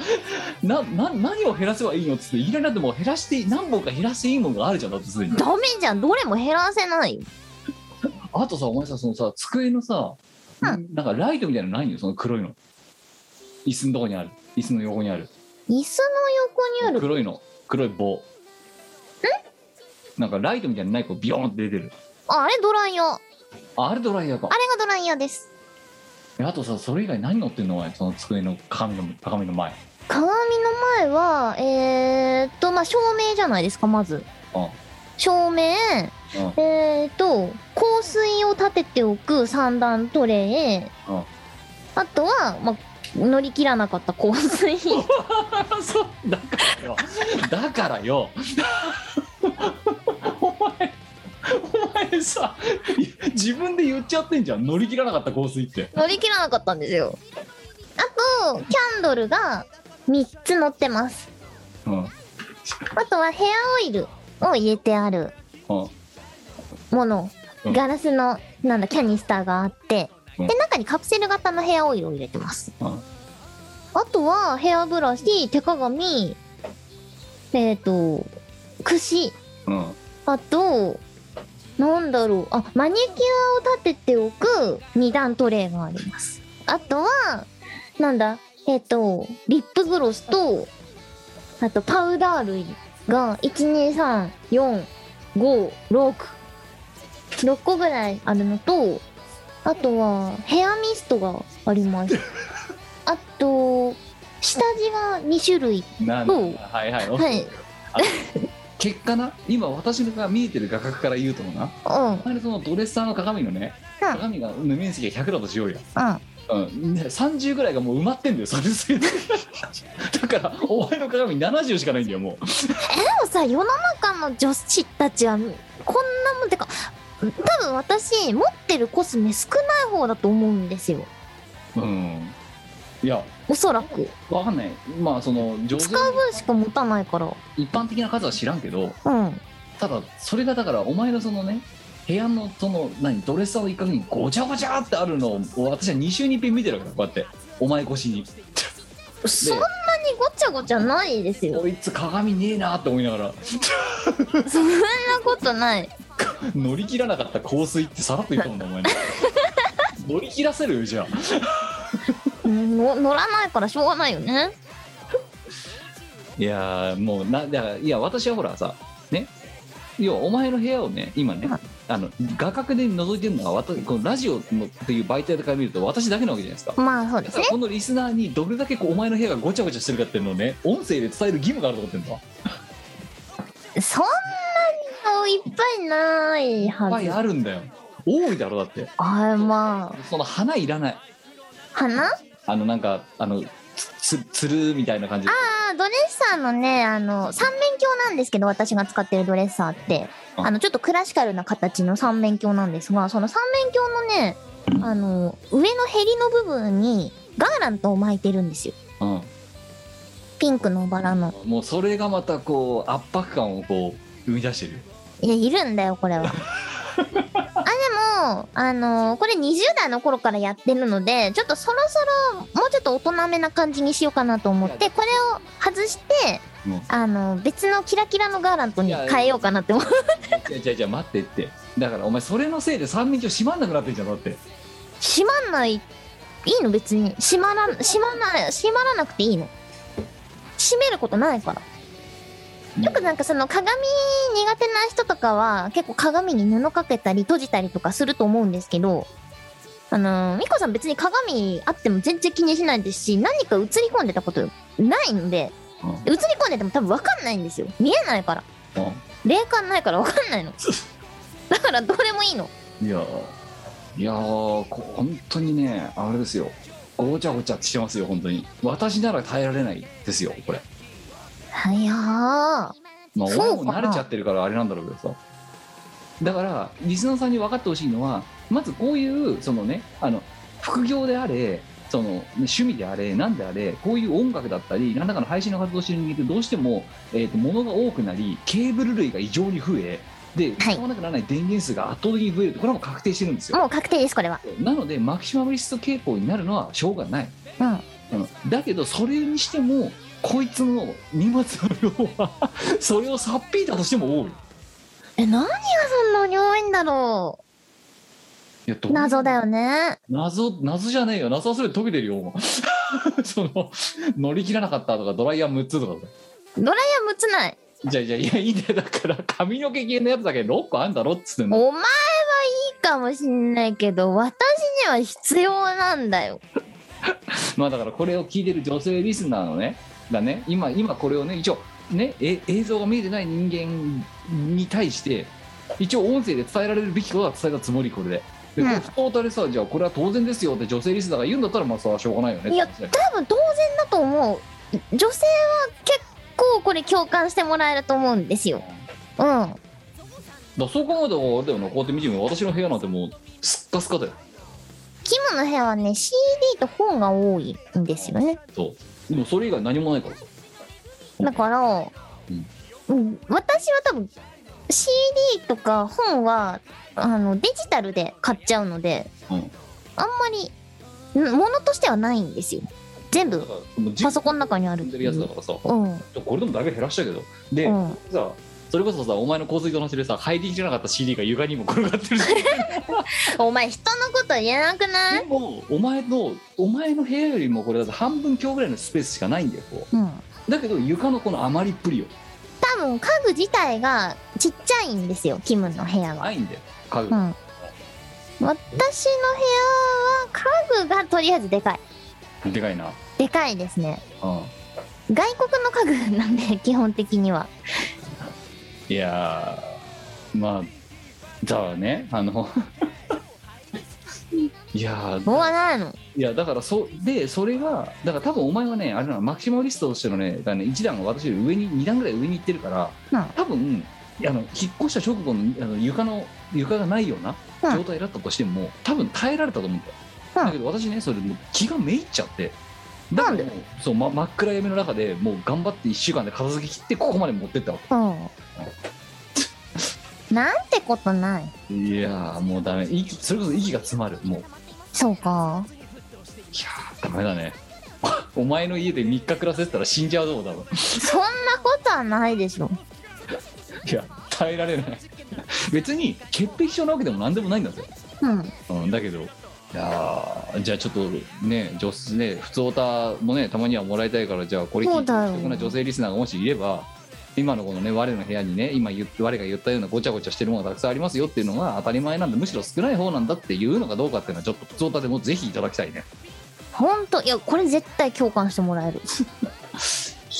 [SPEAKER 3] なな何を減らせばいいのっつっていきなりだってもう減らして何本か減らしていいものがあるじゃんだってすでに
[SPEAKER 1] ダメじゃんどれも減らせないよ
[SPEAKER 3] あとさお前さそのさ机のさ、
[SPEAKER 1] う
[SPEAKER 3] なんかライトみたいなのないよその黒いの椅子のとこにある椅子の横にある
[SPEAKER 1] 椅子の横にある
[SPEAKER 3] 黒いの黒い棒なんかライトみたいなのないこうビヨーンって出てる
[SPEAKER 1] ああれドライヤーあれ
[SPEAKER 3] ああれドライヤーか
[SPEAKER 1] がドライヤーです
[SPEAKER 3] えあとさそれ以外何乗ってんのお前その机の鏡の鏡の前
[SPEAKER 1] 鏡の前はえー、っとまあ照明じゃないですかまず
[SPEAKER 3] あ
[SPEAKER 1] 照明
[SPEAKER 3] うん
[SPEAKER 1] えー、と香水を立てておく三段トレー
[SPEAKER 3] うん
[SPEAKER 1] あとは、まあ、乗り切らなかった香 水
[SPEAKER 3] そうだからよだからよお前お前さ自分で言っちゃってんじゃん乗り切らなかった香水って
[SPEAKER 1] 乗り切らなかったんですよあとキャンドルが3つ乗ってます
[SPEAKER 3] うんうん
[SPEAKER 1] あとはヘアオイルを入れてあるもの
[SPEAKER 3] うん
[SPEAKER 1] ガラスのなんだキャニスターがあって
[SPEAKER 3] うん
[SPEAKER 1] で中にカプセル型のヘアオイルを入れてます
[SPEAKER 3] うん
[SPEAKER 1] あとはヘアブラシ手鏡えっ、と櫛
[SPEAKER 3] うん
[SPEAKER 1] あと、なんだろう。あ、マニキュアを立てておく二段トレイがあります。あとは、なんだ、えっ、と、リップグロスと、あとパウダー類が、1、2、3、4、5、6、6個ぐらいあるのと、あとは、ヘアミストがあります。あと、下地が2種類。
[SPEAKER 3] なん
[SPEAKER 1] うん
[SPEAKER 3] はいはい、
[SPEAKER 1] はい
[SPEAKER 3] あの結果な今私が見えてる画角から言うともな
[SPEAKER 1] うん、うん、
[SPEAKER 3] あれそのドレッサーの鏡のね鏡が面積が100だとしようよ
[SPEAKER 1] うん。
[SPEAKER 3] うん、ね30ぐらいがもう埋まってんだよそれす ぎてだからお前の鏡70しかないんだよもう
[SPEAKER 1] でもさ世の中の女子たちはこんなもんてか多分私持ってるコスメ少ない方だと思うんですよ
[SPEAKER 3] うんいや
[SPEAKER 1] おそらく
[SPEAKER 3] わかんないまあその上手
[SPEAKER 1] 使う分しか持たないから
[SPEAKER 3] 一般的な数は知らんけど
[SPEAKER 1] うん
[SPEAKER 3] ただそれがだからお前のそのね部屋のその何ドレッサーの一角にごちゃごちゃってあるのを私は2週に一遍見てるわけだこうやってお前越しに
[SPEAKER 1] そんなにごちゃごちゃないです
[SPEAKER 3] で
[SPEAKER 1] よ
[SPEAKER 3] こいつ鏡ねえなって思いながら
[SPEAKER 1] そんなことない
[SPEAKER 3] 乗り切らなかった香水ってさらっと言ったもんだお 前ね乗り切らせるよじゃあ
[SPEAKER 1] うんの乗らないからしょうがないよね
[SPEAKER 3] いやーもうなだからいや私はほらさね要はお前の部屋をね今ね
[SPEAKER 1] はい
[SPEAKER 3] あの画角で覗いてるのは私このラジオのっていう媒体から見ると私だけなわけじゃないですか
[SPEAKER 1] まあそうで
[SPEAKER 3] だ
[SPEAKER 1] す
[SPEAKER 3] から
[SPEAKER 1] ね
[SPEAKER 3] このリスナーにどれだけこうお前の部屋がごちゃごちゃしてるかっていうのをね音声で伝える義務があると思ってんだ
[SPEAKER 1] そんなにいっぱいない
[SPEAKER 3] いっ
[SPEAKER 1] は
[SPEAKER 3] ぱい
[SPEAKER 1] ず
[SPEAKER 3] あるんだよ多いだろだって
[SPEAKER 1] あれまあ
[SPEAKER 3] その花いらない
[SPEAKER 1] 花あ
[SPEAKER 3] あのなんかあのつつつるみたいな感じで
[SPEAKER 1] あドレッサーのねあの三面鏡なんですけど私が使ってるドレッサーってあのちょっとクラシカルな形の三面鏡なんですがその三面鏡のねあの上のへりの部分にガーラントを巻いてるんですよ
[SPEAKER 3] うん
[SPEAKER 1] ピンクのバラの
[SPEAKER 3] もうそれがまたこう圧迫感をこう生み出してる
[SPEAKER 1] いやいるんだよこ れはあでもあのこれ20代の頃からやってるのでちょっとそろそろもうちょっと大人めな感じにしようかなと思ってこれを外して、
[SPEAKER 3] うん
[SPEAKER 1] あの別のキラキラのガーラントに変えようかなって思う
[SPEAKER 3] いやいやいや待ってってだからお前それのせいで三面鏡閉まんなくなってんじゃんだって
[SPEAKER 1] 閉まんないいいの別に閉まらん閉まらない閉まらなくていいの閉めることないからよくなんかその鏡苦手な人とかは結構鏡に布かけたり閉じたりとかすると思うんですけどあのー、ミコさん別に鏡あっても全然気にしないですし何か映り込んでたことないので
[SPEAKER 3] うん
[SPEAKER 1] 映り込んでても多分分かんないんですよ見えないから霊感ないから分かんないのだからどれもいいの
[SPEAKER 3] うんいやーいやーこ本当にねあれですよごちゃごちゃしてますよ本当に私なら耐えられないですよこれ
[SPEAKER 1] はや
[SPEAKER 3] ま
[SPEAKER 1] そ
[SPEAKER 3] あ、
[SPEAKER 1] うかな
[SPEAKER 3] 俺も慣れちゃってるからあれなんだろうけどさだからリスナーさんに分かってほしいのはまずこういうそのねあの副業であれその趣味であれ何であれこういう音楽だったり何らかの配信の活動をしてる人間ってどうしても、えー、と物が多くなりケーブル類が異常に増えで
[SPEAKER 1] は
[SPEAKER 3] 使
[SPEAKER 1] い
[SPEAKER 3] わなくならない電源数が圧倒的に増えるってこれはもう確定してるんです
[SPEAKER 1] ー
[SPEAKER 3] よ
[SPEAKER 1] もう確定ですこれは
[SPEAKER 3] なのでマキシマリスト傾向になるのはしょうがない、
[SPEAKER 1] うん
[SPEAKER 3] うん、だけどそれにしてもこいつの荷物の量はそれをさっぴいたとしても多い
[SPEAKER 1] え何がそんなに多いんだろ
[SPEAKER 3] いやど
[SPEAKER 1] う
[SPEAKER 3] う
[SPEAKER 1] 謎だよね
[SPEAKER 3] 謎謎じゃねえよ謎はそれで解けてるよもう その乗り切らなかったとかドライヤー6つとか
[SPEAKER 1] いやむつない
[SPEAKER 3] じゃあじゃあいやいいねだから髪の毛系のやつだけ6個あんだろっつってんの
[SPEAKER 1] お前はいいかもしんないけど私には必要なんだよ
[SPEAKER 3] まあだからこれを聞いてる女性リスナーのねがね今今これをね一応ねえ映像が見えてない人間に対して一応音声で伝えられるべきことは伝えたつもりこれで。で
[SPEAKER 1] うん
[SPEAKER 3] これ不当たれさじゃあこれは当然ですよって女性リスナーが言うんだったらまあそれはしょうがないよねって
[SPEAKER 1] いや
[SPEAKER 3] 話だよ
[SPEAKER 1] 多分当然だと思う女性は結構これ共感してもらえると思うんですようん
[SPEAKER 3] だからそう考えたらあれだよなこうやって見てみる私の部屋なんてもうすっかすかだよ
[SPEAKER 1] キムの部屋はね CD と本が多いんですよね
[SPEAKER 3] そうでもそれ以外何もないからさ
[SPEAKER 1] だから、
[SPEAKER 3] うん
[SPEAKER 1] うん、私は多分 CD とか本はあのデジタルで買っちゃうので、
[SPEAKER 3] うん
[SPEAKER 1] あんまりん物としてはないんですよ全
[SPEAKER 3] だ
[SPEAKER 1] 部
[SPEAKER 3] からその
[SPEAKER 1] パソコンの中にある
[SPEAKER 3] 自分でやってるやつだから
[SPEAKER 1] う
[SPEAKER 3] さ
[SPEAKER 1] んうん
[SPEAKER 3] これでもだいぶ減らしたけどで、
[SPEAKER 1] うん
[SPEAKER 3] さそれこそさお前の洪水との話でさ入りきらなかった CD が床にも転がってるし
[SPEAKER 1] お前人のこと言えなくな
[SPEAKER 3] で
[SPEAKER 1] い
[SPEAKER 3] もお前のお前の部屋よりもこれだと半分強ぐらいのスペースしかないんだよこ
[SPEAKER 1] うん
[SPEAKER 3] うだけど床のこの余りっぷりよ
[SPEAKER 1] 多分家具自体がちっちゃいんですよキムの部屋が
[SPEAKER 3] ないんだよ家具、
[SPEAKER 1] うん私の部屋は家具がとりあえずでかい
[SPEAKER 3] でかいな
[SPEAKER 1] でかいですね
[SPEAKER 3] うん
[SPEAKER 1] 外国の家具なんで 基本的にはい
[SPEAKER 3] やーまあだからねあの いやー
[SPEAKER 1] もうないの
[SPEAKER 3] いやだからそでそれがだから多分お前はねあれなのマキシマリストとしてのねだからね一段が私より上に二段ぐらい上に行ってるから、
[SPEAKER 1] うん
[SPEAKER 3] 多分あの引っ越した直後のあの床の床がないような
[SPEAKER 1] うん
[SPEAKER 3] 状態だったとしても、多分耐えられたと思うんだよ、
[SPEAKER 1] うん
[SPEAKER 3] だけど私ねそれもう気がめいっちゃってだ
[SPEAKER 1] な
[SPEAKER 3] か
[SPEAKER 1] ん
[SPEAKER 3] ら
[SPEAKER 1] で
[SPEAKER 3] もうそう、ま、真っ暗闇の中でもう頑張って1週間で片付け切ってここまで持ってったわ
[SPEAKER 1] うんなんてことない
[SPEAKER 3] けいやーもうダメ息それこそ息が詰まるもうい
[SPEAKER 1] そうか
[SPEAKER 3] やーダメだね お前の家で3日暮らせてたら死んじゃうぞ多分
[SPEAKER 1] そんなことはないでしょ
[SPEAKER 3] いや耐えられない別に潔癖症なわけでも何でもないんだぜ、
[SPEAKER 1] うん
[SPEAKER 3] うん、だけどいやーじゃあちょっとね女子ね普通オタもねたまにはもらいたいからじゃあこれ聞いて
[SPEAKER 1] そうだよ
[SPEAKER 3] るな女性リスナーがもしいれば今のこのね我の部屋にね今言って我が言ったようなごちゃごちゃしてるものがたくさんありますよっていうのが当たり前なんでむしろ少ない方なんだっていうのかどうかっていうのはちょっと普通オタでもぜひいただきたいね
[SPEAKER 1] ほんといやこれ絶対共感してもらえる
[SPEAKER 3] い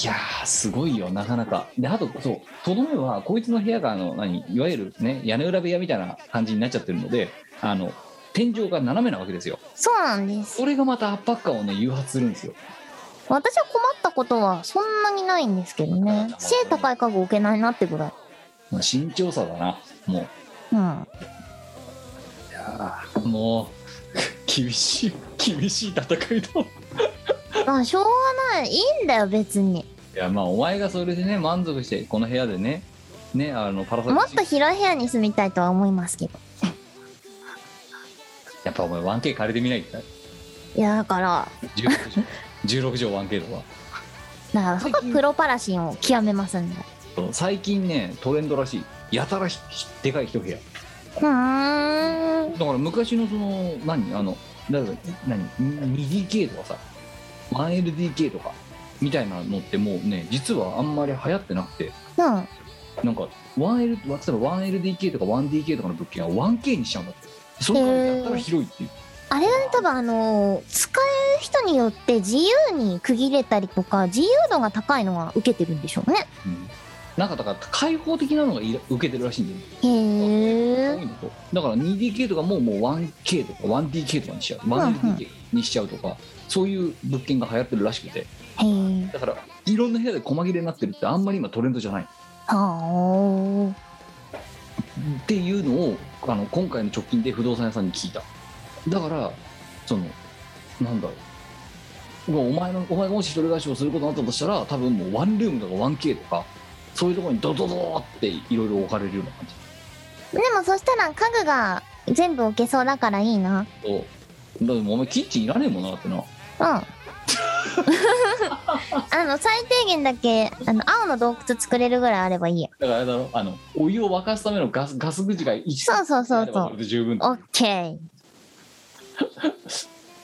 [SPEAKER 3] やーすごいよなかなかであとそうとどめはこいつの部屋があの何いわゆるね屋根裏部屋みたいな感じになっちゃってるのであの天井が斜めなわけですよ
[SPEAKER 1] そうなんです
[SPEAKER 3] それがまた圧迫感をね誘発するんですよ
[SPEAKER 1] 私は困ったことはそんなにないんですけどね背高い家具置けないなってぐらい
[SPEAKER 3] もう慎重さだなも
[SPEAKER 1] うん。
[SPEAKER 3] ういやーもう厳しい厳しい戦いだ
[SPEAKER 1] まあ、しょうがない。いいんだよ、別に。
[SPEAKER 3] いやまあお前がそれでね満足してこの部屋でねねあのパラサイ
[SPEAKER 1] も
[SPEAKER 3] ト
[SPEAKER 1] っと広い部屋に住みたいとは思いますけど。
[SPEAKER 3] やっぱお前 1K 借りてみないか
[SPEAKER 1] いや、だから、
[SPEAKER 3] 16畳 16畳 1K とか
[SPEAKER 1] だからそこはプロパラシンを極めますんで。
[SPEAKER 3] そう最近ねトレンドらしいやたらひひでかい一部屋
[SPEAKER 1] ふーん。
[SPEAKER 3] だから昔のその何あのだから何に 2DK とかさ 1LDK とかみたいなのってもうね実はあんまり流行ってなくて
[SPEAKER 1] うん。
[SPEAKER 3] なんか 1L 例えば 1LDK とか 1DK とかの物件は 1K にしちゃうんだってその代わりやったら広いっていう
[SPEAKER 1] あれはね、多分あのー使える人によって自由に区切れたりとか、自由度が高いのは受けてるんでしょうね。
[SPEAKER 3] うんなんかだから開放的なのがいら受けてるらしいんだよ
[SPEAKER 1] へ
[SPEAKER 3] 多
[SPEAKER 1] え。
[SPEAKER 3] いのとだから 2DK とかももう 1K とか 1DK とかにしちゃう 1LDK にしちゃうとか、そういう物件が流行ってるらしくて
[SPEAKER 1] へえ。
[SPEAKER 3] だからいろんな部屋で細切れになってるってあんまり今トレンドじゃない
[SPEAKER 1] は
[SPEAKER 3] っていうのをあの今回の直近で不動産屋さんに聞いただからそのなんだろうもうお前のお前がもし一人暮らしをすることになったとしたら多分もうワンルームとか 1K とかそういうところにドドドーっていろいろ置かれるような感じ
[SPEAKER 1] あ。でもそしたら家具が全部置けそうだからいいな。
[SPEAKER 3] そうだからもうお前キッチンいらねえもんなだってな
[SPEAKER 1] うん。 あの、最低限だけ、あの、青の洞窟作れるぐらいあればいいや。
[SPEAKER 3] だからあれだろあのお湯を沸かすためのガスガス口が一
[SPEAKER 1] そうそうそうそう
[SPEAKER 3] あればこれで十分
[SPEAKER 1] オッケー。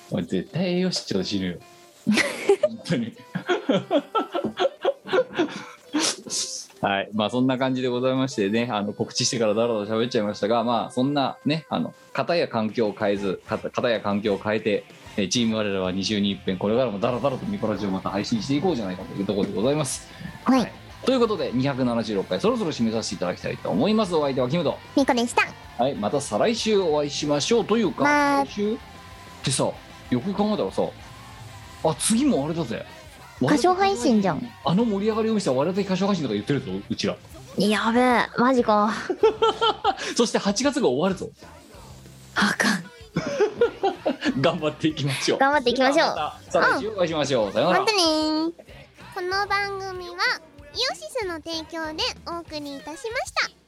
[SPEAKER 3] お前絶対栄養失調で死ぬよ本当にはいまあそんな感じでございましてねあの告知してからだらだら喋っちゃいましたがまあそんなねあの型や環境を変えず型型や環境を変えてえーチーム我らは2週に一遍これからもだらだらとミコラジをまた配信していこうじゃないかというところでございます
[SPEAKER 1] はい。
[SPEAKER 3] ということで276回そろそろ締めさせていただきたいと思いますお相手はキムと
[SPEAKER 1] ミコでした。
[SPEAKER 3] はい、また再来週お会いしましょうというか、
[SPEAKER 1] まあ
[SPEAKER 3] 来週ってさ、よく考えたらさ、あ、次もあれだぜ。
[SPEAKER 1] 歌唱配信じゃん。
[SPEAKER 3] あの盛り上がりを見せた我々的歌唱配信とか言ってるぞ、うちら。
[SPEAKER 1] やべえ、マジか。
[SPEAKER 3] そして8月が終わるぞ。
[SPEAKER 1] あかん。
[SPEAKER 3] 頑張っていきましょう。
[SPEAKER 1] 頑張っていきましょう
[SPEAKER 3] ではまた再来週お会いしましょう。さようなら
[SPEAKER 1] また。ねー。
[SPEAKER 6] この番組はイオシスの提供でお送りいたしました